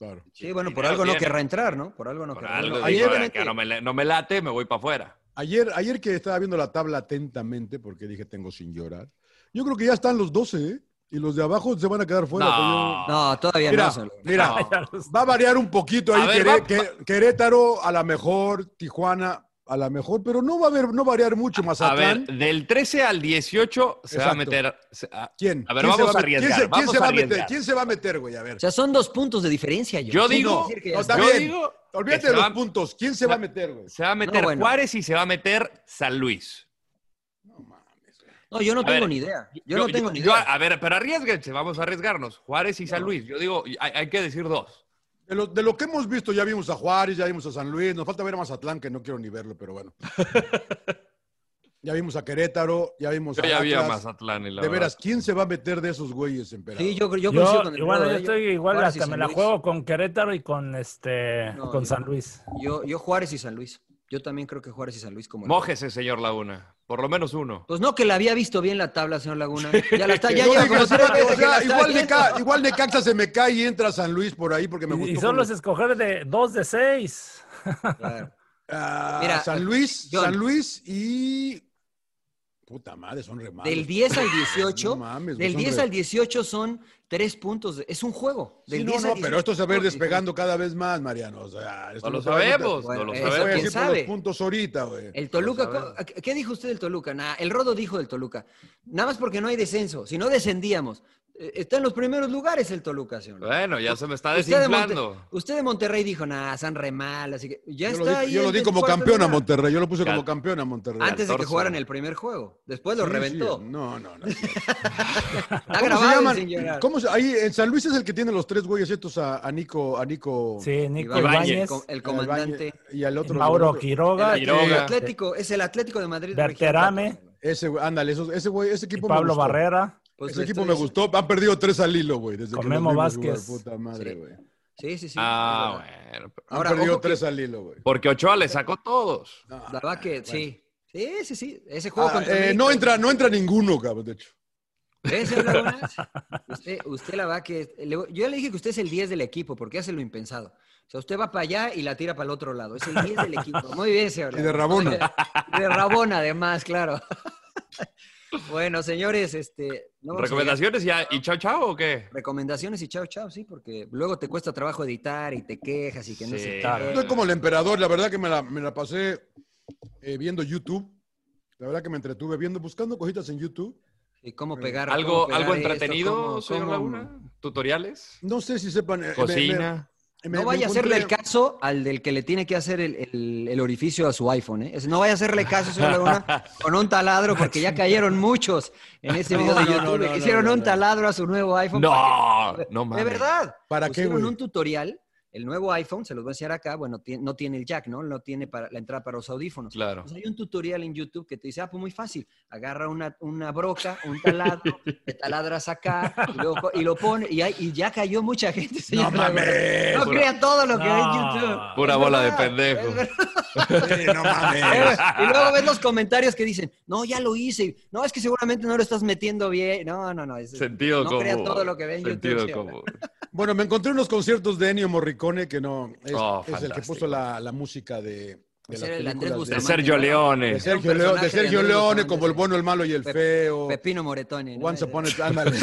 Claro.
sí, bueno, por
Dinero
algo no
tiene.
querrá entrar, ¿no? Por algo no
Por
querrá.
algo
Bueno,
dijo,
evidentemente-
"Ah, no, me, la- no me late, me voy para afuera.
Ayer, ayer que estaba viendo la tabla atentamente, porque dije tengo sin llorar, yo creo que ya están los 12, ¿eh? Y los de abajo se van a quedar fuera.
No.
No, todavía
pero yo- Mira,
no. señor.
mira,
No.
Ya los-
va a variar un poquito ahí
A ver,
Queré-
va-
Que- Querétaro, a la mejor, Tijuana, a la mejor, pero no va a haber, no va a variar mucho más
A ver, del 13 al 18 se va a
Exacto.
meter. se- ah, a-
¿Quién?
A ver,
¿Quién se
vamos
va
a
met- quién
arriesgar,
se- ¿Quién
vamos
se
a
va a meter?
arriesgar.
¿Quién se va a meter, güey? A ver.
O sea, son dos puntos de diferencia. John.
Yo
Sí,
digo-
decir que ya
no,
está.
está
Yo
bien.
digo que
Olvídate
se
de los
va-
puntos. ¿Quién se va a meter, güey?
Se va a meter
No, bueno.
Juárez y se va a meter San Luis.
No, yo no
A
tengo
ver,
ni idea. Yo, no tengo ni
yo-
idea.
a ver, pero arriesguense, vamos a arriesgarnos. Juárez y San Luis. Yo digo, hay, hay que decir dos.
De lo, de lo que hemos visto, ya vimos a Juárez, ya vimos a San Luis, nos falta ver a Mazatlán, que no quiero ni verlo,
[laughs]
pero bueno. ya vimos a Quérétaro, ya vimos
Yo
a
ya vi a
Atlas.
Mazatlán y la
De
verdad.
veras, ¿quién se va a meter de esos güeyes, emperador?
sí, yo, yo
Yo,
coincido con el
y bueno,
brother,
yo estoy igual,
Juárez y
hasta me
San
la
Luis.
juego con Querétaro y con este
No,
con
yo
San
no.
Luis.
Yo, yo Juárez y San Luis. Yo también creo que Juárez y San Luis como... el-
Mójese, señor Laguna. Por lo menos uno.
Pues no, que la había visto bien la tabla, señor Laguna. Ya la está, ya
[laughs] No
lleva como
digas,
tres
o
veces que
sea,
la está
igual,
viendo.
Neca- igual Necaxa se me cae y entra San Luis por ahí porque me
Y,
gustó.
y
cómo-
solo es escoger de dos de seis.
Claro.
Ah,
Mira,
San Luis,
John.
San Luis y... Puta madre, son re malos.
Del 10 al
No
18,
mames, pues, güey,
del
son
10
re-
al 18 son tres puntos. de- es un juego.
Sí,
Del
no,
10
no,
al
pero esto se va a ir
18.
despegando cada vez más, Mariano. O sea, esto
No Pues lo
se va a ir-
sabemos, no
Bueno,
lo
No te
eso
voy a
sabemos.
quién
decir por los
sabe.
puntos ahorita, güey.
El Toluca,
Vamos
¿co- ¿qué dijo usted del Toluca? Nah, el Rodo dijo del Toluca. Nada más porque no hay descenso. Si no descendíamos, eh, está en los primeros lugares el Toluca, señor.
Bueno, ya se me está
Usted de,
desinflando.
Monte- usted de Monterrey dijo, nada, están re mal, así que ya
yo lo
está
di,
ahí.
yo lo
en
di
el
como
cuarto
campeón a
lugar.
Monterrey. Yo lo puse como
Cal-
campeón a Monterrey.
Antes de que
14.
jugaran el primer juego. Después lo
Sí,
reventó.
sí, No, no, no.
Está
¿Cómo se
grabado,
llaman?
sin llorar.
¿Cómo se- ahí en San Luis es el que tiene los tres güeyes estos a, a Nico, a Nico.
Sí, Nico
Ibáñez,
Ibáñez,
co- el
al Bañe-
comandante.
Y al otro.
Mauro
otro-
Quiroga,
El,
Quiroga.
Atlético, es el Atlético de Madrid.
Berterame.
regional.
Ese, güey, ándale, esos- ese güey, ese equipo
y
me
Pablo
gustó.
Barrera.
Pues
ese
le
equipo
estoy
me
diciendo-
gustó. Han perdido tres al hilo, güey. Desde
Con
que los
Memo
vimos jugar,
Vázquez.
puta madre,
Sí.
güey.
Sí, sí, sí. es
Ah,
verdad.
bueno. pero-
Han
Ahora,
perdido
ojo que-
tres al hilo, güey.
Porque Ochoa le sacó todos.
No.
La verdad que sí. Sí, sí, sí. Ese juego
Ah,
contra
eh,
México.
no entra, no entra ninguno, cabrón, de hecho.
¿Ve, señor
[laughs]
Lagunas? Usted, usted la va que. le- yo le dije que usted es el 10 del equipo, porque hace lo impensado. O sea, usted va para allá y la tira para el otro lado. Es el 10 del equipo. Muy bien, señor.
Y de
Lagunas.
Rabona.
Muy bien. De Rabona, además, claro. Bueno, señores, este. no vamos a llegar-
¿Recomendaciones ya? ¿Y chao, chao o qué?
Recomendaciones y chao, chao, sí, porque luego te cuesta trabajo editar y te quejas y que no
Sí.
sé qué.
Claro.
Estoy como el emperador, la verdad que me la, me la pasé eh, viendo YouTube. La verdad que me entretuve viendo, buscando cositas en YouTube.
¿Y cómo pegar? cómo
¿Algo,
pegar
algo
esto,
entretenido,
cómo-
señor
cómo-
Laguna? ¿Tutoriales?
No sé si sepan. eh, me-
¿Cocina?
me- me-
No vaya
me
a hacerle el
encontré-
caso al del que le tiene que hacer el, el- el orificio a su iPhone. ¿eh? Es- No vaya a hacerle caso, señor
[laughs]
Laguna, con un taladro, porque ya cayeron muchos en este video de
No, no,
YouTube
no, no,
que hicieron
no, no,
un
no.
taladro a su nuevo iPhone.
No,
para que-
no mames.
De verdad.
¿Para qué,
Pusieron
güey?
un tutorial. El nuevo iPhone, se los voy a enseñar acá, bueno, ti- no tiene el jack, ¿no? No tiene para, la entrada para los audífonos.
Claro.
Entonces, hay un tutorial en YouTube que te dice, ah, pues muy fácil, agarra una, una broca, un
[laughs]
taladro, te taladras acá, y, luego co- y lo pone, y, hay- y ya cayó mucha gente.
No
señor Laguna.
mames.
No
Pura-
crean todo lo que ve en
No.
YouTube.
Pura
Es
bola de
verdad,
pendejo.
es
[laughs]
verdad.
Sí, no mames.
Y luego ves los comentarios que dicen, no, ya lo hice. No, es que seguramente no lo estás metiendo bien. No, no, no. es-
Sentido
no
común.
crean todo lo que ven en
Sentido
YouTube.
común.
Bueno, me encontré unos conciertos de Ennio Morricone que no. Es,
Oh,
es el que
fantástico.
puso la, la música de. De,
Ese
las
era el Andrés
películas de-
De
Bustamante.
Sergio
¿no?
Leone.
de
Era un
Sergio, Leo- de
personaje de
Sergio
Andrés
Leone,
Bustamante,
como el
sí.
bueno, el malo y el
Pe-
feo.
Pepino Moretoni. ¿no?
Once
Ese-
Upon a [laughs] ándale.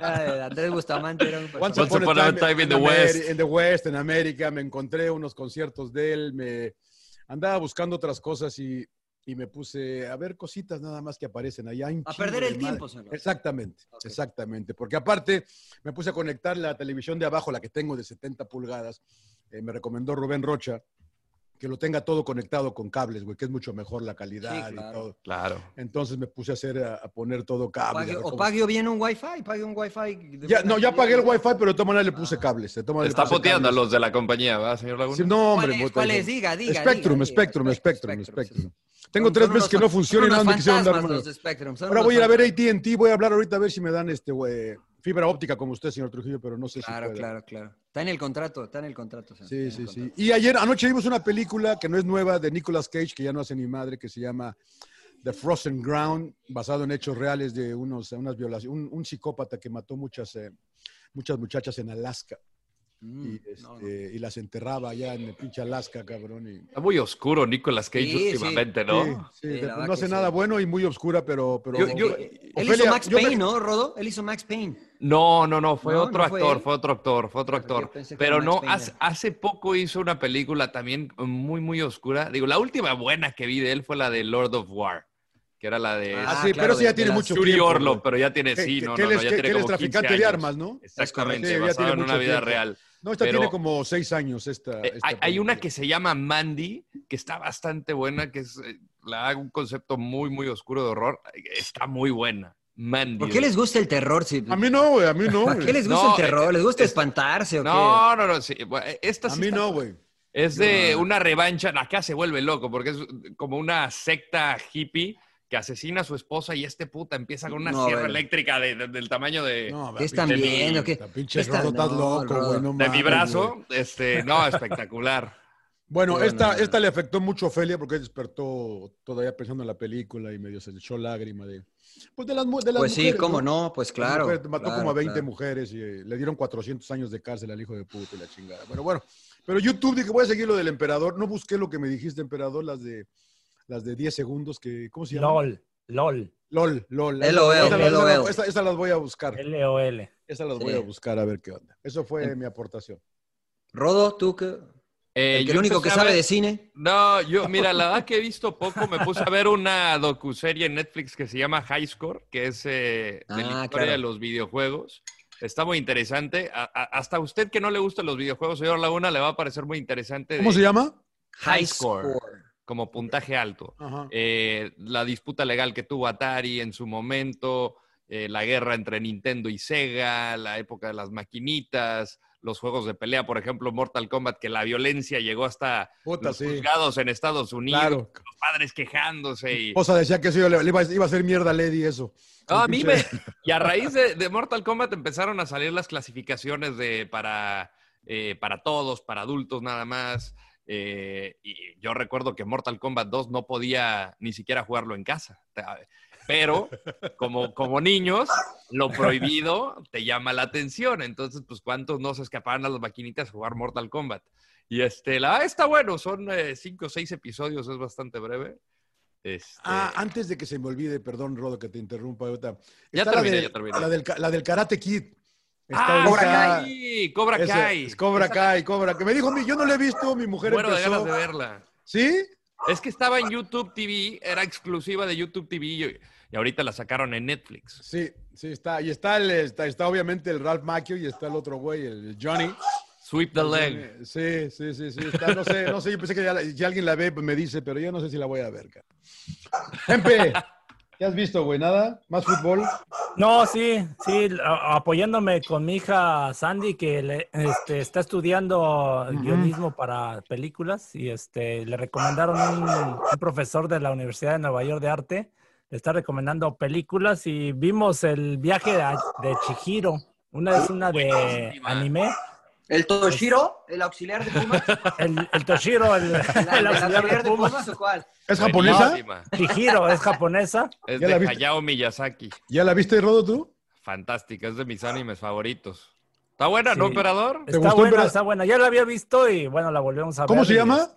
Ay, Andrés Bustamante era un
Once
personaje.
Once
Upon a Time, in, the
West.
in the West, en América, me encontré unos conciertos de él, me andaba buscando otras cosas y, y me puse a ver cositas nada más que aparecen allá.
A perder el tiempo, señor.
Exactamente,
Ok.
exactamente, porque aparte me puse a conectar la televisión de abajo, la que tengo de 70 pulgadas, eh, me recomendó Rubén Rocha que lo tenga todo conectado con cables, güey, que es mucho mejor la calidad
claro.
y todo.
Claro.
Entonces me puse a hacer a, a poner todo
O
cable.
pague- o pague bien un wifi, pague un wifi. de
Ya,
buena
no, ya
calidad.
pagué el wifi, pero de todas maneras le
Ah.
puse cables. de todas maneras
Está
le puse
poteando a
cables.
los de la compañía, ¿verdad, señor Laguna?
Sí, no,
¿Cuál
hombre.
es?
puta,
¿Cuál
yo-
es? Diga, diga.
Spectrum,
diga, diga.
Spectrum, Spectrum, Spectrum. Tengo
Son-
tres
son
veces
unos
que no
fan-
funciona y
son
nada más
unos
me quisieron dar
fantasmas los
más.
de Spectrum, son
Ahora
unos
voy a ir a ver
fantasmas.
AT&T, voy a hablar ahorita a ver si me dan este güey, fibra óptica como usted, señor Trujillo, pero no sé si
Claro,
pueda.
claro, claro. Está en el contrato, está en el contrato. señor,
Sí,
está en
sí,
el
sí.
contrato.
Y ayer, anoche vimos una película que no es nueva de Nicolas Cage, que ya no hace ni madre, que se llama The Frozen Ground, basado en hechos reales de unos, unas violaciones, un, un psicópata que mató muchas, eh, muchas muchachas en Alaska
Mm,
y,
no,
este, y las enterraba allá en el pinche Alaska, cabrón. Y,
Está muy oscuro Nicolas Cage
Sí,
últimamente, ¿no?
Sí, sí,
Sí,
de- pues
la verdad
no hace
que
nada
sí.
bueno y muy oscura, pero... pero
Yo- yo-
él hizo
Ofelia,
Max
yo me-
Payne, ¿no, Rodo? Él hizo Max Payne.
No, no, no, fue
No,
otro
no fue
actor,
él.
fue, otro actor, fue otro
Ah, porque yo
actor.
pensé que
Pero
era
no,
Max
hace,
Payne.
hace poco hizo una película también muy, muy oscura. Digo, la última buena que vi de él fue la de Lord of War, que era la de
Ah,
sí,
claro,
pero sí
de-
ya
de
tiene
la
mucho
Yuri
tiempo.
Orlo,
güey.
pero ya tiene,
Que-
sí,
que-
no,
que
no,
él
no,
es-
ya
que-
tiene
que él es
como 15
traficante de
años.
armas, ¿no?
Exactamente,
Sí, ya
basado
tiene
en una
mucho
vida
tiempo.
real.
No, esta
Pero-
tiene como seis años esta.
Eh,
Este
esta
hay, hay una
película.
que se llama Mandy, que está bastante buena, que es eh, la, un concepto muy, muy oscuro de horror. Está muy buena. Mandy.
¿Por qué les gusta el terror? Si...
A mí no, güey, a mí
[laughs]
no.
¿Para
güey.
qué les gusta
No,
el terror? ¿Les gusta
es-
espantarse o qué?
No, no, no. sí, bueno, eh, esta
A
sí
mí
está-
no, güey.
Es de una revancha. Acá se vuelve loco porque es eh, como una secta hippie que asesina a su esposa y este puta empieza con una
No,
sierra
bueno.
eléctrica de- de- del tamaño de,
No,
¿Qué están
pinche-
viendo? ¿Qué,
puta,
qué
Pinche
están-
Rodo, estás
no,
loco,
Rodo.
güey. No
de
mames,
mi
güey.
brazo. Este, no, espectacular.
Bueno,
Bueno,
esta,
no, no.
esta le afectó mucho a Ofelia porque despertó todavía pensando en la película y medio se le echó lágrima de. Pues de las, mu- de las
Pues sí,
mujeres,
cómo no, pues
Las
claro.
mujeres, mató
claro,
como a 20
claro.
mujeres y eh, le dieron 400 años de cárcel al hijo de puta y la chingada. Pero bueno, pero YouTube dije, voy a seguir lo del emperador. No busqué lo que me dijiste, emperador, las de las de 10 segundos que ¿cómo se llama?
LOL, LOL,
LOL, LOL.
LOL,
Esa- esa-
LOL.
esa- Esas las voy a buscar.
LOL.
Esas las
Sí.
voy a buscar a ver qué onda. Eso fue mi aportación.
Rodo, tú qué.
Eh,
El que-
yo
el único
empecé
que
a
sabe
ver-
de cine.
No, yo, mira, la verdad que he visto poco, me puse a ver una docuserie en Netflix que se llama High Score, que es eh, de la
Ah,
historia
claro.
de los videojuegos. Está muy interesante. A- a- hasta a usted que no le gustan los videojuegos, señor Laguna, le va a parecer muy interesante.
¿Cómo
de-
se llama?
High Score. Como puntaje alto.
Ajá.
Eh, la disputa legal que tuvo Atari en su momento, eh, la guerra entre Nintendo y Sega, la época de las maquinitas, los juegos de pelea, por ejemplo, Mortal Kombat, que la violencia llegó hasta
Puta,
los
sí.
juzgados en Estados Unidos,
Claro.
los padres quejándose y...
Esposa decía que eso iba, le iba, iba a ser mierda a Lady eso.
No, a mí me- Y a raíz de, de Mortal Kombat empezaron a salir las clasificaciones de para, eh, para todos, para adultos nada más. Eh, y yo recuerdo que Mortal Kombat 2 no podía ni siquiera jugarlo en casa. Pero como, como niños, lo prohibido te llama la atención. Entonces, pues, ¿cuántos no se escapaban a las maquinitas a jugar Mortal Kombat? Y este, la verdad está bueno, son eh, cinco o seis episodios, es bastante breve. Este,
Ah, antes de que se me olvide, perdón, Rodo, que te interrumpa. ahorita.
Ya
la,
terminé,
del-
ya terminé.
La, del, ca- la del Karate Kid.
Ah,
ahorita-
sí, Cobra
Ese,
Kai.
es Cobra Kai, Cobra Kai. Me dijo, mi- yo no la he visto, mi mujer
Muero de
empezó.
ganas de verla.
¿Sí?
Es que estaba en YouTube TV, era exclusiva de YouTube TV y, y ahorita la sacaron en Netflix.
Sí, sí, está. Y está, el- está, está obviamente el Ralph Macchio y está el otro güey, el Johnny.
Sweep the leg.
Sí, sí, sí, sí. está, no sé, no sé, yo pensé que ya, la- si alguien la ve, me dice, pero yo no sé si la voy a ver. cara. Empe, ¿qué has visto, güey? ¿Nada? ¿Más fútbol?
No, sí, sí, a- apoyándome con mi hija Sandy, que le- este, está estudiando guionismo para películas y este, le recomendaron un, un profesor de la Universidad de Nueva York de Arte, le está recomendando películas y vimos el viaje de, de Chihiro, una es una de anime,
¿El Toshiro? ¿El auxiliar de
[laughs]
Pumas?
el, el Toshiro, el,
¿La-
el
¿El
auxiliar de Pumas.
o cuál?
¿Es japonesa?
Buenísima.
Chihiro es japonesa.
Es
¿Ya la
de
viste?
Hayao Miyazaki.
¿Ya la viste, Rodo, tú?
Fantástica, es de mis animes favoritos. ¿Está buena, no,
Sí.
emperador?
¿Te
Está
gustó,
buena,
Emperador?
está buena. Ya la había visto y bueno, la volvemos a ver.
¿Cómo se
y-
llama?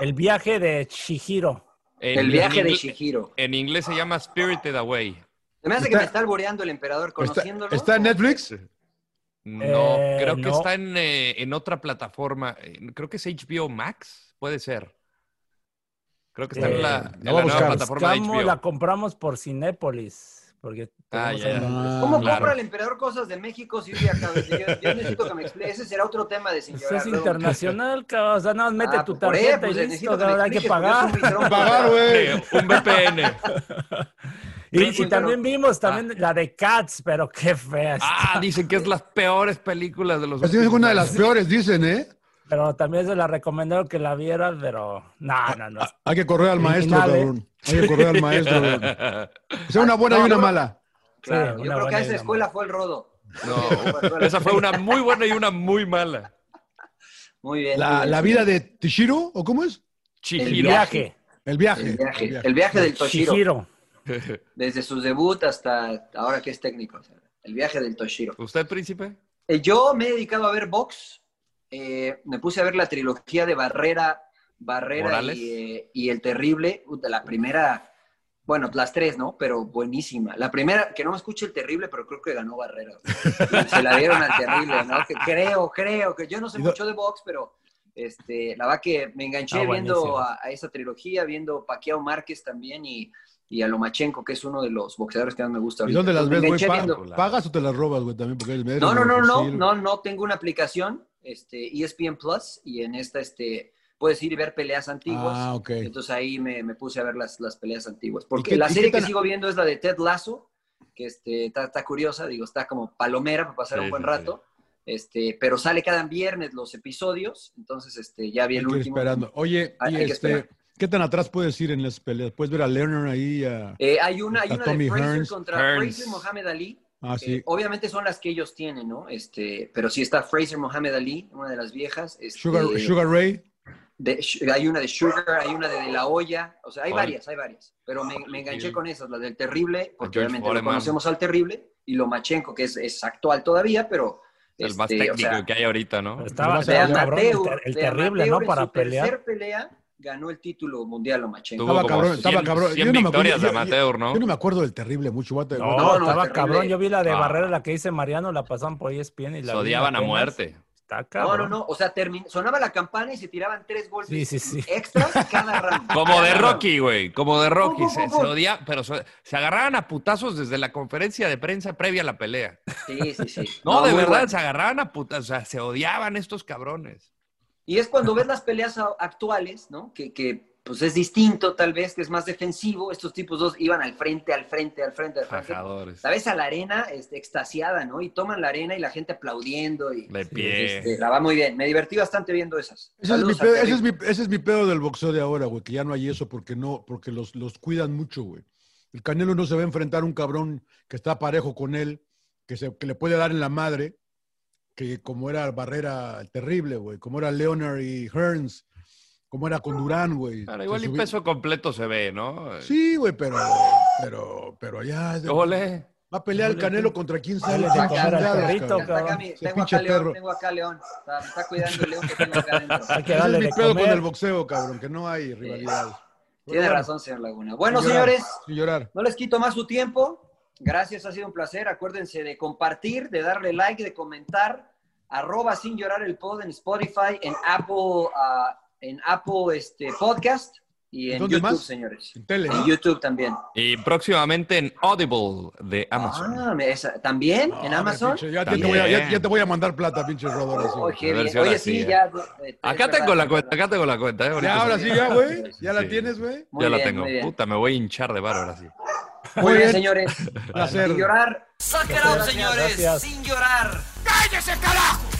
El viaje de Chihiro.
En-
El viaje
en
de
ingle-
Shihiro.
En inglés se llama Spirited Away.
Me hace que
Está-
me está alboreando el emperador
¿Está,
conociéndolo.
está en Netflix?
No,
Eh,
creo que
no.
está en, eh, en otra plataforma. Eh, Creo que es HBO Max, puede ser. Creo que está
Eh,
en la,
la
en
voy a
la nueva
buscar.
plataforma de
Buscamos-
HBO.
la compramos por Cinépolis. Porque
Ah,
tenemos
ya,
ahí
ya.
nombres.
¿Cómo
Claro.
compra el emperador cosas de México si vive acá? Yo, yo necesito que me explique. Ese será otro tema de
Pues
señor.
es internacional, cabrón. O sea, nada más mete
Ah,
tu
tarjeta
tarjeta y listo, cabrón, hay que pagar.
[laughs] Pagar, güey.
Eh, Un VPN.
Y,
Sí,
y
pues,
también vimos también
Ah.
la de Cats, pero qué fea. está.
Ah, dicen que es las peores películas de los
Pues
Esta Pues es
últimos
una de las
años.
peores, dicen, ¿eh?
Pero también se la recomendaron que la vieras, pero no, no, no.
Ah, Hay que correr al maestro,
Original, ¿eh?
cabrón. Hay que correr
[laughs]
al maestro, cabrón. [laughs] O sea, una buena y
No,
una
no.
mala.
Claro,
Sí,
yo
una
creo que
buena
a
idea,
esa escuela fue el rodo.
No, [laughs] esa fue una muy buena y una muy mala.
Muy bien. muy
La,
bien.
la vida de Tishiro, ¿o cómo es?
El
Chihiro.
viaje.
El viaje.
El viaje, el viaje del Toshiro.
Chihiro.
Ah.
Desde su debut hasta ahora que es técnico. o sea, el viaje del Toshiro.
¿Usted, príncipe?
Eh, Yo me he dedicado a ver box. eh, me puse a ver la trilogía de Barrera, Barrera
Morales.
y, eh, y El Terrible. Puta, La primera, bueno, las tres, ¿no? Pero buenísima. La primera, que no me escuche El Terrible, pero creo que ganó Barrera. Y Se la dieron al Terrible, ¿no? Que creo, creo, que yo no sé
Y do-
mucho de box, pero este, la verdad que me enganché
Ah,
viendo
buenísimo.
a, a esa trilogía, viendo Paquiao Márquez también y, y a Lomachenko, que es uno de los boxeadores que más me gusta.
¿Y
ahorita.
dónde las ves,
Entonces, me
güey?
enganché
Pa-
viendo-
¿Pagas o te las robas, güey? También porque eres medio
no, no, no, no,
perfil.
no, no tengo una aplicación, este, ESPN Plus, y en esta, este, puedes ir y ver peleas antiguas.
Ah, ok.
Entonces ahí me, me puse a ver las, las peleas antiguas.
qué-
Porque la
y qué
serie que
tan-
sigo viendo es la de Ted Lasso, que este, está, está curiosa, digo, está como palomera para pasar
Sí,
un buen
sí,
rato. Este, pero sale cada viernes los episodios, entonces este, ya vi
Hay
el
que ir
último.
esperando. Oye,
Hay-
y
hay que
este,
esperar.
¿qué tan atrás puedes ir en las peleas? ¿Puedes ver a Leonard ahí? A...
Eh, hay una, hay
Está
una
Tommy
de Fraser
Hearns.
contra
Hearns.
Fraser Mohamed Ali,
Ah,
Eh,
sí.
obviamente son las que ellos tienen, ¿no? Este, pero sí está Fraser Mohamed Ali, una de las viejas. este,
Sugar, Sugar Ray.
de- Sh- hay una de Sugar, hay una de, De La Olla, o sea, hay
Ay.
varias, hay varias. Pero me, me enganché con esas, la del Terrible, porque
George
obviamente lo
Foreman.
conocemos al Terrible, y Lomachenko, que es, es actual todavía, pero...
El más
este,
técnico
o sea,
que hay ahorita, ¿no?
Pero Estaba
Vas a
de
ver,
estaba cabrón, el,
amateur,
ter- el
de
terrible,
amateur
¿no?
en
Para
su
pelear.
tercer pelea ganó el título mundial Lomachenko.
Tuvo
Estaba
como
cabrón,
100,
estaba cabrón.
100
Yo no me acuerdo,
victorias de
yo- yo-
amateur, ¿no?
Yo no me acuerdo del terrible mucho. Guate.
No,
No, no,
estaba
terrible.
cabrón. Yo vi la de
Ah.
Barrera, la que dice Mariano, la pasaban por E ESPN y la
Se
vi
odiaban a
apenas.
muerte.
Está
No,
cabrón.
no, no. O sea, termin- sonaba la campana y se tiraban tres golpes
Sí, sí, sí.
extras cada [laughs] round.
Como
[laughs]
de Rocky, güey. Como de Rocky.
Pum,
Se,
pum,
se
pum, pum.
odia, pero se, se agarraban a putazos desde la conferencia de prensa previa a la
[laughs]
pelea.
Sí, sí, sí.
No, de
muy
verdad,
bueno.
se agarraban a putazos. O sea, se odiaban estos cabrones.
Y es cuando ves las peleas a- actuales, ¿no? Que, que, pues es distinto tal vez, que es más defensivo. Estos tipos dos iban al frente, al frente, al frente, al frente.
Fajadores.
La ves a la arena este, extasiada, ¿no? Y toman la arena y la gente aplaudiendo. Y,
De pie.
este, la va muy bien. Me divertí bastante viendo esas.
Ese es, mi
Saludos a
pedo,
Terry.
ese es mi- ese es mi pedo del boxeo de ahora, güey, que ya no hay eso porque no, porque los, los cuidan mucho, güey. El Canelo no se va a enfrentar a un cabrón que está parejo con él, que, se, que le puede dar en la madre, que como era Barrera terrible, güey, como era Leonard y Hearns, como era con Durán, güey.
Claro, igual
Se
y
subi-
peso completo se ve, ¿no?
Sí, güey, pero, pero, pero ya.
Ole.
Va a pelear el Canelo contra quién sabe.
Dale de
quién
comer al
chingados,
perrito,
cabrón.
Está acá mi-
Ese
tengo
pinche
acá León,
perro.
tengo acá León. Está, me está cuidando el León que tengo acá
[laughs]
adentro.
Hay que
Ese es
darle
mi
de
pedo con
comer.
el boxeo, cabrón, que no hay rivalidades.
Tiene
Bueno,
razón, señor Laguna. Bueno,
sin llorar,
señores,
Sin llorar.
no les quito más su tiempo. Gracias, ha sido un placer. Acuérdense de compartir, de darle like, de comentar. Arroba sin llorar el pod en Spotify, en Apple, ah, en Apple este, Podcast y en
¿Dónde
YouTube,
más?
señores.
En tele.
En YouTube también.
Y próximamente en Audible de Amazon.
Ah, me- esa- ¿También? ¿En
Ah,
Amazon?
pinche, ya, ya te
También.
voy a, ya- ya te voy a mandar plata, pinche Rodolfo.
Oh,
ahora sí.
qué
A ver
bien.
si ahora
Oye,
sí,
sí,
ya.
ya. eh,
Acá tengo
es verdad,
la
es
cuenta,
verdad.
acá tengo la cuenta. ¿eh? Ahorita
Ya, ahora
se-
sí, ya, güey. Ya la
Sí.
tienes, güey.
Muy
ya la
bien,
tengo.
muy bien.
Puta, me voy a hinchar de bar ahora sí.
Muy bien,
bien.
señores.
Placer.
Sin llorar.
out, señores. Gracias.
Sin llorar.
¡Cállese, carajo!